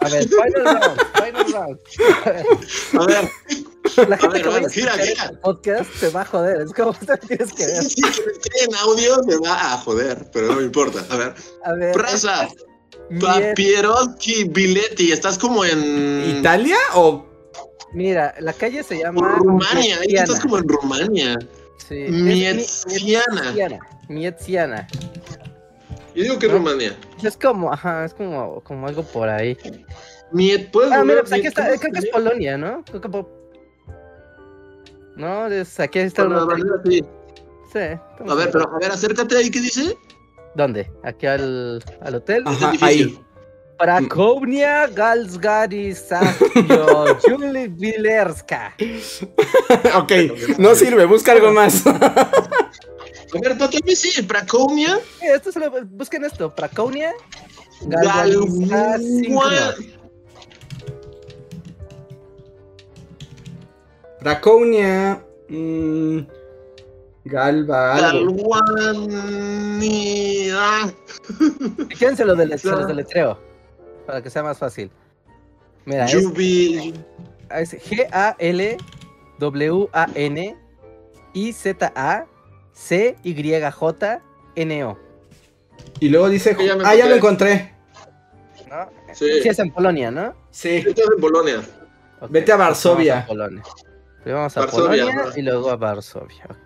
Speaker 3: A ver, final round, final round. A ver.
Speaker 2: A ver,
Speaker 3: La
Speaker 2: A
Speaker 3: gente
Speaker 2: ver,
Speaker 3: que vaya
Speaker 2: vamos,
Speaker 3: a
Speaker 2: gira,
Speaker 3: escuchar
Speaker 2: gira.
Speaker 3: este podcast se va a joder. Es como (laughs) te tienes que ver.
Speaker 2: sí, sí, que me esté en audio me va a joder, pero no me importa. A ver,
Speaker 3: A ver.
Speaker 2: Praza,
Speaker 3: mie-
Speaker 2: Papieroski, Biletti, estás como en
Speaker 1: ¿Italia o (laughs)
Speaker 3: Mira, la calle se llama.
Speaker 2: Rumania, ahí
Speaker 3: Mietziana.
Speaker 2: estás como en Rumania.
Speaker 3: Sí, es mi-
Speaker 2: Mietziana.
Speaker 3: Mietziana. Mietziana.
Speaker 2: Yo digo que es
Speaker 3: ¿No?
Speaker 2: Rumania.
Speaker 3: Es como, ajá, es como, como algo por ahí.
Speaker 2: Miet, ¿puedes
Speaker 3: Ah,
Speaker 2: volver
Speaker 3: mira,
Speaker 2: a
Speaker 3: pues aquí
Speaker 2: Miet?
Speaker 3: está.
Speaker 2: ¿Cómo
Speaker 3: eh, Creo que es
Speaker 2: se
Speaker 3: Polonia, ¿no? Creo que po- No, es, aquí está.
Speaker 2: llama? Con la
Speaker 3: uno-
Speaker 2: bandera, sí.
Speaker 3: Sí,
Speaker 2: A ver, pero a ver, acércate ahí, ¿qué dice?
Speaker 3: ¿Dónde? Aquí al, al hotel.
Speaker 2: Ah.
Speaker 1: Ajá,
Speaker 2: difícil.
Speaker 1: ahí?
Speaker 3: Prakownia Galsgari Sastio Juli Vilerska.
Speaker 1: ok, no sirve, busca algo más. (laughs)
Speaker 2: A ver, no, tal vez sí, Cracovia.
Speaker 3: Eh, Esto se lo- busquen esto, Praconia. Galvaniza
Speaker 2: Galua.
Speaker 3: Synchro.
Speaker 1: Draconia. mm, Galba. algo.
Speaker 2: Galvanidad.
Speaker 3: Y Quédense lo del, se los
Speaker 2: Ah.
Speaker 3: deletreo, para que sea más fácil. Mira, es,
Speaker 2: Jubil.
Speaker 3: es G-A-L-W-A-N-I-Z-A-C-Y-J-N-O.
Speaker 1: Y luego dice,
Speaker 2: Sí, ya me
Speaker 1: ah, ya lo
Speaker 2: encontré".
Speaker 1: encontré.
Speaker 3: ¿no?
Speaker 2: Sí.
Speaker 3: Sí es en Polonia, ¿no?
Speaker 1: Sí.
Speaker 2: Estás en Polonia.
Speaker 3: Ok,
Speaker 1: Vete a Varsovia.
Speaker 3: Vamos a Polonia. Primero vamos a
Speaker 2: Varsovia,
Speaker 3: Polonia
Speaker 2: ¿no?
Speaker 3: y luego a Varsovia. ok.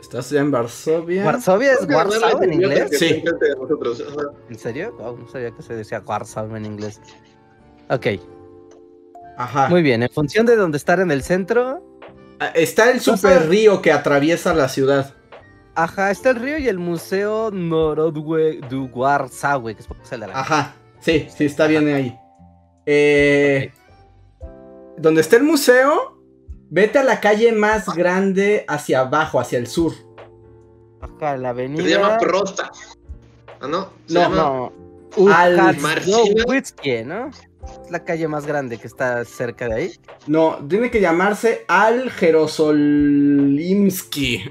Speaker 1: Estás ya en Varsovia.
Speaker 3: ¿Varsovia es
Speaker 2: Creo que
Speaker 3: Warsaw
Speaker 2: la
Speaker 3: en
Speaker 2: biblioteca
Speaker 3: inglés?
Speaker 2: que
Speaker 1: Sí.
Speaker 2: está enfrente de nosotros, ajá.
Speaker 3: ¿En serio? Wow, no sabía que se decía Warsaw en inglés. Ok,
Speaker 1: Ajá.
Speaker 3: muy bien. En función de donde estar en el centro,
Speaker 1: Ah, Está el
Speaker 3: No sé.
Speaker 1: super río que atraviesa la ciudad.
Speaker 3: ajá, está el río y el museo Norodwe du Warsaw, que es por el de la
Speaker 1: Ajá. Sí, sí, está bien ahí. Eh, Donde está el museo, vete a la calle más
Speaker 2: Ah.
Speaker 1: grande hacia abajo, hacia el sur.
Speaker 3: Ajá, la
Speaker 2: Se llama
Speaker 3: avenida.
Speaker 2: Prosta. Ah, no. Se
Speaker 1: No,
Speaker 2: llama-
Speaker 3: No, Ah.
Speaker 1: Al-
Speaker 3: Al ¿no? Es la calle más grande que está cerca de ahí.
Speaker 1: No, tiene que llamarse Al Jerosolimsky.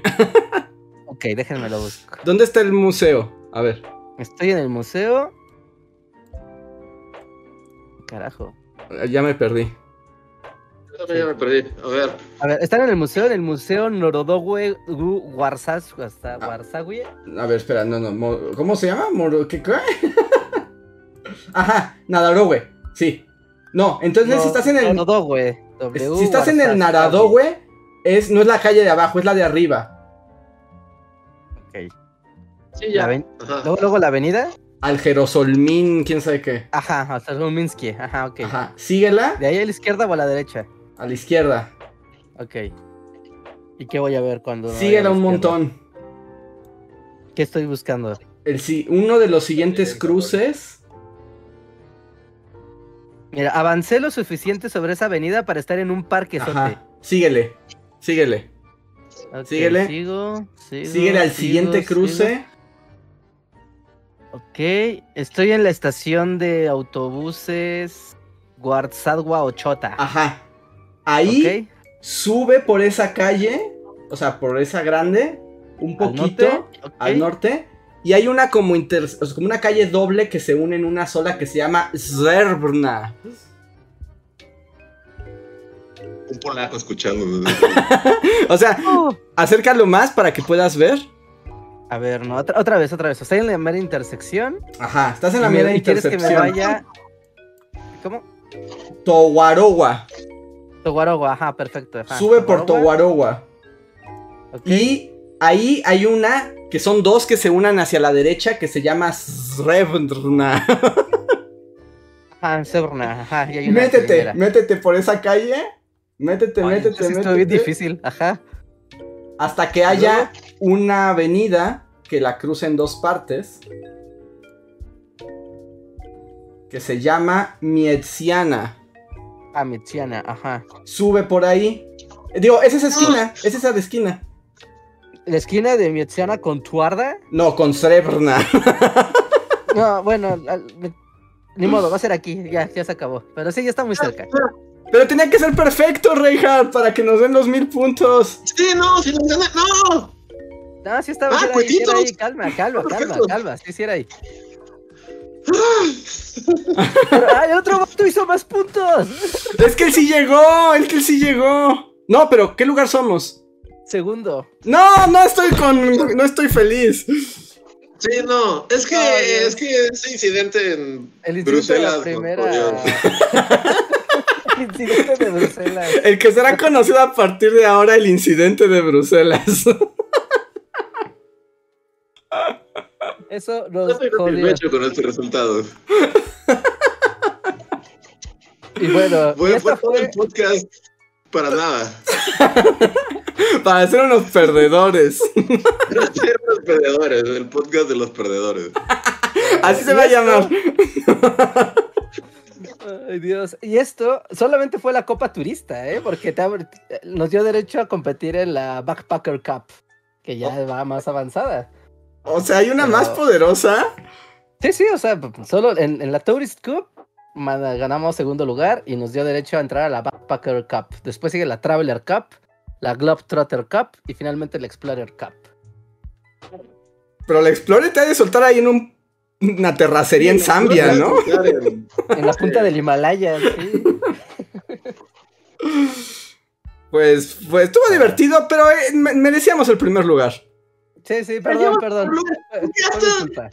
Speaker 3: Ok, déjenme lo busco.
Speaker 1: ¿Dónde está el museo? A ver.
Speaker 3: Estoy en el museo. Carajo.
Speaker 1: Ya me perdí.
Speaker 2: Yo también ya me perdí. A ver.
Speaker 3: A ver, están en el museo, en el museo Norodowe Gu Warsas, hasta
Speaker 1: Ah.
Speaker 3: Warsawie.
Speaker 1: A ver, espera, no, no. mo- ¿Cómo se llama? Moro- ¿Qué? (laughs) qué? Ajá, Nadarowe. Sí. No, entonces si estás en el.
Speaker 3: Norodowe.
Speaker 1: si estás en el Nadarowe, es, no es la calle de abajo, es la de arriba.
Speaker 2: Sí, ya.
Speaker 3: La ven-
Speaker 2: Ajá.
Speaker 3: Luego, luego la avenida.
Speaker 1: Al Jerosolmin, quién sabe qué.
Speaker 3: Ajá, hasta Ruminsky. Ajá, ok.
Speaker 1: Ajá. Síguela
Speaker 3: ¿De ahí a la izquierda o a la derecha?
Speaker 1: a la izquierda.
Speaker 3: Ok. ¿Y qué voy a ver cuando.? vaya a la
Speaker 1: Síguela un
Speaker 3: izquierda?
Speaker 1: montón.
Speaker 3: ¿Qué estoy buscando?
Speaker 1: El, si- uno de los siguientes
Speaker 2: Bien,
Speaker 1: cruces.
Speaker 3: Mira, avancé lo suficiente sobre esa avenida para estar en un parque sote.
Speaker 1: Ajá. Síguele. Síguele.
Speaker 3: Ok,
Speaker 1: Síguele.
Speaker 3: Sigo, sigo,
Speaker 1: Síguele al
Speaker 3: sigo,
Speaker 1: siguiente
Speaker 3: sigo.
Speaker 1: cruce.
Speaker 3: Ok, estoy en la estación de autobuses Guardzadwa Ochota.
Speaker 1: Ajá. Ahí. sube por esa calle, o sea, por esa grande, un poquito al norte,
Speaker 3: ok.
Speaker 1: y hay una como, inter- o sea, como una calle doble que se une en una sola que se llama Zerbrna.
Speaker 2: Un polaco escuchando.
Speaker 1: O sea,
Speaker 3: Oh.
Speaker 1: acércalo más para que puedas ver.
Speaker 3: A ver, no, otra, otra vez, otra vez. Estoy en la mera intersección.
Speaker 1: Ajá, estás en la
Speaker 3: Y me-
Speaker 1: mera
Speaker 3: y ¿Quieres que me
Speaker 1: intercepción.
Speaker 3: vaya? ¿Cómo?
Speaker 1: Towarowa,
Speaker 3: Toguarogua, ajá, perfecto. ajá.
Speaker 1: sube por Towarowa.
Speaker 3: Ah, Ok.
Speaker 1: Y ahí hay una que son dos que se unan hacia la derecha que se llama Zerbrna.
Speaker 3: Ajá, en Sebrna, ajá. y hay una
Speaker 1: métete,
Speaker 3: primera.
Speaker 1: métete por esa calle. Métete,
Speaker 3: Ay,
Speaker 1: métete,
Speaker 3: sí
Speaker 1: métete.
Speaker 3: Estuvo bien difícil, ajá.
Speaker 1: Hasta que haya una avenida que la cruza en dos partes. Que se llama Mietziana.
Speaker 3: Ah, Michiana, ajá.
Speaker 1: Sube por ahí. Digo, es esa esquina. Es esa de esquina.
Speaker 3: La esquina de Michiana con Tuarda.
Speaker 1: No, con Srebrna.
Speaker 3: No, bueno, al- me- ni modo, va a ser aquí, ya, ya se acabó. Pero sí, ya está muy cerca.
Speaker 1: (laughs) Pero tenía que ser perfecto, Reinhardt, para que nos den los mil puntos.
Speaker 2: sí, no, si no gané, no.
Speaker 3: No, sí estaba
Speaker 2: Ah,
Speaker 3: sí era ahí, sí era
Speaker 2: cuetitos.
Speaker 3: ahí, calma, calma, calma,
Speaker 2: Perfecto.
Speaker 3: calma, sí, sí era ahí. Pero, ¡Ay, el otro vato hizo más puntos!
Speaker 1: Es que él sí llegó. Es que él sí llegó. No, pero ¿qué lugar somos?
Speaker 3: Segundo.
Speaker 1: No, no estoy con. No estoy feliz.
Speaker 2: Sí, no. Es que,
Speaker 3: No, Dios.
Speaker 2: es que ese incidente en
Speaker 3: El incidente
Speaker 2: Bruselas. no,
Speaker 3: de la primera.
Speaker 2: por
Speaker 3: (laughs)
Speaker 2: Dios.
Speaker 3: el incidente de Bruselas.
Speaker 1: El que será conocido a partir de ahora el incidente de Bruselas. (laughs)
Speaker 3: Eso
Speaker 2: No
Speaker 3: nos
Speaker 2: estoy
Speaker 3: jodió.
Speaker 2: satisfecho con este resultado.
Speaker 3: Y bueno, y
Speaker 2: Fue, fue
Speaker 3: esta
Speaker 2: todo el
Speaker 3: fue
Speaker 2: podcast para nada.
Speaker 1: Para ser unos (laughs) perdedores.
Speaker 2: Para ser los perdedores, el podcast de los perdedores.
Speaker 1: Así se va a llamar.
Speaker 3: (laughs) Ay, Dios. Y esto solamente fue la Copa Turista, ¿eh? Porque te abre- nos dio derecho a competir en la Backpacker Cup, que ya va más avanzada.
Speaker 1: O sea, hay una más
Speaker 3: Pero-
Speaker 1: poderosa.
Speaker 3: Sí, sí, o sea, p- p- solo en, en la Tourist Cup ma- ganamos segundo lugar y nos dio derecho a entrar a la Backpacker Cup. Después sigue la Traveler Cup, la Globetrotter Cup y finalmente la Explorer Cup.
Speaker 1: Pero la Explorer te ha de soltar ahí en un- una terracería en Zambia, ¿no?
Speaker 2: En-
Speaker 3: En la punta del Himalaya, sí.
Speaker 1: Pues, pues estuvo divertido, pero eh, me- merecíamos el primer lugar.
Speaker 3: Sí, sí, perdón,
Speaker 2: llevas
Speaker 3: perdón.
Speaker 2: blue.
Speaker 3: Fue- fue
Speaker 2: Ya
Speaker 3: mi
Speaker 2: está.
Speaker 3: culpa.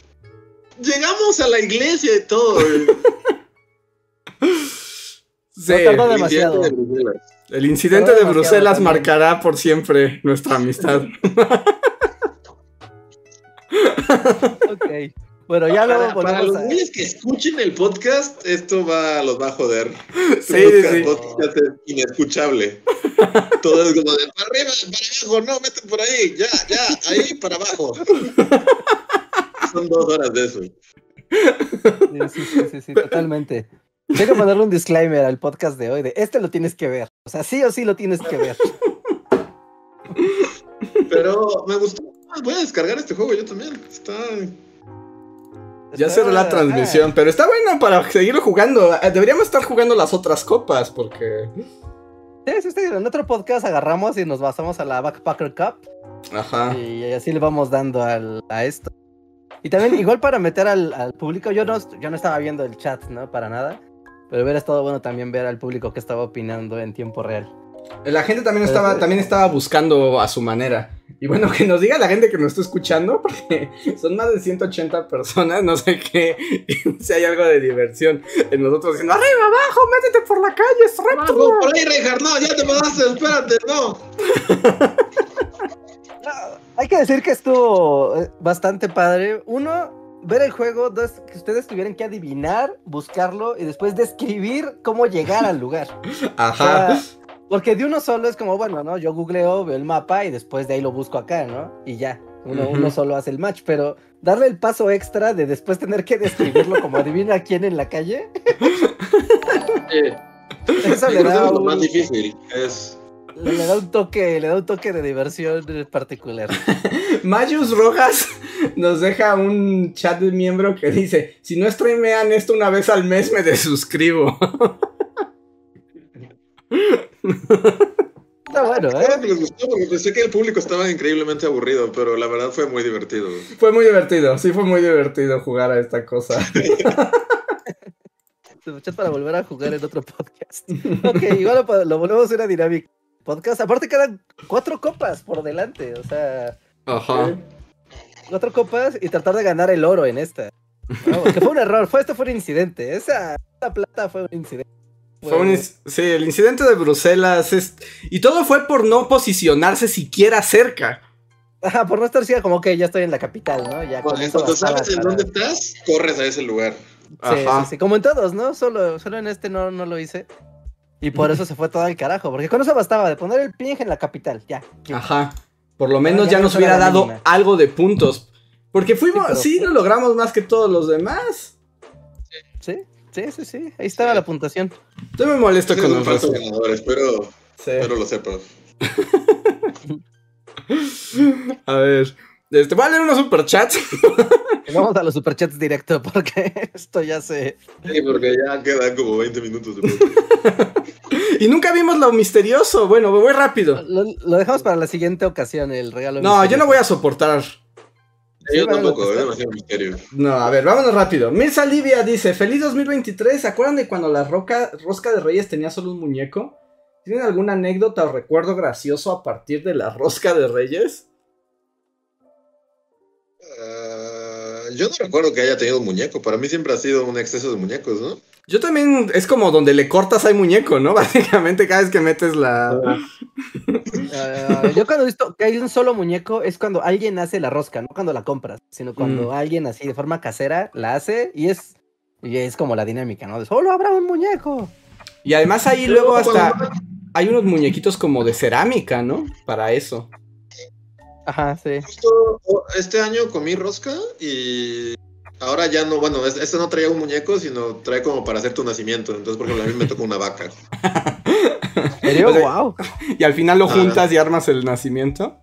Speaker 2: Llegamos a la iglesia y todo. eh. güey.
Speaker 1: Sí,
Speaker 3: tardó de-
Speaker 2: El
Speaker 3: Demasiado.
Speaker 2: incidente de Bruselas.
Speaker 1: el incidente de
Speaker 3: demasiado
Speaker 1: Bruselas
Speaker 3: también.
Speaker 1: marcará por siempre nuestra amistad.
Speaker 3: Ok. Bueno, ya luego
Speaker 2: Para, para
Speaker 3: volvemos
Speaker 2: los
Speaker 3: a...
Speaker 2: güeyes que escuchen el podcast, esto va, los va a joder.
Speaker 1: (laughs) Sí, sí, sí.
Speaker 2: Podcast, podcast es inescuchable. Todo es como de para arriba, para abajo, no, mete por ahí, ya, ya, ahí, para abajo. Son dos horas de eso.
Speaker 3: Sí, sí, sí, sí, sí, totalmente. Tengo que ponerle un disclaimer al podcast de hoy de este lo tienes que ver. O sea, sí o sí lo tienes que ver.
Speaker 2: Pero me gustó. Voy a descargar este juego yo también. Está.
Speaker 1: Ya cerró la
Speaker 3: Está-
Speaker 1: transmisión, pero está bueno para seguirlo jugando. Eh, Deberíamos estar jugando las otras copas, porque.
Speaker 3: Ah, sí, sí, sí, en otro podcast agarramos y nos basamos a la Backpacker Cup
Speaker 1: Ajá.
Speaker 3: y así le vamos dando al- a esto. Y también, igual para meter al, al público, yo no, est- yo no estaba viendo el chat, ¿no? Para nada. Pero hubiera estado bueno también ver al público que estaba opinando en tiempo real.
Speaker 1: La gente también estaba, también estaba buscando a su manera. Y bueno, que nos diga la gente que nos está escuchando, porque (laughs) son más de 180 personas, no sé qué, (laughs) si hay algo de diversión en nosotros diciendo, arriba, abajo, métete por la calle, es
Speaker 2: Abajo,
Speaker 1: rápido.
Speaker 2: por ahí, Reinhardt, no, ya te pasaste, espérate, no.
Speaker 3: Hay que decir que estuvo eh, bastante padre. Uno, ver el juego. Dos, que ustedes tuvieran que adivinar, buscarlo y después describir cómo llegar al lugar.
Speaker 1: Ajá.
Speaker 3: sea, Porque de uno solo es como, bueno, ¿no? Yo googleo, veo el mapa y después de ahí lo busco acá, ¿no? Y ya, uno,
Speaker 1: Ujú.
Speaker 3: uno solo hace el match, pero darle el paso extra de después tener que describirlo como adivina quién en la calle,
Speaker 2: Eh,
Speaker 3: eso le
Speaker 2: creo que
Speaker 3: da,
Speaker 2: es lo más
Speaker 3: un,
Speaker 2: difícil. Es.
Speaker 3: le da un toque, le da un toque de diversión particular.
Speaker 1: Mayus Rojas (laughs) nos deja un chat de miembro que dice, si no streamean esto una vez al mes, me (laughs) desuscribo.
Speaker 3: Está bueno,
Speaker 2: Claro
Speaker 3: ¿eh?
Speaker 2: que les gustó porque pensé que el público estaba increíblemente aburrido, pero la verdad fue muy divertido.
Speaker 1: Fue muy divertido, sí fue muy divertido jugar a esta cosa.
Speaker 3: Este Chat para volver a jugar en otro podcast. Ok, igual lo, pa- lo volvemos a hacer a dinámica. Podcast, aparte quedan cuatro copas por delante, o sea...
Speaker 1: (laughs) Ajá.
Speaker 3: cuatro copas y tratar de ganar el oro en esta. No, que fue un error, fue esto fue un incidente. Esa, esa plata fue un incidente. Pues,
Speaker 1: Fue un inc- sí, el incidente de Bruselas. es- y todo fue por no posicionarse siquiera cerca.
Speaker 3: Ajá, por no estar ciega, como que ya estoy en la capital, ¿no? Ya con
Speaker 2: En
Speaker 3: eso
Speaker 2: cuanto
Speaker 3: bastaba
Speaker 2: sabes en
Speaker 3: para-
Speaker 2: dónde estás, corres a ese lugar.
Speaker 3: Sí,
Speaker 1: Ajá.
Speaker 3: sí, sí, como en todos, ¿no? Solo, solo en este no, no lo hice. Y por eso se fue todo al carajo, porque con eso bastaba de poner el ping en la capital, ya.
Speaker 1: Ajá. Por lo menos
Speaker 3: Ah, ya
Speaker 1: ya
Speaker 3: no
Speaker 1: nos
Speaker 3: fue la
Speaker 1: hubiera dado
Speaker 3: mínima.
Speaker 1: algo de puntos. Porque fuimos,
Speaker 3: pero-
Speaker 1: sí, lo logramos más que todos los demás.
Speaker 3: Sí, sí, sí, sí. Ahí estaba
Speaker 2: Sí.
Speaker 3: la puntuación.
Speaker 1: Estoy muy molesto
Speaker 2: Ese
Speaker 1: con
Speaker 2: es un
Speaker 1: el
Speaker 2: falso
Speaker 1: resto.
Speaker 2: ganador, espero,
Speaker 1: Sí.
Speaker 2: espero lo sepas.
Speaker 1: A ver. Este, voy a leer unos superchats. (laughs)
Speaker 3: Vamos a los superchats directo, (laughs) porque esto ya se.
Speaker 2: Sí, porque ya (laughs) quedan como 20 minutos de podcast.
Speaker 1: y nunca vimos lo misterioso. Bueno, voy rápido.
Speaker 3: Lo, lo dejamos para la siguiente ocasión, el regalo.
Speaker 1: No, yo no voy
Speaker 3: misterioso.
Speaker 1: a soportar.
Speaker 2: Yo
Speaker 3: van a
Speaker 2: tampoco, es
Speaker 3: contestar.
Speaker 2: demasiado misterio.
Speaker 1: No, a ver, vámonos rápido. Mirza Livia dice, feliz 2023, ¿se acuerdan de cuando la roca, rosca de reyes tenía solo un muñeco? ¿Tienen alguna anécdota o recuerdo gracioso a partir de la rosca de reyes?
Speaker 2: Ah, yo no recuerdo que haya tenido un muñeco. Para mí siempre ha sido un exceso de muñecos, ¿no?
Speaker 1: Yo también, es como donde le cortas hay muñeco, ¿no? (laughs) Básicamente cada vez que metes la...
Speaker 3: Ah, yo cuando he visto que hay un solo muñeco es cuando alguien hace la rosca, no cuando la compras, sino cuando
Speaker 1: Mm.
Speaker 3: alguien así de forma casera la hace y es y es como la dinámica, ¿no? De solo habrá un muñeco.
Speaker 1: Y además ahí luego
Speaker 2: Yo cuando
Speaker 1: hasta hay unos muñequitos como de cerámica, ¿no? Para eso.
Speaker 3: Ajá, sí.
Speaker 2: Justo o- este año comí rosca y ahora ya no, bueno, es- este no traía un muñeco, sino trae como para hacer tu nacimiento. Entonces, por ejemplo, a mí me tocó una vaca.
Speaker 3: Pero
Speaker 1: O sea,
Speaker 3: wow.
Speaker 1: Y al final lo
Speaker 2: Ah.
Speaker 1: juntas y armas el nacimiento.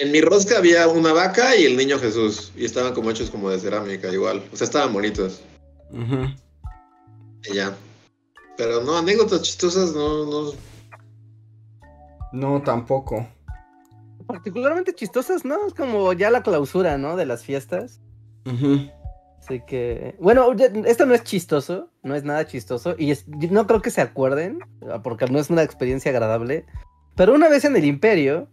Speaker 2: En mi rosca había una vaca y el niño Jesús. Y estaban como hechos como de cerámica, igual. O sea, estaban bonitos.
Speaker 1: Ujú.
Speaker 2: Y ya. Pero no, anécdotas chistosas, no, no.
Speaker 1: No, tampoco.
Speaker 3: Particularmente chistosas, ¿no? Es como ya la clausura, ¿no? De las fiestas.
Speaker 1: Ujú.
Speaker 3: Así que, bueno, ya- esto no es chistoso, no es nada chistoso, y es- y no creo ah, que se acuerden, porque no es una experiencia agradable, pero una vez en el imperio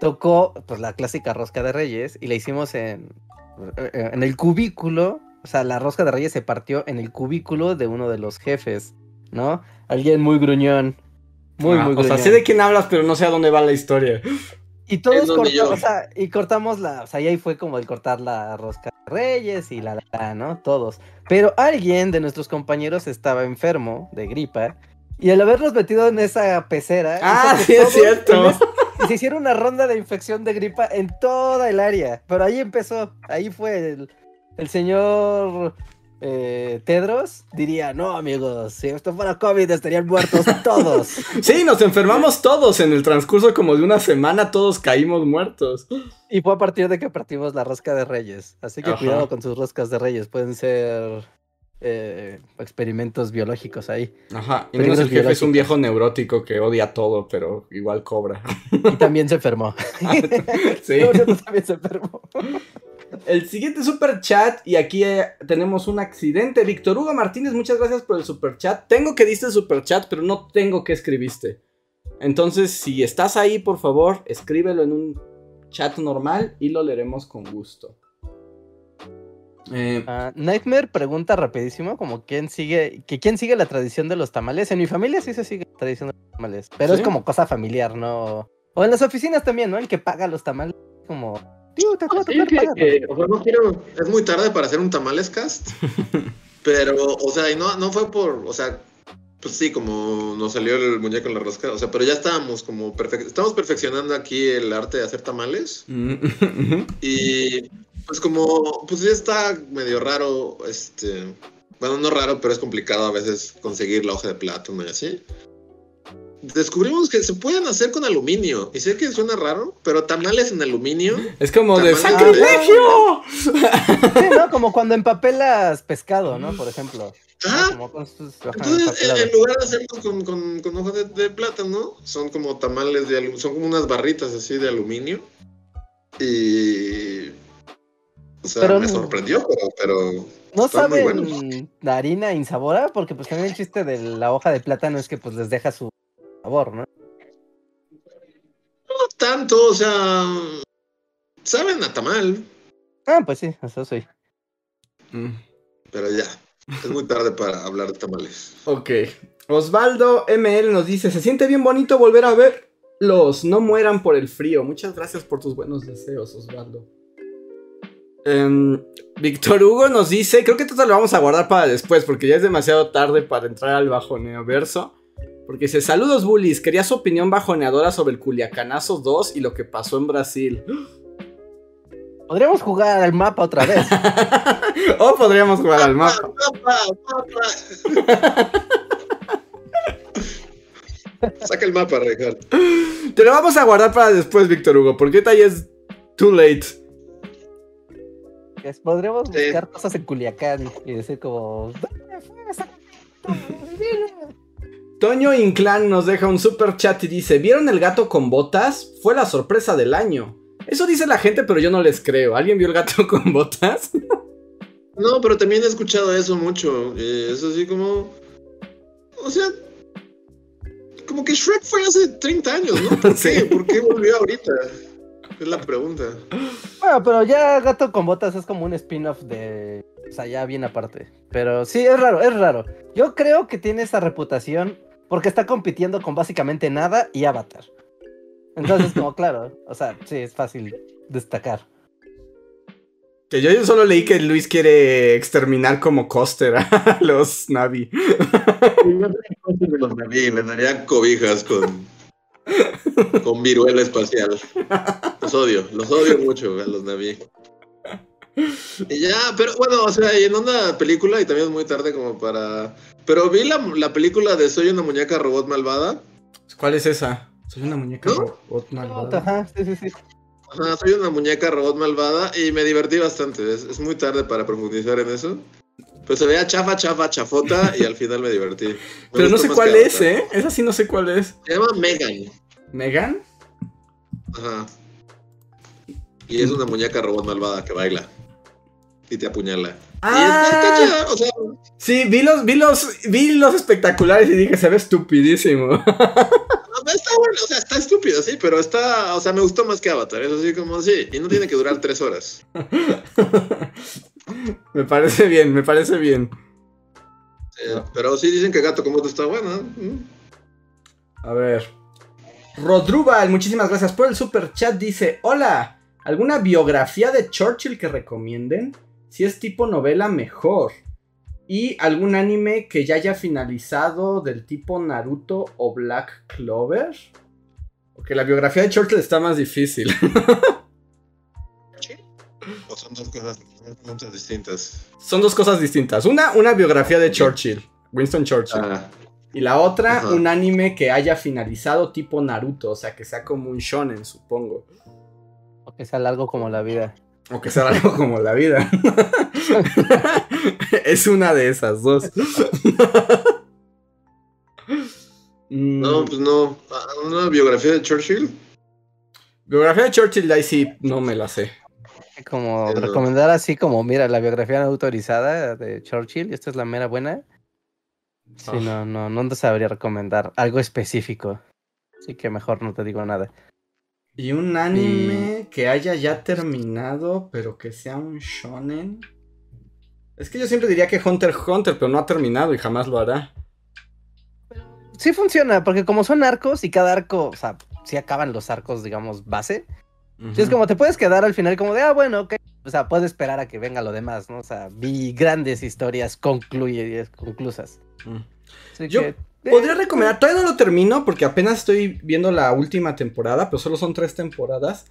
Speaker 3: tocó pues, la clásica rosca de reyes y la hicimos en, eh, en el cubículo. O sea, la rosca de reyes se partió en el cubículo de uno de los jefes, ¿no? Alguien muy gruñón. Muy,
Speaker 1: Ah,
Speaker 3: muy
Speaker 1: o
Speaker 3: gruñón.
Speaker 1: sea, sé de quién hablas, pero no sé a dónde va la historia.
Speaker 3: Y
Speaker 2: Es
Speaker 3: todos
Speaker 2: donde
Speaker 3: cortamos,
Speaker 2: yo-
Speaker 3: o sea, y cortamos la, o sea, y ahí fue como el cortar la rosca de Reyes y la, la, la, ¿no? Todos. Pero alguien de nuestros compañeros estaba enfermo de gripa y al habernos metido en esa pecera.
Speaker 1: Ah,
Speaker 3: hizo que
Speaker 1: sí, es
Speaker 3: todos
Speaker 1: cierto.
Speaker 3: en es- se hicieron una ronda de infección de gripa en toda el área. Pero ahí empezó, ahí fue el, el señor eh, Tedros diría, no amigos, si esto fuera COVID estarían muertos todos.
Speaker 1: Sí, nos enfermamos todos en el transcurso como de una semana, todos caímos muertos.
Speaker 3: Y fue a partir de que partimos la rosca de reyes. Así que
Speaker 1: Ajá.
Speaker 3: cuidado con sus roscas de reyes. Pueden ser eh, experimentos biológicos ahí.
Speaker 1: Ajá, y
Speaker 3: Peligros
Speaker 1: entonces el jefe es un
Speaker 3: biológicos.
Speaker 1: viejo neurótico que odia todo, pero igual cobra.
Speaker 2: (laughs)
Speaker 3: Y también se enfermó.
Speaker 1: (laughs)
Speaker 2: Ah,
Speaker 1: Sí.
Speaker 3: No, no, no, también se enfermó.
Speaker 1: El siguiente super chat, y aquí eh, tenemos un accidente. Víctor Hugo Martínez, muchas gracias por el super chat. Tengo que diste super chat, pero no tengo que escribiste. Entonces, si estás ahí, por favor, escríbelo en un chat normal y lo leeremos con gusto. (laughs) Eh,
Speaker 3: Ah, Nightmare pregunta rapidísimo como quién sigue, que quién sigue la tradición de los tamales. En mi familia sí se sigue la tradición de los tamales. Pero
Speaker 1: ¿Sí?
Speaker 3: es como cosa familiar, ¿no? O en las oficinas también, ¿no? El que paga los tamales. Como, tío, te acaba de
Speaker 2: Sí,
Speaker 3: Ah, tocar,
Speaker 2: que- que,
Speaker 3: págalo".
Speaker 2: o sea, no quiero- Es muy tarde para hacer un tamales cast. pero, o sea, y no, no fue por. O sea, pues sí, como nos salió el muñeco en la rosca. O sea, pero ya estábamos como. perfec- estamos perfeccionando aquí el arte de hacer tamales.
Speaker 1: mm,
Speaker 2: Y pues como. Pues ya está medio raro. Este. Bueno, no raro, pero es complicado a veces conseguir la hoja de plátano y así. Descubrimos que se pueden hacer con aluminio. Y sé que suena raro, pero tamales en aluminio.
Speaker 1: es como de
Speaker 2: Tamales.
Speaker 1: sacrilegio.
Speaker 3: Sí, ¿no? Como cuando empapelas pescado, ¿no? Por ejemplo. ¿no?
Speaker 2: Ajá.
Speaker 3: Como con sus- ajá,
Speaker 2: Ah, Entonces, en,
Speaker 3: empapelados.
Speaker 2: en lugar de hacerlos con, con, con hojas de, de plátano, son como tamales de aluminio, son como unas barritas así de aluminio. Y. O sea,
Speaker 3: Pero
Speaker 2: me
Speaker 3: no-
Speaker 2: sorprendió, pero, pero.
Speaker 3: No
Speaker 2: Están muy
Speaker 3: saben
Speaker 2: buenos.
Speaker 3: la harina insabora, porque pues también el chiste de la hoja de plátano es que pues les deja su sabor, ¿no?
Speaker 2: No tanto, o sea. Saben a tamal,
Speaker 3: Ah, pues sí, eso soy.
Speaker 1: Mm.
Speaker 2: pero ya. Es muy tarde para hablar de tamales.
Speaker 1: Ok. Osvaldo ML nos dice: Se siente bien bonito volver a verlos. No mueran por el frío. Muchas gracias por tus buenos deseos, Osvaldo. Em, Víctor Hugo nos dice: Creo que esto lo vamos a guardar para después, porque ya es demasiado tarde para entrar al bajoneo verso. Porque dice: Saludos, bullies. Quería su opinión bajoneadora sobre el Culiacanazo 2 y lo que pasó en Brasil. (laughs)
Speaker 3: Podríamos jugar al mapa
Speaker 2: (laughs)
Speaker 3: otra vez.
Speaker 1: o podríamos jugar al mapa.
Speaker 2: ¡Papa! ¡Papa! Saca el mapa, Ricardo.
Speaker 1: Te lo vamos a guardar para después, Víctor Hugo, porque ahorita ya es too late.
Speaker 3: Les Podríamos
Speaker 2: Sí.
Speaker 3: buscar cosas en Culiacán y decir como... "¿Dónde fue esa cosa?".
Speaker 1: Toño Inclán nos deja un super chat y dice: ¿Vieron el gato con botas? Fue la sorpresa del año. Eso dice la gente, pero yo no les creo. ¿Alguien vio el gato (laughs) con botas?
Speaker 2: No, pero también he escuchado eso mucho. eh, es así como. O sea. Como que Shrek fue hace 30 años, ¿no? ¿Por
Speaker 1: Sí.
Speaker 2: qué? ¿Por qué volvió ahorita? Es la pregunta.
Speaker 3: Bueno, pero ya Gato con Botas es como un spin-off de. O sea, ya bien aparte. Pero sí, es raro, es raro. Yo creo que tiene esa reputación porque está compitiendo con básicamente nada y Avatar. Entonces, como claro, o sea, sí, es fácil destacar.
Speaker 1: Que yo, yo solo leí que Luis quiere exterminar como Coster a (laughs) los Navi.
Speaker 2: Y les daría cobijas con. con viruela espacial. Los odio, los odio mucho a los Naví. Y ya, pero bueno, o sea, y en onda película, y también es muy tarde como para. Pero vi la, la película de Soy una muñeca robot malvada.
Speaker 1: ¿Cuál es esa? Soy una muñeca
Speaker 2: ¿No?
Speaker 1: robot malvada.
Speaker 3: Ajá, sí, sí, sí.
Speaker 2: Ajá, soy una muñeca robot malvada y me divertí bastante. Es, es muy tarde para profundizar en eso. Pero se veía chafa, chafa, chafota y al final me
Speaker 1: (laughs)
Speaker 2: divertí. Me
Speaker 1: Pero no
Speaker 2: gustó
Speaker 1: sé
Speaker 2: más
Speaker 1: cuál
Speaker 2: que
Speaker 1: es,
Speaker 2: Avatar.
Speaker 1: ¿eh? Esa sí no sé cuál es.
Speaker 2: Se llama Megan.
Speaker 1: ¿Megan?
Speaker 2: Ajá. Y es una muñeca robot malvada que baila. Y te apuñala. Y está, está
Speaker 1: ¡Ah!
Speaker 2: chida, o sea,
Speaker 1: Sí, vi los, vi los, vi los espectaculares y dije, se ve estupidísimo.
Speaker 2: a está bueno, o sea, está estúpido, sí, pero está, o sea, me gustó más que Avatar, eso sí, como sí, y no tiene que durar tres horas.
Speaker 1: (laughs) me parece bien, me parece bien.
Speaker 2: Eh, Pero sí dicen que Gato como tú está bueno. ¿eh?
Speaker 1: A ver. Rodrubal, muchísimas gracias por el super chat. Dice: Hola, ¿alguna biografía de Churchill que recomienden? Si es tipo novela, mejor. Y algún anime que ya haya finalizado del tipo Naruto o Black Clover. Porque la biografía de Churchill está más difícil. (laughs)
Speaker 2: O son dos cosas, son cosas distintas.
Speaker 1: Son dos cosas distintas. Una, una biografía de Churchill, Winston Churchill.
Speaker 2: Ah,
Speaker 1: Y la otra,
Speaker 2: Ajá.
Speaker 1: un anime que haya finalizado tipo Naruto, o sea, que sea como un shonen, supongo.
Speaker 3: O que sea largo como la vida.
Speaker 1: O que sea (laughs) algo como la vida. (laughs) es una de esas dos. (laughs) Mm,
Speaker 2: no, pues no. Ah, Una biografía de Churchill.
Speaker 1: Biografía de Churchill, ahí sí, no me la sé.
Speaker 3: Como
Speaker 2: Sí, no.
Speaker 3: recomendar así como, mira, la biografía no autorizada de Churchill, y esta es la mera buena. Sí,
Speaker 1: Ah.
Speaker 3: no, no, no te sabría recomendar algo específico. Así que mejor no te digo nada.
Speaker 1: Y un
Speaker 2: Mm.
Speaker 1: anime que haya ya terminado, pero que sea un shonen. Es que yo siempre diría que Hunter x Hunter, pero no ha terminado y jamás lo hará.
Speaker 3: Sí funciona, porque como son arcos y cada arco, o sea, sí acaban los arcos, digamos, base. Sí, es
Speaker 1: Ujú.
Speaker 3: como te puedes quedar al final como de, ah, bueno, ok. O sea, puedes esperar a que venga lo demás, ¿no? O sea, vi grandes historias concluye, eh, conclusas.
Speaker 1: Mm.
Speaker 3: Así
Speaker 1: Yo
Speaker 3: que, eh,
Speaker 1: Podría recomendar, todavía no lo termino porque apenas estoy viendo la última temporada, pero solo son tres temporadas.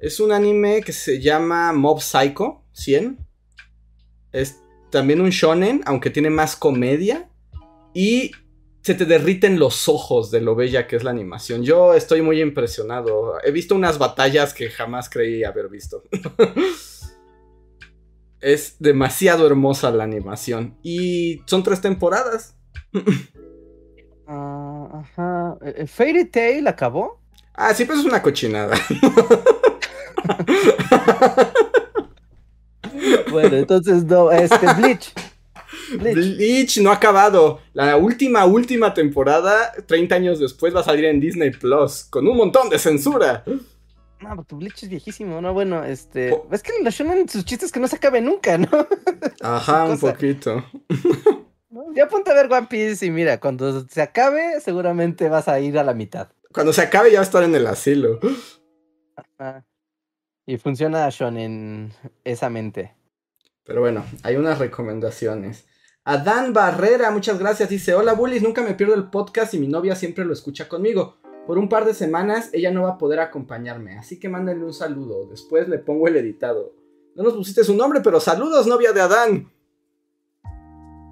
Speaker 1: Es un anime que se llama Mob Psycho 100. Es también un shonen, aunque tiene más comedia. Y se te derriten los ojos de lo bella que es la animación. Yo estoy muy impresionado. He visto unas batallas que jamás creí haber visto. (laughs) es demasiado hermosa la animación. Y son tres temporadas.
Speaker 3: ah, ajá. Eh, eh, Fairy Tail acabó.
Speaker 1: Ah, sí, pues es una cochinada.
Speaker 3: Bueno, entonces no, este Bleach. Bleach.
Speaker 1: (laughs) Bleach no ha acabado. La última, última temporada, 30 años después, va a salir en Disney Plus con un montón de censura.
Speaker 3: No, pues, tu Bleach es viejísimo, ¿no? Bueno, este.
Speaker 1: Po-
Speaker 3: Es que los shonen, sus chistes que no se acaben nunca, ¿no?
Speaker 1: Ajá, un
Speaker 3: Cosa.
Speaker 1: poquito.
Speaker 3: Ya ponte a ver One Piece y mira, cuando se acabe, seguramente vas a ir a la mitad.
Speaker 1: Cuando se acabe ya va a estar en el asilo.
Speaker 3: Ajá. Ah, Y funciona shonen esa mente.
Speaker 1: Pero bueno, hay unas recomendaciones. Adán Barrera, muchas gracias. Dice, hola Bullies, nunca me pierdo el podcast y mi novia siempre lo escucha conmigo. Por un par de semanas ella no va a poder acompañarme, así que mándenle un saludo. Después le pongo el editado. No nos pusiste su nombre, pero saludos, novia de Adán.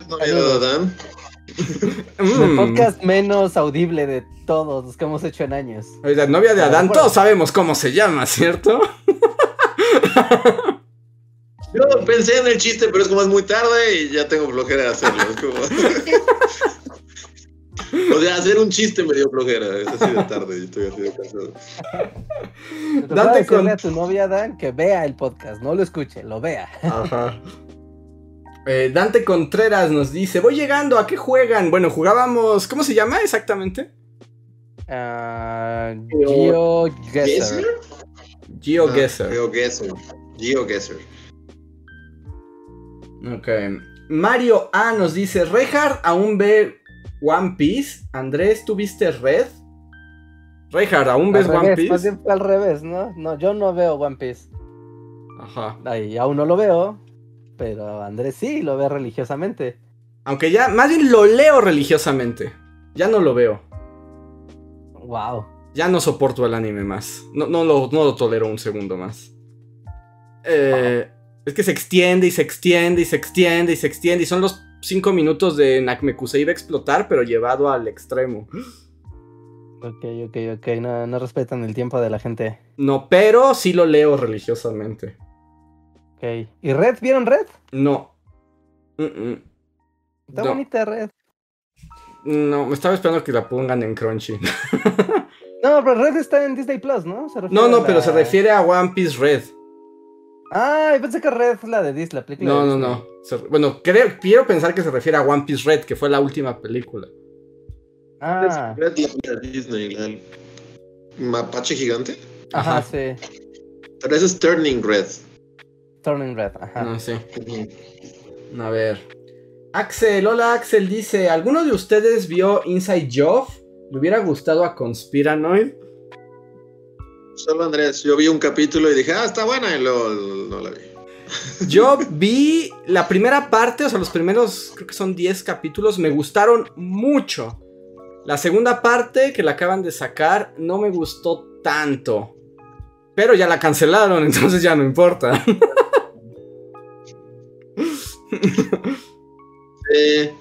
Speaker 2: No había dado a Dan.
Speaker 3: El
Speaker 1: Mm.
Speaker 3: podcast menos audible de todos los que hemos hecho en años.
Speaker 1: Oye, La novia de
Speaker 3: A lo
Speaker 1: Adán,
Speaker 3: mejor-
Speaker 1: todos sabemos cómo se llama, ¿cierto?
Speaker 2: Yo pensé en el chiste, pero es como es muy tarde y ya tengo flojera de hacerlo. Es como... (laughs) o sea, hacer un chiste me dio flojera. Es así de tarde y estoy así de cansado.
Speaker 1: Dante
Speaker 3: Dante decirle
Speaker 1: con-
Speaker 3: a tu novia Dan que vea el podcast, no lo escuche, lo vea.
Speaker 1: Ajá. Eh, Dante Contreras nos dice, voy llegando, ¿a qué juegan? Bueno, jugábamos, ¿cómo se llama exactamente?
Speaker 3: Ah, Geo
Speaker 2: ¿Gesser?
Speaker 3: Gesser.
Speaker 1: GeoGuessr.
Speaker 2: Ah, Geo Gesser. Geo Gesser.
Speaker 1: Ok. Mario A nos dice, Rehard aún ve One Piece. Andrés, ¿tú viste Red? Rehard, ¿aún
Speaker 3: Al
Speaker 1: ves One
Speaker 3: revés, Más
Speaker 1: Piece?
Speaker 3: bien fue al revés, ¿no? No, yo no veo One Piece.
Speaker 1: Ajá.
Speaker 3: Ay, aún no lo veo, pero Andrés sí lo ve religiosamente.
Speaker 1: Aunque ya, más bien lo leo religiosamente. Ya no lo veo.
Speaker 3: Wow.
Speaker 1: Ya no soporto el anime más. No, no, lo, no lo tolero un segundo más. Eh, es que se extiende y se extiende y se extiende y se extiende. Y son los cinco minutos de Nakmekuse iba a explotar, pero llevado al extremo.
Speaker 3: Ok, ok, ok. No, no respetan el tiempo de la gente.
Speaker 1: No, pero sí lo leo religiosamente.
Speaker 3: Ok. ¿Y Red? ¿Vieron Red?
Speaker 1: No. Mm,
Speaker 3: Está
Speaker 1: No.
Speaker 3: bonita Red.
Speaker 1: mm. No, me estaba esperando que la pongan en Crunchy.
Speaker 3: No, pero Red está en Disney Plus, ¿no? Se refiere
Speaker 1: No,
Speaker 3: a
Speaker 1: no,
Speaker 3: la-
Speaker 1: pero se refiere a One Piece Red.
Speaker 3: Ah, pensé que Red es la de Disney, la película.
Speaker 1: No,
Speaker 3: de
Speaker 1: no,
Speaker 3: Disney.
Speaker 1: no. Se- bueno, creo, quiero pensar que se refiere a One Piece Red, que fue la última película.
Speaker 3: Ah,
Speaker 2: Era Disney, Disney, el mapache gigante.
Speaker 3: ajá,
Speaker 1: Ajá.
Speaker 3: sí.
Speaker 2: Pero eso es Turning Red.
Speaker 3: Turning Red, ajá.
Speaker 1: No sé. A ver. Axel, hola Axel, dice, ¿alguno de ustedes vio Inside Job? ¿Le hubiera gustado a Conspiranoid?
Speaker 2: Solo Andrés, yo vi un capítulo y dije, ah, está buena, y luego no la vi.
Speaker 1: Yo vi la primera parte, o sea, los primeros, creo que son 10 capítulos, me gustaron mucho. La segunda parte, que la acaban de sacar, no me gustó tanto. Pero ya la cancelaron, (laughs) entonces ya no importa.
Speaker 2: Eh,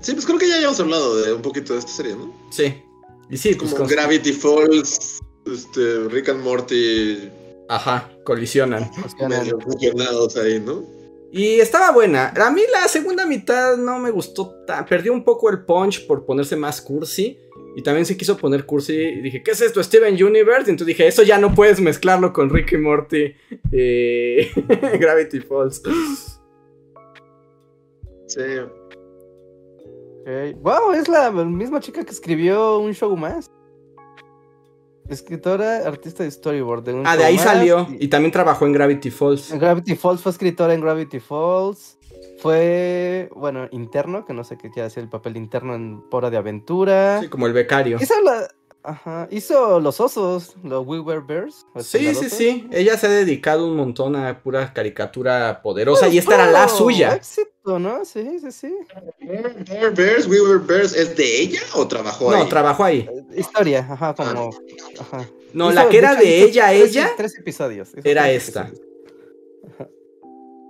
Speaker 2: sí, pues creo que ya habíamos hablado de un poquito de esta serie, ¿no?
Speaker 1: Sí. Y sí, pues
Speaker 2: Como
Speaker 1: cons-
Speaker 2: Gravity Falls, este, Rick and Morty,
Speaker 1: Ajá, colisionan.
Speaker 3: Funcionan.
Speaker 2: medio fusionados ahí, ¿no?
Speaker 1: Y estaba buena. A mí la segunda mitad no me gustó tan. Perdió un poco el punch por ponerse más cursi. Y también se quiso poner cursi. Y dije, ¿qué es esto? Steven Universe. Y entonces dije, eso ya no puedes mezclarlo con Ricky Morty y (laughs) Gravity Falls.
Speaker 2: Sí.
Speaker 3: Ok. Wow, es la misma chica que escribió un show más. Escritora, artista de storyboard. De un
Speaker 1: Ah, de
Speaker 3: show
Speaker 1: ahí
Speaker 3: más.
Speaker 1: salió.
Speaker 3: Y-
Speaker 1: Y también trabajó en Gravity Falls.
Speaker 3: En Gravity Falls fue escritora en Gravity Falls. Fue, bueno, interno, que no sé qué quiere decir el papel interno en Hora de Aventura.
Speaker 1: Sí, como el becario.
Speaker 3: Hizo la. Ajá, hizo los osos, los We Were Bears. los
Speaker 1: Sí, sí,
Speaker 3: soldadotes.
Speaker 1: sí. Ella se ha dedicado un montón a pura caricatura poderosa. (laughs) Y esta era
Speaker 3: Tuvo
Speaker 1: la suya.
Speaker 3: Éxito, ¿no? Sí, sí, sí.
Speaker 2: Bear Bears, We Were Bears, ¿es de ella o trabajó ahí?
Speaker 1: No, trabajó ahí.
Speaker 3: Eh, Historia, ajá, como. Ajá.
Speaker 1: No,
Speaker 3: Hizo,
Speaker 1: la que era
Speaker 3: hecho,
Speaker 1: de
Speaker 3: hizo
Speaker 1: ella,
Speaker 3: tres-
Speaker 1: ella.
Speaker 3: Tres episodios. hizo
Speaker 1: era
Speaker 3: tres
Speaker 1: esta.
Speaker 3: episodios.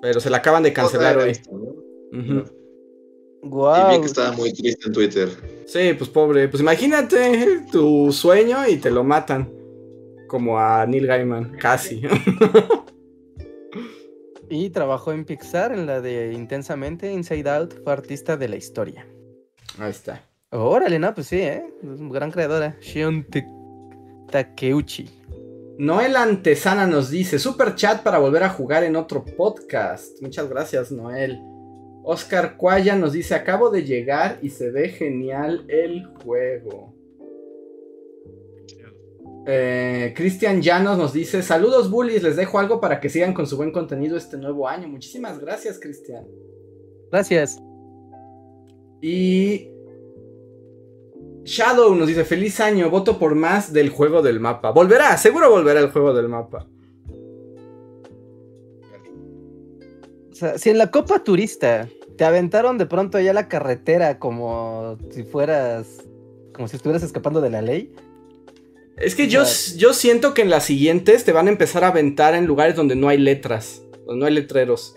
Speaker 1: Pero se la acaban de cancelar
Speaker 2: Otra era
Speaker 1: hoy.
Speaker 2: esta, ¿no?
Speaker 1: Ujú.
Speaker 2: Y
Speaker 3: Guau.
Speaker 2: vi que estaba muy triste en Twitter.
Speaker 1: Sí, pues pobre. Pues imagínate tu sueño y te lo matan. Como a Neil Gaiman, casi. (laughs)
Speaker 3: Y trabajó en Pixar, en la de Intensamente, Inside Out, fue artista de la historia.
Speaker 1: Ahí está.
Speaker 3: Órale, no, pues sí, ¿eh? Es una gran creadora. Shion Te- Takeuchi.
Speaker 1: Noel Antesana nos dice: Super chat para volver a jugar en otro podcast. Muchas gracias, Noel. Oscar Cuaya nos dice: Acabo de llegar y se ve genial el juego. Eh, Cristian Llanos nos dice: Saludos, bullies. Les dejo algo para que sigan con su buen contenido este nuevo año. Muchísimas gracias, Cristian.
Speaker 3: Gracias.
Speaker 1: Y Shadow nos dice, feliz año, voto por más del juego del mapa. Volverá, seguro volverá el juego del mapa.
Speaker 3: O sea, si en la Copa Turista te aventaron de pronto allá a la carretera como si fueras. como si estuvieras escapando de la ley.
Speaker 1: Es que yo, yo siento que en las siguientes te van a empezar a aventar en lugares donde no hay letras, donde no hay letreros.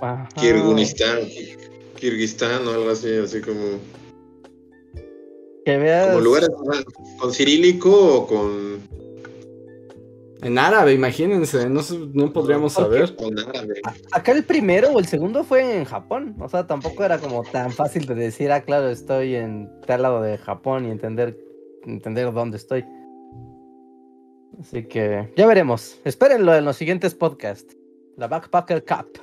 Speaker 3: Ajá.
Speaker 2: Kirgunistán, Kirguistán o algo así, así como...
Speaker 3: Que veas.
Speaker 2: Como lugares con cirílico o con,
Speaker 1: En árabe, imagínense, no, sé- no podríamos
Speaker 3: ¿Por qué?
Speaker 1: saber.
Speaker 2: con árabe.
Speaker 3: Acá el primero o el segundo fue en Japón. O sea, tampoco era como tan fácil de decir, ah, claro, estoy en tal lado de Japón y entender, entender dónde estoy. Así que ya veremos. Espérenlo en los siguientes podcasts. La Backpacker Cup.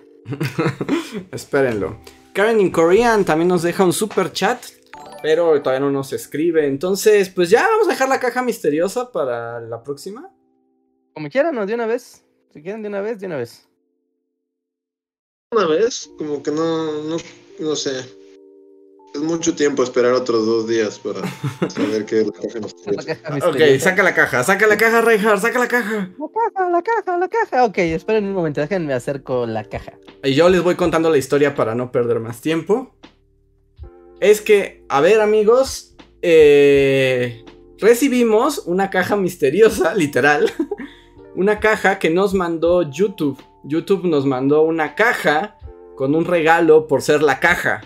Speaker 1: Espérenlo. Karen in Korean también nos deja un super chat, pero todavía no nos escribe. Entonces, pues ya vamos a dejar la caja misteriosa para la próxima.
Speaker 3: Como quieran, o de una vez. Si quieren de una vez, de una vez.
Speaker 2: Una vez, como que no, no, no sé. Es mucho tiempo esperar otros dos días
Speaker 1: (laughs)
Speaker 2: para saber qué es lo que nos
Speaker 3: La
Speaker 2: trae.
Speaker 3: caja
Speaker 1: Ok,
Speaker 3: misteriosa.
Speaker 1: saca la caja, saca la caja, Reinhardt, saca la caja.
Speaker 3: La caja, la caja, la caja. Ok, esperen un momento, déjenme hacer con la caja.
Speaker 1: Y yo les voy contando la historia para no perder más tiempo. Es que, a ver amigos, eh, recibimos una caja misteriosa, (laughs) literal. Una caja que nos mandó YouTube. YouTube nos mandó una caja con un regalo por ser la caja.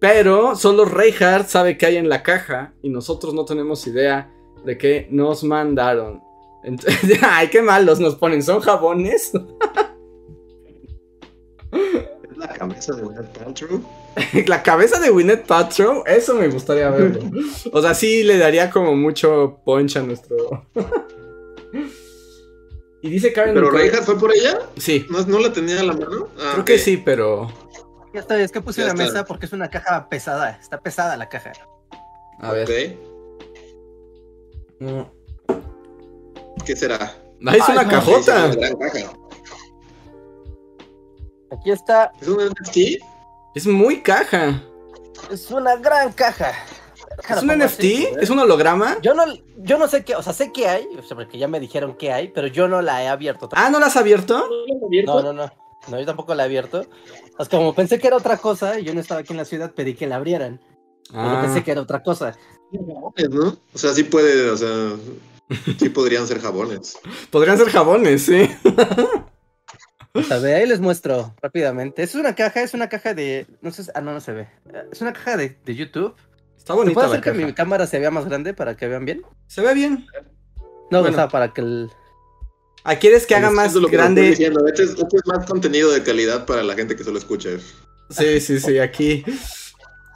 Speaker 1: Pero solo Reinhardt sabe qué hay en la caja y nosotros no tenemos idea de qué nos mandaron. Ent- (laughs) ay, qué malos nos ponen. ¿Son jabones?
Speaker 2: ¿Es la cabeza de Gwyneth Paltrow?
Speaker 1: (laughs) La cabeza de Winnet Paltrow, eso me gustaría verlo.
Speaker 2: (laughs)
Speaker 1: O sea, sí le daría como mucho punch a nuestro. (laughs) y dice Karen.
Speaker 2: ¿Pero
Speaker 1: Nicole-
Speaker 2: Reinhardt fue por ella?
Speaker 1: Sí,
Speaker 2: ¿No, no la tenía en la mano? Ah,
Speaker 1: creo
Speaker 2: ok.
Speaker 1: que sí, pero.
Speaker 4: Ya está, es que puse
Speaker 2: Ya
Speaker 4: la
Speaker 2: está.
Speaker 4: mesa porque es una caja pesada. Está pesada la caja.
Speaker 1: A ver.
Speaker 2: Ok.
Speaker 3: Mm,
Speaker 1: No.
Speaker 2: ¿Qué será?
Speaker 1: Ah, es
Speaker 3: Ay,
Speaker 1: una
Speaker 3: no,
Speaker 1: cajota.
Speaker 2: Es una gran caja.
Speaker 3: Aquí está,
Speaker 2: ¿Es un NFT?
Speaker 1: Es muy caja.
Speaker 3: es una gran caja. Déjala,
Speaker 1: ¿Es un
Speaker 3: pongo
Speaker 1: NFT?
Speaker 3: así.
Speaker 1: ¿Es un holograma?
Speaker 3: Yo no, yo no sé qué, o sea, sé que hay, o sea, porque ya me dijeron que hay, pero yo no la he abierto.
Speaker 1: Ah, ¿no la has abierto?
Speaker 3: No, no, no. No, yo tampoco la he abierto. O sea, como pensé que era otra cosa, y yo no estaba aquí en la ciudad, pedí que la abrieran. Pero
Speaker 1: Ah.
Speaker 3: pensé que era otra cosa.
Speaker 2: ¿no? O sea, sí puede, o sea,
Speaker 1: (laughs)
Speaker 2: sí podrían ser jabones.
Speaker 1: Podrían ser jabones, sí. (laughs)
Speaker 3: Pues, a ver, ahí les muestro rápidamente. Es una caja, es una caja de. No sé, si- ah, no, no se ve. Eh, Es una caja de, de YouTube.
Speaker 1: Está
Speaker 3: ¿Se puede
Speaker 1: bonita
Speaker 3: hacer
Speaker 1: la
Speaker 3: que
Speaker 1: caja.
Speaker 3: mi cámara se vea más grande para que vean bien?
Speaker 1: Se ve bien.
Speaker 3: No,
Speaker 1: Bueno.
Speaker 3: o sea, para que el.
Speaker 1: Ah, ¿quieres que haga
Speaker 2: Es
Speaker 1: más
Speaker 2: lo que estoy
Speaker 1: grande?
Speaker 2: diciendo, Este es, este es más contenido de calidad para la gente que solo escucha.
Speaker 1: Sí, sí, sí, aquí.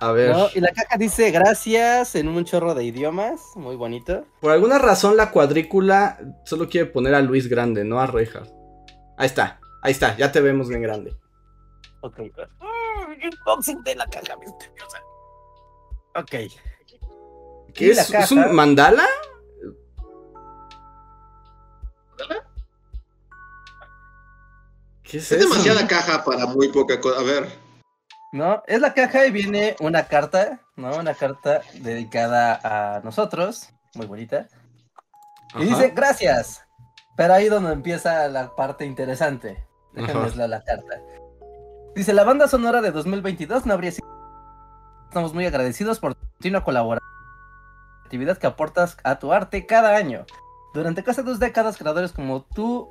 Speaker 1: A ver.
Speaker 3: ¿no? Y la caja dice gracias en un chorro de idiomas. Muy bonito.
Speaker 1: Por alguna razón la cuadrícula solo quiere poner a Luis grande, no a Reinhardt. Ahí está, ahí está, ya te vemos bien grande.
Speaker 3: Ok. Mm, unboxing de la caja misteriosa. Ok.
Speaker 1: ¿Qué
Speaker 3: Y
Speaker 1: es?
Speaker 3: la
Speaker 1: ¿Es un
Speaker 3: caja.
Speaker 1: mandala? ¿Qué es,
Speaker 2: Es,
Speaker 1: eso?
Speaker 2: demasiada caja para muy poca cosa. A ver,
Speaker 3: ¿No? Es la caja y viene una carta, ¿no? Una carta dedicada a nosotros. Muy bonita.
Speaker 1: Ajá.
Speaker 3: Y dice gracias. Pero ahí donde empieza la parte interesante. Déjenles
Speaker 1: Ajá.
Speaker 3: leo la carta. Dice, la banda sonora de 2022 no habría sido... Estamos muy agradecidos por tu continua colaboración. Actividad que aportas a tu arte cada año. Durante casi dos décadas, creadores como tú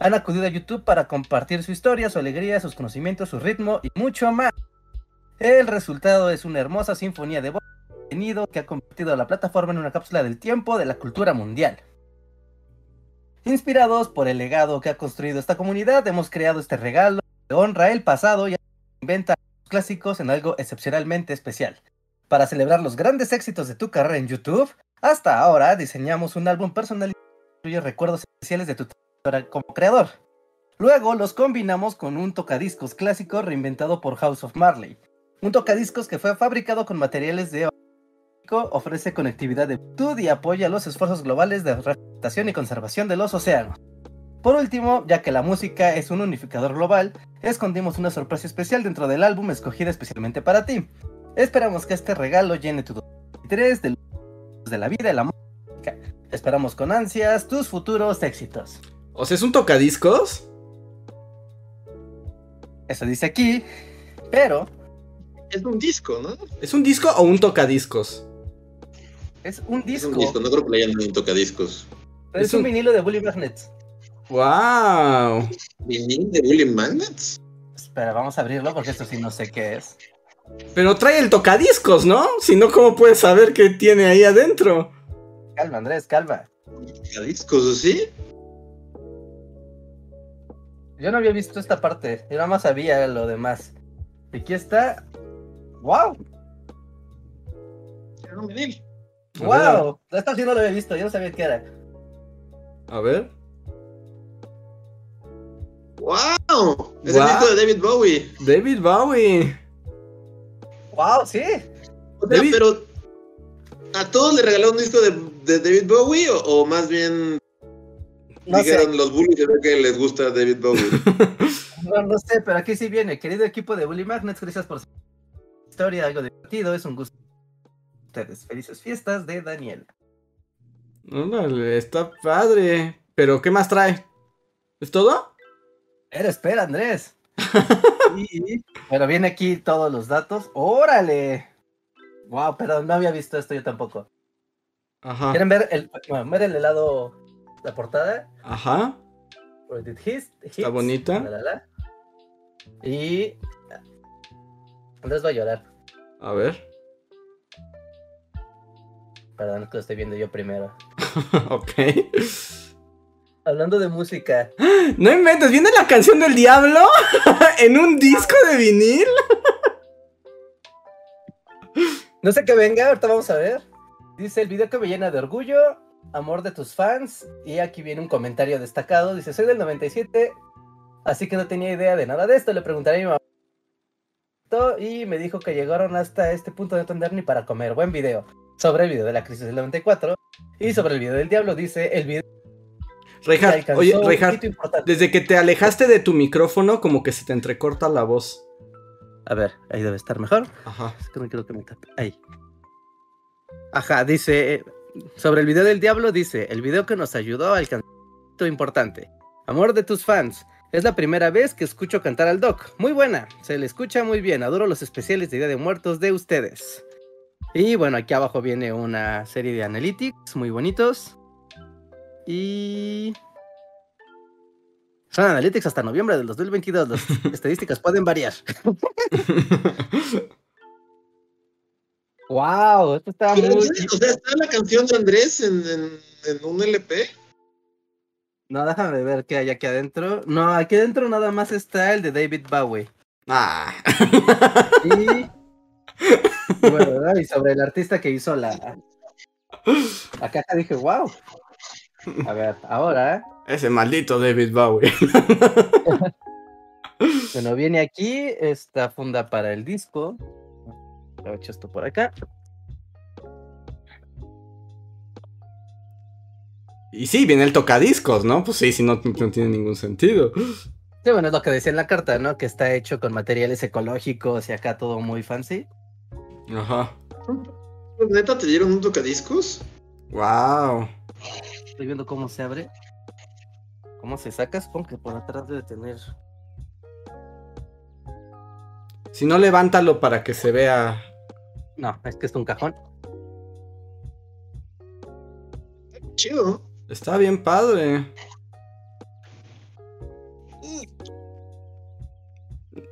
Speaker 3: han acudido a YouTube para compartir su historia, su alegría, sus conocimientos, su ritmo y mucho más. El resultado es una hermosa sinfonía de voz y contenido que ha convertido a la plataforma en una cápsula del tiempo de la cultura mundial. Inspirados por el legado que ha construido esta comunidad, hemos creado este regalo que honra el pasado y inventa los clásicos en algo excepcionalmente especial. Para celebrar los grandes éxitos de tu carrera en YouTube, hasta ahora diseñamos un álbum personalizado que incluye recuerdos especiales de tu trayectoria como creador. Luego los combinamos con un tocadiscos clásico reinventado por House of Marley. Un tocadiscos que fue fabricado con materiales de ofrece conectividad de Bluetooth y apoya los esfuerzos globales de y conservación de los océanos. Por último, ya que la música es un unificador global, escondimos una sorpresa especial dentro del álbum escogida especialmente para ti. Esperamos que este regalo llene tu 2023 de luz de la vida y la música. Esperamos con ansias tus futuros éxitos.
Speaker 1: O sea, ¿es un tocadiscos?
Speaker 3: Eso dice aquí, pero
Speaker 2: es un disco, ¿no?
Speaker 1: ¿Es un disco o un tocadiscos?
Speaker 3: es un
Speaker 2: Es
Speaker 3: disco,
Speaker 2: un disco, no creo que le hayan un tocadiscos.
Speaker 3: es,
Speaker 1: Es
Speaker 3: un,
Speaker 1: un-
Speaker 3: vinilo de Bully Magnets.
Speaker 1: ¡Wow!
Speaker 2: ¿Vinil de William Magnets?
Speaker 3: Espera, vamos a abrirlo porque esto sí no sé qué es.
Speaker 1: Pero trae el tocadiscos, ¿no? Si no, ¿cómo puedes saber qué tiene ahí adentro?
Speaker 3: Calma, Andrés, calma.
Speaker 2: ¿Tocadiscos o sí?
Speaker 3: Yo no había visto esta parte, yo nada más sabía lo demás. Y aquí está. ¡Wow!
Speaker 2: Era un vinil.
Speaker 1: A
Speaker 3: ¡Wow! Esta sí no lo había visto, yo no sabía qué era.
Speaker 1: A ver.
Speaker 2: ¡Wow! Es
Speaker 1: Guau.
Speaker 2: el disco de David Bowie.
Speaker 1: David Bowie.
Speaker 3: ¡Wow! Sí.
Speaker 2: O sea,
Speaker 1: David-
Speaker 2: pero. ¿A todos le regaló un disco de, de David Bowie? O, o más bien
Speaker 3: No
Speaker 2: dijeron
Speaker 3: sé,
Speaker 2: los bullies yo creo que les gusta David
Speaker 3: (laughs)
Speaker 2: Bowie?
Speaker 3: no, no sé, pero aquí sí viene. Querido equipo de Bully Magnets, gracias por su historia, algo divertido, es un gusto. Ustedes, felices fiestas de Daniel.
Speaker 1: Órale, está padre. Pero, ¿qué más trae? ¿Es todo?
Speaker 3: Pero espera, Andrés. Y- Pero viene aquí todos los datos. ¡Órale! ¡Wow! Perdón, no había visto esto yo tampoco.
Speaker 1: Ajá.
Speaker 3: ¿Quieren ver el, bueno, ver el helado, la portada?
Speaker 1: Ajá.
Speaker 3: Or Pues, did his- hits,
Speaker 1: Está bonita.
Speaker 3: la, la, la. Y Andrés va a llorar.
Speaker 1: A ver. (laughs)
Speaker 3: Perdón, es que lo estoy viendo yo primero.
Speaker 1: ok.
Speaker 3: Hablando de música,
Speaker 1: No inventes, viene la canción del diablo (laughs) en un disco de vinil.
Speaker 3: no sé qué venga, ahorita vamos a ver. Dice el video que me llena de orgullo, amor de tus fans. Y aquí viene un comentario destacado. Dice, soy del 97, así que no tenía idea de nada de esto. Le preguntaré a mi mamá contactó y me dijo que llegaron hasta este punto de no tener ni para comer. Buen video. Sobre el video de la crisis del 94 y sobre el video del diablo dice el video que
Speaker 1: Reinhardt,
Speaker 3: alcanzó
Speaker 1: oye,
Speaker 3: un
Speaker 1: Reinhardt,
Speaker 3: hito importante.
Speaker 1: desde que te alejaste de tu micrófono, como que se te entrecorta la voz.
Speaker 3: A ver, ahí debe estar mejor.
Speaker 1: Ajá. (laughs)
Speaker 3: Es que no quiero que me tape. Ahí. Ajá, dice. eh, Sobre el video del diablo, dice: El video que nos ayudó a alcanzar un hito importante. Amor de tus fans. Es la primera vez que escucho cantar al Doc. Muy buena. Se le escucha muy bien. Adoro los especiales de Día de Muertos de ustedes. Y bueno, aquí abajo viene una serie de analytics muy bonitos. Y. Son analytics hasta noviembre del 2022. Las (laughs) estadísticas pueden variar. ¡Wow!
Speaker 2: (laughs)
Speaker 3: Esto está
Speaker 2: O sea, está la canción de Andrés en, en- en un LP.
Speaker 3: No, déjame ver qué hay aquí adentro. No, aquí adentro nada más está el de David Bowie.
Speaker 1: Ah.
Speaker 3: Y, y bueno, ¿verdad? Y sobre el artista que hizo la, la caja dije, wow. A ver, ahora
Speaker 1: Ese maldito David Bowie.
Speaker 3: Bueno, viene aquí esta funda para el disco. Lo echo esto por acá.
Speaker 1: Y sí, viene el tocadiscos, ¿no? Pues sí, si no, no tiene ningún sentido.
Speaker 3: Sí, bueno, es lo que decía en la carta, ¿no? Que está hecho con materiales ecológicos y acá todo muy fancy.
Speaker 1: Ajá.
Speaker 2: ¿Neta te dieron un tocadiscos?
Speaker 1: Wow.
Speaker 3: Estoy viendo cómo se abre. ¿Cómo se saca? Supongo que por atrás debe tener.
Speaker 1: Si no, levántalo para que se vea.
Speaker 3: No, es que es un cajón.
Speaker 2: Chido, ¿no?
Speaker 1: Está bien padre.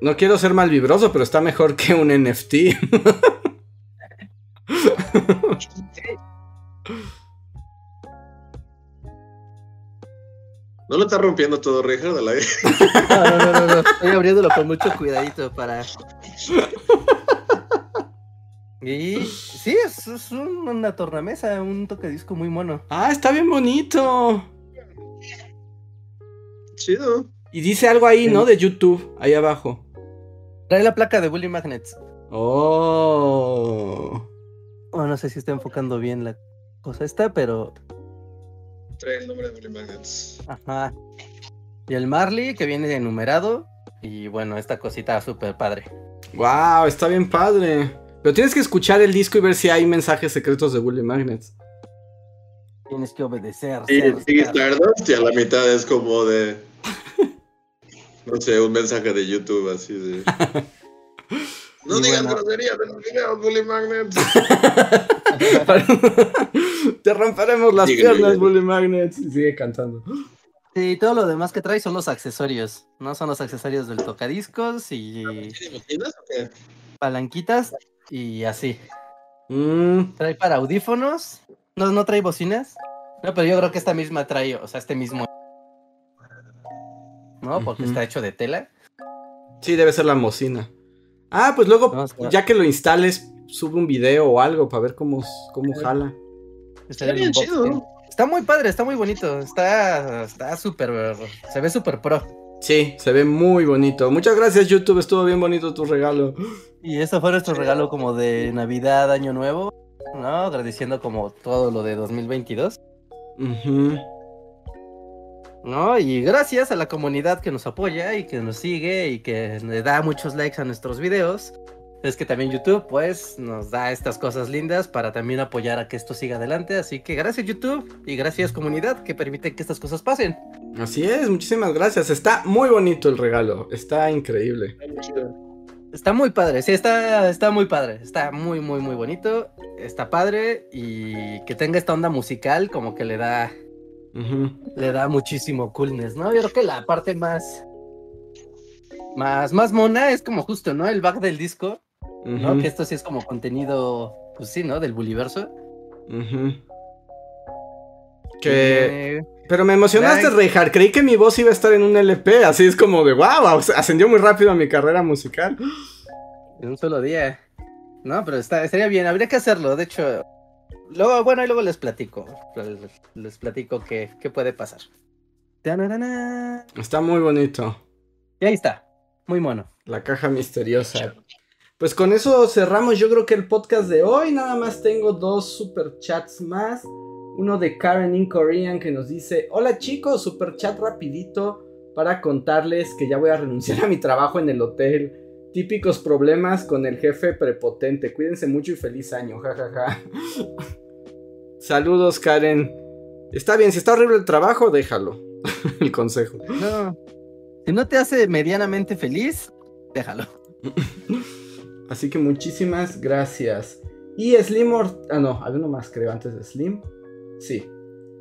Speaker 1: No quiero ser mal vibroso, pero está mejor que un NFT.
Speaker 2: No lo está rompiendo todo, Richard, al aire.
Speaker 3: No, no, no, no, no, Estoy abriéndolo con mucho cuidadito para. Y sí, es, es un- una tornamesa, un tocadisco muy mono.
Speaker 1: (laughs) Ah, está bien bonito.
Speaker 2: Chido.
Speaker 1: Y dice algo ahí,
Speaker 3: Sí.
Speaker 1: ¿no? De YouTube, ahí abajo.
Speaker 3: Trae la placa de Bully Magnets.
Speaker 1: Oh.
Speaker 3: Oh, no sé si está enfocando bien la cosa esta, pero.
Speaker 2: Trae el nombre de Billy Magnets.
Speaker 3: Ajá. Y el Marley que viene enumerado. Y bueno, esta cosita súper padre.
Speaker 1: Wow, está bien padre. Pero tienes que escuchar el disco y ver si hay mensajes secretos de Bully Magnets. (laughs)
Speaker 3: Tienes que obedecer.
Speaker 2: Sí,
Speaker 3: ser-
Speaker 2: sí,
Speaker 3: ser-
Speaker 2: Stardust y a la mitad es como de. No sé, un mensaje de YouTube así de. No
Speaker 3: Y
Speaker 2: digas
Speaker 3: bueno.
Speaker 2: groserías en los videos, Bully Magnets.
Speaker 1: Te romperemos las
Speaker 2: Dígale,
Speaker 1: piernas,
Speaker 2: dígale.
Speaker 1: Bully Magnets. Y sigue cantando.
Speaker 3: Sí, todo lo demás que trae son los accesorios. No son los accesorios del tocadiscos y
Speaker 2: ¿Te imaginas o qué?
Speaker 3: palanquitas y así.
Speaker 1: Mm,
Speaker 3: Trae para audífonos. No, no trae bocinas. No, pero yo creo que esta misma trae, o sea, este mismo. ¿No? Porque
Speaker 1: Ujú.
Speaker 3: está hecho de tela.
Speaker 1: sí, debe ser la mocina. Ah, pues luego,
Speaker 3: No, está-
Speaker 1: ya que lo instales, sube un video o algo para ver cómo, cómo jala.
Speaker 3: Está, en
Speaker 2: bien
Speaker 3: un box
Speaker 2: chido,
Speaker 3: set.
Speaker 2: ¿no?
Speaker 3: Está muy padre, está muy bonito. Está está súper. se ve súper pro.
Speaker 1: Sí, se ve muy bonito. Muchas gracias, YouTube. Estuvo bien bonito tu regalo.
Speaker 3: Y eso fue nuestro regalo como de Navidad, Año Nuevo. ¿No? Agradeciendo como todo lo de 2022.
Speaker 1: Ujú.
Speaker 3: ¿no? Y gracias a la comunidad que nos apoya y que nos sigue y que le da muchos likes a nuestros videos. Es que también YouTube, pues, nos da estas cosas lindas para también apoyar a que esto siga adelante. Así que gracias YouTube y gracias comunidad que permite que estas cosas pasen.
Speaker 1: Así es, muchísimas gracias. Está muy bonito el regalo. Está increíble.
Speaker 3: Está muy padre, sí, está, está muy padre. Está muy, muy, muy bonito. Está padre y que tenga esta onda musical como que le da,
Speaker 1: Ujú.
Speaker 3: le da muchísimo coolness, ¿no? Yo creo que la parte más... Más, más mona es como justo, ¿no? El back del disco. ¿no?
Speaker 1: Ujú.
Speaker 3: Que esto sí es como contenido, pues sí, ¿no? Del Bulliverso.
Speaker 1: Ujú. Que...
Speaker 3: Eh,
Speaker 1: Pero me emocionaste,
Speaker 3: Nice.
Speaker 1: Reinhardt. Creí que mi voz iba a estar en un LP. Así es como de wow. Ascendió muy rápido a mi carrera musical.
Speaker 3: en un solo día. No, pero está, estaría bien, habría que hacerlo. De hecho, luego, bueno, y luego les platico. Les, les platico qué, qué puede pasar. Tanarana.
Speaker 1: Está muy bonito.
Speaker 3: Y ahí está. Muy mono.
Speaker 1: La caja misteriosa. Pues con eso cerramos yo creo que el podcast de hoy. Nada más tengo dos super chats más. Uno de Karen in Korean que nos dice, hola chicos, super chat rapidito para contarles que ya voy a renunciar a mi trabajo en el hotel. Típicos problemas con el jefe prepotente. Cuídense mucho y feliz año, jajaja. (laughs) Saludos Karen. Está bien, si está horrible el trabajo, déjalo. (laughs) el consejo.
Speaker 3: No.
Speaker 4: Si no te hace medianamente feliz, déjalo.
Speaker 1: Así que muchísimas gracias. Y Slim Or- Ah, no, había uno más, creo, antes de Slim. Sí.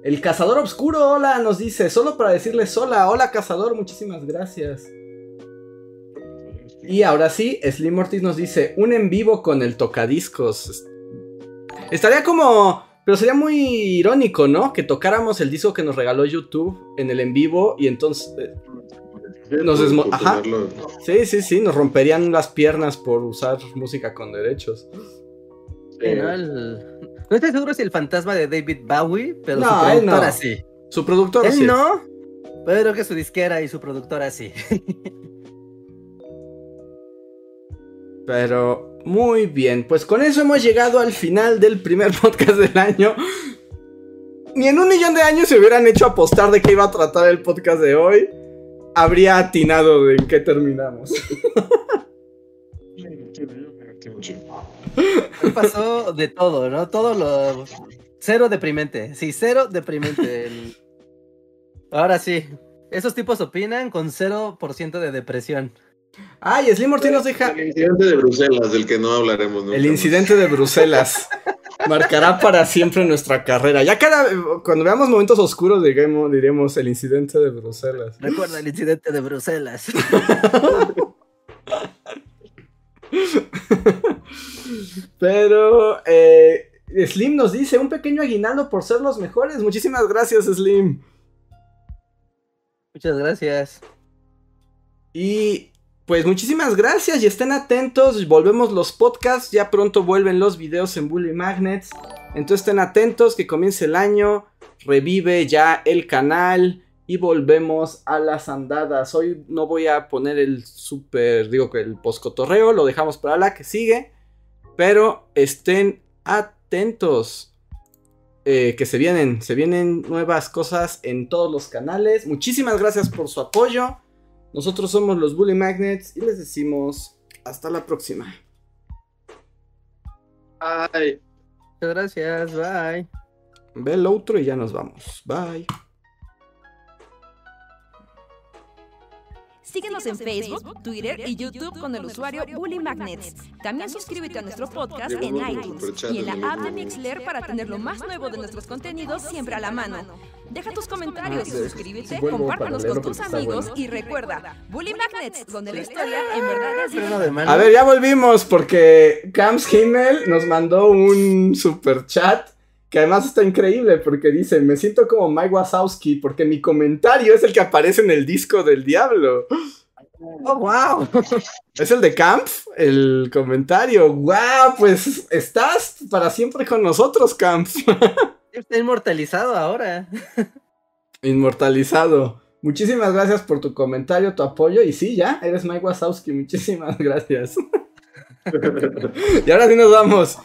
Speaker 1: El Cazador Obscuro, hola, nos dice. Solo para decirles hola, hola Cazador, muchísimas gracias. Y ahora sí, Slim Ortiz nos dice, un en vivo con el tocadiscos. Estaría como... Pero sería muy irónico, ¿no? Que tocáramos el disco que nos regaló YouTube en el en vivo y entonces... eh, Nos desmo-
Speaker 2: Por
Speaker 1: ajá.
Speaker 2: ponerlo-
Speaker 1: Sí, sí, sí, nos romperían las piernas por usar música con derechos.
Speaker 3: Sí,
Speaker 1: Eh.
Speaker 3: ¿no? El- no estoy seguro si el fantasma de David Bowie, pero
Speaker 1: No,
Speaker 3: su
Speaker 1: él
Speaker 3: productora
Speaker 1: no.
Speaker 3: sí.
Speaker 1: Su productor
Speaker 3: Él
Speaker 1: sí.
Speaker 3: no, pero creo que su disquera y su productora sí.
Speaker 1: Pero muy bien, pues con eso hemos llegado al final del primer (laughs) podcast del año. Ni en un millón de años se hubieran hecho apostar de qué iba a tratar el podcast de hoy. Habría atinado de en qué terminamos.
Speaker 3: Hoy pasó de todo, ¿no? Todo lo. Cero deprimente. Sí, cero
Speaker 1: (laughs)
Speaker 3: deprimente. El- Ahora sí. Esos tipos opinan con 0% de depresión.
Speaker 1: Ay, Slim Ortiz nos deja
Speaker 2: El incidente de Bruselas, del que no hablaremos nunca.
Speaker 1: El
Speaker 2: más.
Speaker 1: incidente de Bruselas marcará para siempre nuestra carrera. Ya cada cuando veamos momentos oscuros digamos, diremos el incidente de Bruselas.
Speaker 3: Recuerda el incidente de Bruselas. (laughs)
Speaker 1: Pero eh, Slim nos dice un pequeño aguinaldo por ser los mejores. Muchísimas gracias, Slim.
Speaker 3: Muchas gracias.
Speaker 1: Y pues muchísimas gracias y estén atentos. Volvemos los podcasts. Ya pronto vuelven los videos en Bully Magnets. Entonces estén atentos que comience el año. Revive ya el canal. Y volvemos a las andadas. Hoy no voy a poner el super, digo que el postcotorreo, lo dejamos para la que sigue. Pero estén atentos. eh, que se vienen, se vienen nuevas cosas en todos los canales. Muchísimas gracias por su apoyo. Nosotros somos los Bully Magnets y les decimos hasta la próxima.
Speaker 2: Ay.
Speaker 3: Muchas gracias. Bye.
Speaker 1: Ve el otro y ya nos vamos. Bye.
Speaker 5: Síguenos en Facebook, Twitter y YouTube con el usuario Bully Magnets. También suscríbete a nuestro podcast en iTunes y en la app de Mixler para tener lo más nuevo de nuestros contenidos siempre a la mano. Deja tus comentarios,
Speaker 1: Ah, sí.
Speaker 5: suscríbete,
Speaker 1: Vuelvo
Speaker 5: compártanos
Speaker 1: para
Speaker 5: con
Speaker 1: leerlo
Speaker 5: tus
Speaker 1: porque está
Speaker 5: amigos
Speaker 1: bueno.
Speaker 5: y recuerda, Bully Magnets, donde la historia en verdad es
Speaker 3: Freno de mano.
Speaker 1: A ver, ya volvimos porque Camps Himmel nos mandó un super chat que además está increíble porque dice, me siento como Mike Wazowski porque mi comentario es el que aparece en el disco del diablo.
Speaker 3: Oh, wow. (laughs)
Speaker 1: ¿Es el de Camp? El comentario. ¡Guau! pues estás para siempre con nosotros, Camp.
Speaker 3: Está inmortalizado ahora.
Speaker 1: Inmortalizado. Muchísimas gracias por tu comentario, tu apoyo. Y sí, ya, eres Mike (laughs) Wazowski. Muchísimas gracias. y ahora sí nos vamos.